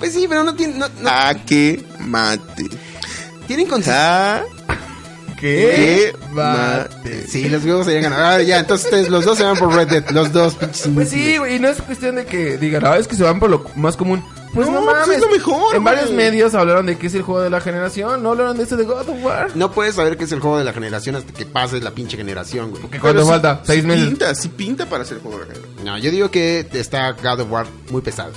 Speaker 6: Pues sí, pero no tiene... No, no-
Speaker 4: Jaque mate.
Speaker 6: (laughs) tienen consistencia.
Speaker 8: Ah.
Speaker 4: Jaque
Speaker 8: ¿Qué?
Speaker 4: mate.
Speaker 6: Sí, los huevos se llegan a... Ah, ya, entonces ustedes, los dos se van por Red Dead, los dos. pinches
Speaker 8: Pues sí, güey, y no es cuestión de que digan, ah, es que se van por lo más común. Pues no,
Speaker 4: No, pues
Speaker 8: mames.
Speaker 4: es lo mejor,
Speaker 8: En varios
Speaker 4: güey.
Speaker 8: medios hablaron de que es el juego de la generación, no hablaron de este de God of War.
Speaker 6: No puedes saber que es el juego de la generación hasta que pases la pinche generación, güey.
Speaker 8: Que cuando
Speaker 4: Pero sí-
Speaker 8: falta,
Speaker 4: sí
Speaker 8: seis meses.
Speaker 4: Pinta, sí pinta para ser jugador. güey.
Speaker 6: No, yo digo que está God of War muy pesado.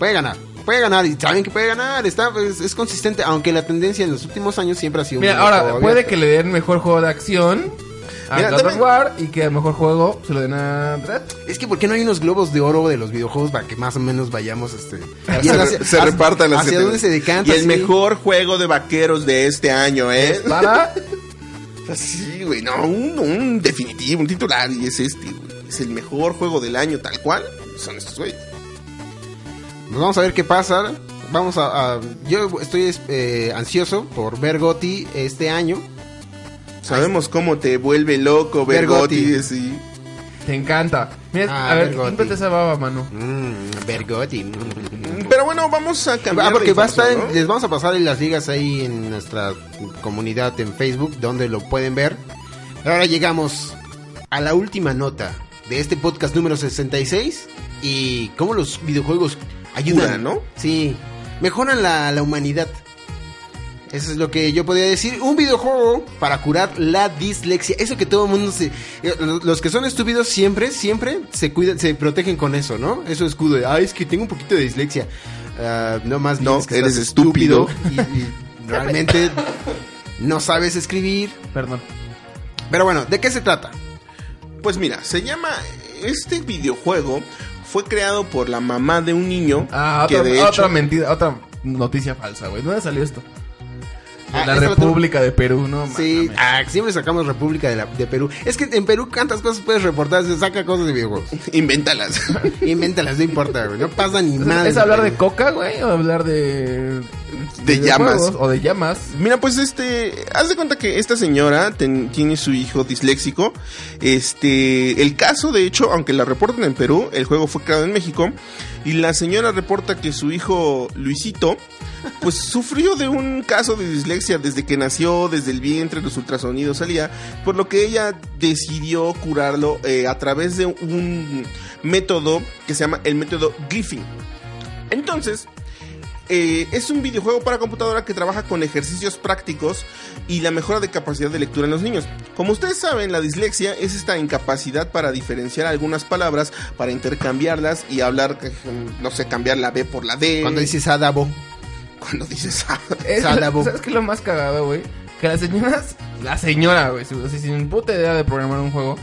Speaker 6: Puede ganar, puede ganar, y saben que puede ganar, está, es, es consistente, aunque la tendencia en los últimos años siempre ha sido... un
Speaker 8: Mira,
Speaker 6: juego
Speaker 8: ahora,
Speaker 6: abierto.
Speaker 8: puede que le den mejor juego de acción a
Speaker 4: Mira,
Speaker 8: God
Speaker 4: también-
Speaker 8: of War y que el mejor juego se lo den a Red.
Speaker 6: Es que ¿por qué no hay unos globos de oro de los videojuegos para que más o menos vayamos, este...
Speaker 4: Ah, (laughs) Se,
Speaker 6: viendo
Speaker 4: re- se repartan las
Speaker 6: Hacia
Speaker 4: categorías.
Speaker 6: dónde se decanta.
Speaker 4: Y el
Speaker 6: sí.
Speaker 4: mejor juego de vaqueros de este año, ¿eh?
Speaker 8: Para
Speaker 4: (laughs) Sí, güey, no, un, un definitivo, un titular, y es este, güey. Es el mejor juego del año, tal cual. Son estos güeyes.
Speaker 6: Pues vamos a ver qué pasa. Vamos a... a- yo estoy eh, ansioso por ver Gotti este año.
Speaker 4: Sabemos cómo te vuelve loco,
Speaker 6: Bergotti.
Speaker 4: Bergotti. sí.
Speaker 8: te encanta. Mira,
Speaker 6: Ah,
Speaker 8: a ver,
Speaker 6: Bergotti.
Speaker 8: químprate esa baba, mano.
Speaker 6: Mm, ver Gotti. Mm.
Speaker 4: Pero bueno, vamos a cambiar.
Speaker 6: Ah, porque
Speaker 4: de
Speaker 6: va a estar en-
Speaker 4: información, ¿no?
Speaker 6: les vamos a pasar en las ligas ahí en nuestra comunidad en Facebook, donde lo pueden ver. Pero ahora llegamos a la última nota de este podcast número 66 y cómo los videojuegos ayudan,
Speaker 4: Curan, ¿no?
Speaker 6: Sí, mejoran la, la humanidad. Eso es lo que yo podría decir. Un videojuego para curar la dislexia. Eso que todo el mundo se. eh, Los que son estúpidos siempre, siempre se cuidan, se protegen con eso, ¿no? Eso escudo. de, Ay, es que tengo un poquito de dislexia. ah, no más
Speaker 4: No,
Speaker 6: bien es que
Speaker 4: eres
Speaker 6: estás
Speaker 4: estúpido.
Speaker 6: y-
Speaker 8: (laughs)
Speaker 6: y realmente no sabes escribir.
Speaker 11: Perdón.
Speaker 6: Pero bueno, ¿de qué se trata?
Speaker 4: Pues mira, se llama. Este videojuego fue creado por la mamá de un niño.
Speaker 8: Ah,
Speaker 4: que
Speaker 8: otra,
Speaker 4: de hecho.
Speaker 8: otra
Speaker 4: (laughs)
Speaker 8: mentira, otra noticia falsa, güey. ¿Dónde salió esto? De
Speaker 6: Ah,
Speaker 8: la
Speaker 6: esta la tengo-
Speaker 8: República de Perú, no
Speaker 6: Sí, ah, siempre sacamos República de, la- de Perú. Es que en Perú tantas cosas puedes reportar, se saca cosas
Speaker 8: (laughs)
Speaker 6: de videojuegos.
Speaker 4: Invéntalas.
Speaker 6: (laughs) Invéntalas, no importa, güey. No pasa ni
Speaker 8: mames.
Speaker 6: nada.
Speaker 8: ¿Es hablar de coca, güey? ¿O hablar de.
Speaker 4: De llamas.
Speaker 8: videojuegos? O de llamas.
Speaker 4: Mira, pues este, haz de cuenta que esta señora ten- tiene su hijo disléxico. Este, el caso, de hecho, aunque la reportan en Perú, el juego fue creado en México. Y la señora reporta que su hijo Luisito, pues (laughs) sufrió de un caso de dislexia desde que nació, desde el vientre, los ultrasonidos salía. Por lo que ella decidió curarlo eh, a través de un método que se llama el método Griffin. Entonces, eh, es un videojuego para computadora que trabaja con ejercicios prácticos y la mejora de capacidad de lectura en los niños. Como ustedes saben, la dislexia es esta incapacidad para diferenciar algunas palabras, para intercambiarlas y hablar, eh, no sé, cambiar la B por la D.
Speaker 6: Cuando dices Adabo.
Speaker 4: Cuando dices
Speaker 6: (laughs)
Speaker 4: A.
Speaker 8: Es-
Speaker 6: Sadabo.
Speaker 8: ¿Sabes qué es lo más cagado, güey? Que las señoras, la señora, güey, su- así, sin puta idea de programar un juego,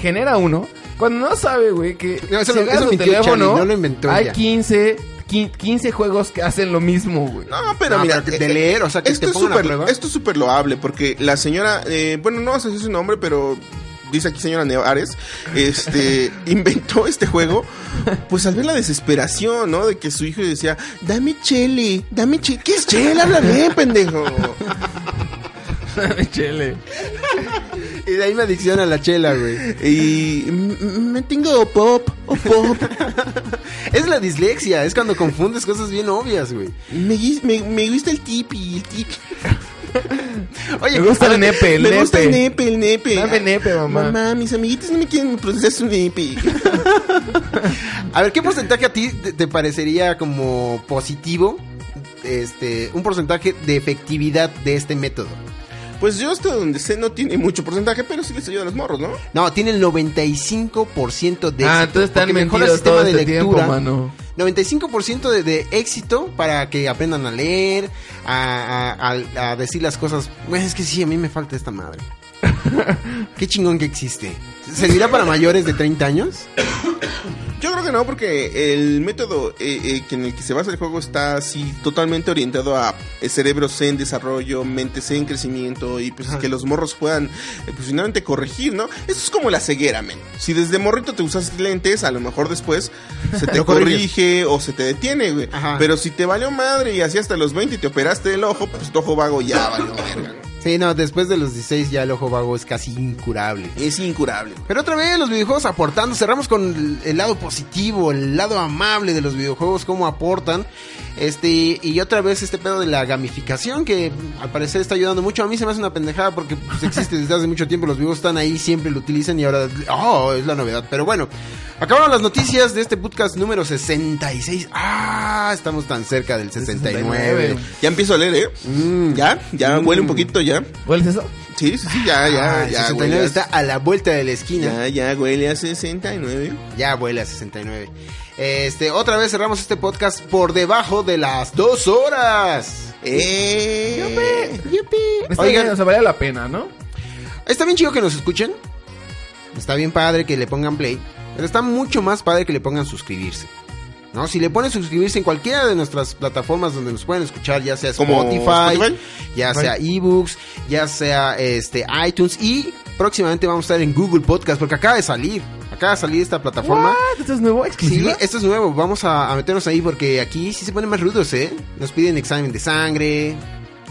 Speaker 8: genera uno cuando no sabe, güey, que
Speaker 6: No, eso
Speaker 8: si
Speaker 6: lo-
Speaker 8: agarras
Speaker 6: eso
Speaker 8: tu
Speaker 6: mintió Charlie, no lo inventó
Speaker 8: hay
Speaker 6: ella.
Speaker 8: 15, quin- 15 juegos que hacen lo mismo, güey.
Speaker 4: No, pero
Speaker 6: No,
Speaker 4: mira,
Speaker 6: pero que
Speaker 4: eh,
Speaker 6: de leer, o sea, que
Speaker 4: esto
Speaker 6: te
Speaker 4: es
Speaker 6: pongan a
Speaker 4: súper-
Speaker 6: prueba.
Speaker 4: Esto es súper loable porque la señora, eh, bueno, no sé si es su nombre, pero dice aquí señora Nevares, este, inventó este juego, pues al ver la desesperación, ¿no? De que su hijo decía, dame chele, dame chele, ¿qué es chele? Habla bien, pendejo.
Speaker 8: (laughs) Chele.
Speaker 6: Y de ahí me adicción a la chela, güey.
Speaker 4: Y "M- m- me tengo pop, o pop,
Speaker 6: (laughs) Es la dislexia, es cuando confundes cosas bien obvias, güey.
Speaker 4: me, gui- me, me gusta el tipi, el tipi.
Speaker 6: Oye,
Speaker 8: Me gusta el nepe, el
Speaker 4: me gusta el
Speaker 8: nepe.
Speaker 4: nepe, el nepe.
Speaker 8: Dame nepe, mamá.
Speaker 4: Mamá, mis amiguitos no me quieren procesar su nepe.
Speaker 6: a ver, ¿qué porcentaje a ti te, te parecería como positivo? Este, un porcentaje de efectividad de este método.
Speaker 4: Pues yo hasta donde sé no tiene mucho porcentaje, pero sí les ayuda a los morros, ¿no?
Speaker 6: No, tiene el 95% de
Speaker 8: Ah,
Speaker 6: éxito,
Speaker 8: entonces están
Speaker 6: porque mejora
Speaker 8: mentidos todo
Speaker 6: de
Speaker 8: este tiempo,
Speaker 6: lectura.
Speaker 8: mano.
Speaker 6: 95% de, de éxito para que aprendan a leer, a, a- a- a decir las cosas. Güey, es que sí, a mí me falta esta madre. Qué chingón que existe. ¿Servirá para mayores de 30 años?
Speaker 4: Yo creo que no, porque el método eh, eh, que en el que se basa el juego está así totalmente orientado a eh, cerebros en desarrollo, mentes en crecimiento y pues
Speaker 6: Ajá.
Speaker 4: que los morros puedan eh, pues, finalmente corregir, ¿no? Eso es como la ceguera, men. Si desde morrito te usas lentes, a lo mejor después se
Speaker 6: (laughs)
Speaker 4: te
Speaker 6: Lo corriges.
Speaker 4: corrige o se te detiene, güey.
Speaker 6: Ajá.
Speaker 4: Pero si te valió madre y así hasta los 20 y te operaste el ojo, pues tu ojo vago ya valió verga. ¿no?
Speaker 6: Sí, no, después de los 16 ya el ojo vago es casi incurable.
Speaker 4: Es incurable. güey.
Speaker 6: Pero otra vez los videojuegos aportando, cerramos con el, el lado positivo, el lado amable de los videojuegos, cómo aportan. Este, y otra vez este pedo de la gamificación que al parecer está ayudando mucho. A mí se me hace una pendejada porque pues, existe desde hace mucho tiempo, los videojuegos están ahí, siempre lo utilizan y ahora, oh, es la novedad. Pero bueno, acabaron las noticias de este podcast número 66. Ah, estamos tan cerca del 69.
Speaker 4: Ya empiezo a leer, ¿eh?
Speaker 6: Mm,
Speaker 4: Ya, ya huele un poquito, ya.
Speaker 8: ¿Cuál es eso?
Speaker 4: Sí, sí, sí, ya, ya,
Speaker 6: Ah, el
Speaker 4: ya.
Speaker 6: 69
Speaker 4: huele a-
Speaker 6: está a la vuelta de la esquina.
Speaker 4: Ya, ya huele a 69.
Speaker 6: Ya vuela a 69. Este, otra vez cerramos este podcast por debajo de las dos horas.
Speaker 4: ¡Eh!
Speaker 8: Está
Speaker 6: Oigan.
Speaker 8: bien, Este, o sea, vale la pena, ¿no?
Speaker 6: Está bien chido que nos escuchen. Está bien padre que le pongan play. Pero está mucho más padre que le pongan suscribirse. ¿No? Si le ponen suscribirse en cualquiera de nuestras plataformas donde nos pueden escuchar, ya sea
Speaker 4: Como
Speaker 6: Spotify,
Speaker 4: Spotify.
Speaker 6: ya sea ebooks, ya sea este iTunes y próximamente vamos a estar en Google Podcast porque acaba de salir, acaba de salir esta plataforma.
Speaker 8: What? ¿Esto es nuevo?
Speaker 6: Sí,
Speaker 8: ¿Exclusiva?
Speaker 6: esto es nuevo. Vamos a, a meternos ahí porque aquí sí se ponen más rudos, ¿eh? Nos piden examen de sangre,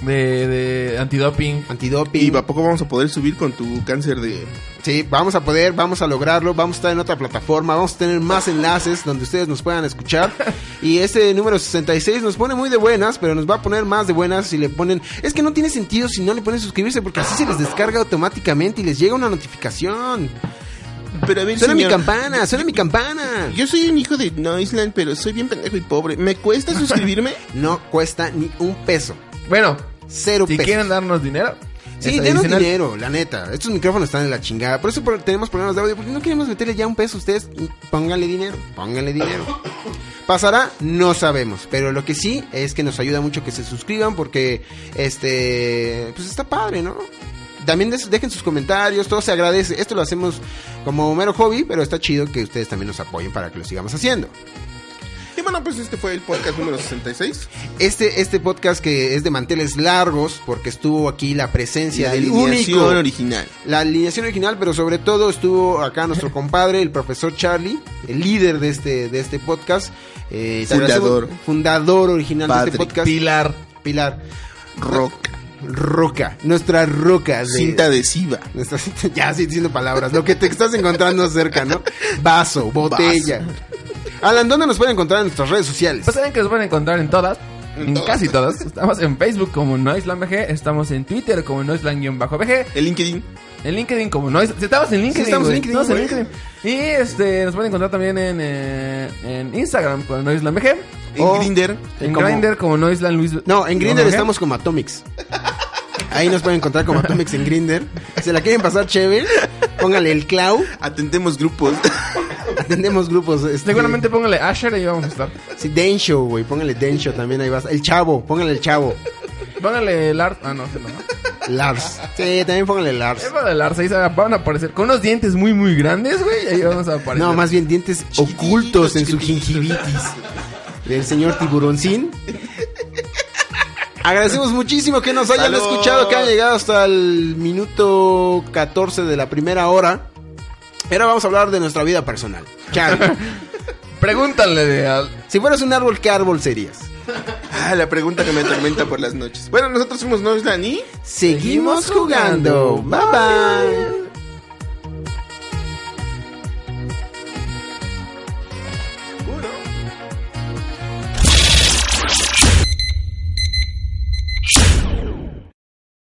Speaker 8: De, de antidoping.
Speaker 4: ¿Y
Speaker 6: antidoping.
Speaker 4: a poco vamos a poder subir con tu cáncer de.?
Speaker 6: Sí, vamos a poder, vamos a lograrlo. Vamos a estar en otra plataforma, vamos a tener más enlaces donde ustedes nos puedan escuchar.
Speaker 4: (laughs)
Speaker 6: Y este número 66 nos pone muy de buenas, pero nos va a poner más de buenas si le ponen. Es que no tiene sentido si no le ponen suscribirse porque así se les descarga automáticamente y les llega una notificación.
Speaker 4: Pero a ver,
Speaker 6: Suena mi
Speaker 4: señor,
Speaker 6: campana, suena mi campana.
Speaker 4: Yo soy un hijo de Noisland, pero soy bien pendejo y pobre.
Speaker 6: (laughs)
Speaker 4: ¿Me cuesta suscribirme?
Speaker 6: No cuesta ni un peso.
Speaker 8: Bueno,
Speaker 6: Cero
Speaker 8: si
Speaker 6: pesos.
Speaker 8: quieren darnos dinero.
Speaker 6: Pues. Sí,
Speaker 8: es
Speaker 6: denos
Speaker 8: adicional.
Speaker 6: dinero, la neta. Estos micrófonos están en la chingada. Por eso por- tenemos problemas de audio. Porque no queremos meterle ya un peso a ustedes. Pónganle dinero, pónganle dinero. pasará, no sabemos. Pero lo que sí es que nos ayuda mucho que se suscriban porque este pues está padre, ¿no? También des- dejen sus comentarios, todo se agradece. Esto lo hacemos como mero hobby, pero está chido que ustedes también nos apoyen para que lo sigamos haciendo.
Speaker 4: Y bueno, pues este fue el podcast número 66.
Speaker 6: Este, este podcast que es de manteles largos, porque estuvo aquí la presencia
Speaker 4: La
Speaker 6: del
Speaker 4: alineación
Speaker 6: único.
Speaker 4: original.
Speaker 6: La alineación original, pero sobre todo estuvo acá nuestro compadre, el profesor Charlie, el líder de este, de este podcast. Eh, te agradecemos-
Speaker 4: Fundador.
Speaker 6: Fundador original de
Speaker 4: Padre.
Speaker 6: este podcast. Pilar. Pilar.
Speaker 4: Roca.
Speaker 6: Roca. Nuestra roca. De,
Speaker 4: Cinta adhesiva.
Speaker 6: nuestra cinta- ya así diciendo palabras. Lo que te estás encontrando cerca, ¿no? Vaso, botella. Alan, ¿dónde nos pueden encontrar en nuestras redes sociales?
Speaker 8: Pues saben que nos pueden encontrar en todas. En,
Speaker 4: todas.
Speaker 8: casi todas. Estamos en Facebook como Noiseland.bg. Estamos en Twitter como Noiseland-BG.
Speaker 4: El LinkedIn.
Speaker 8: En LinkedIn como Noise. sí, Estamos en LinkedIn.
Speaker 4: Sí, estamos en
Speaker 8: güey.
Speaker 4: LinkedIn,
Speaker 8: Estamos en
Speaker 4: güey.
Speaker 8: LinkedIn. Y este, nos pueden encontrar también en, eh, en Instagram como Noiseland.bg.
Speaker 4: En
Speaker 6: O-
Speaker 4: Grinder.
Speaker 8: En
Speaker 6: Como-
Speaker 8: Grindr como Noiseland Luis.
Speaker 6: No, en Grinder
Speaker 8: ¿No, Jorge?
Speaker 6: estamos como Atomics. Ahí nos pueden encontrar como Atomics en Grinder. Se la quieren pasar chévere, póngale el clau.
Speaker 4: Atendemos grupos. (laughs)
Speaker 6: (laughs) Atendemos grupos. este,
Speaker 8: Seguramente póngale Asher y ahí vamos a estar.
Speaker 6: Sí, Densho, güey. Póngale Densho también. Ahí vas. El chavo, póngale el chavo.
Speaker 8: Póngale Lars. Ah, no, sí, no.
Speaker 6: Lars. Sí, también póngale
Speaker 8: Es
Speaker 6: Lars.
Speaker 8: para Lars. Ahí se van a aparecer con unos dientes muy, muy grandes, güey. Ahí vamos a aparecer.
Speaker 6: No, más bien dientes ocultos en su gingivitis. Del señor Tiburoncín. Agradecemos muchísimo que nos hayan
Speaker 4: Salud.
Speaker 6: escuchado, que hayan llegado hasta el minuto 14 de la primera hora. Y Ahora vamos a hablar de nuestra vida personal. Charlie,
Speaker 8: Pregúntale de al-
Speaker 6: si fueras un árbol, ¿qué árbol serías?
Speaker 4: Ah, la pregunta que me atormenta por las noches. Bueno, nosotros fuimos Noisland y...
Speaker 6: Seguimos jugando. Bye bye.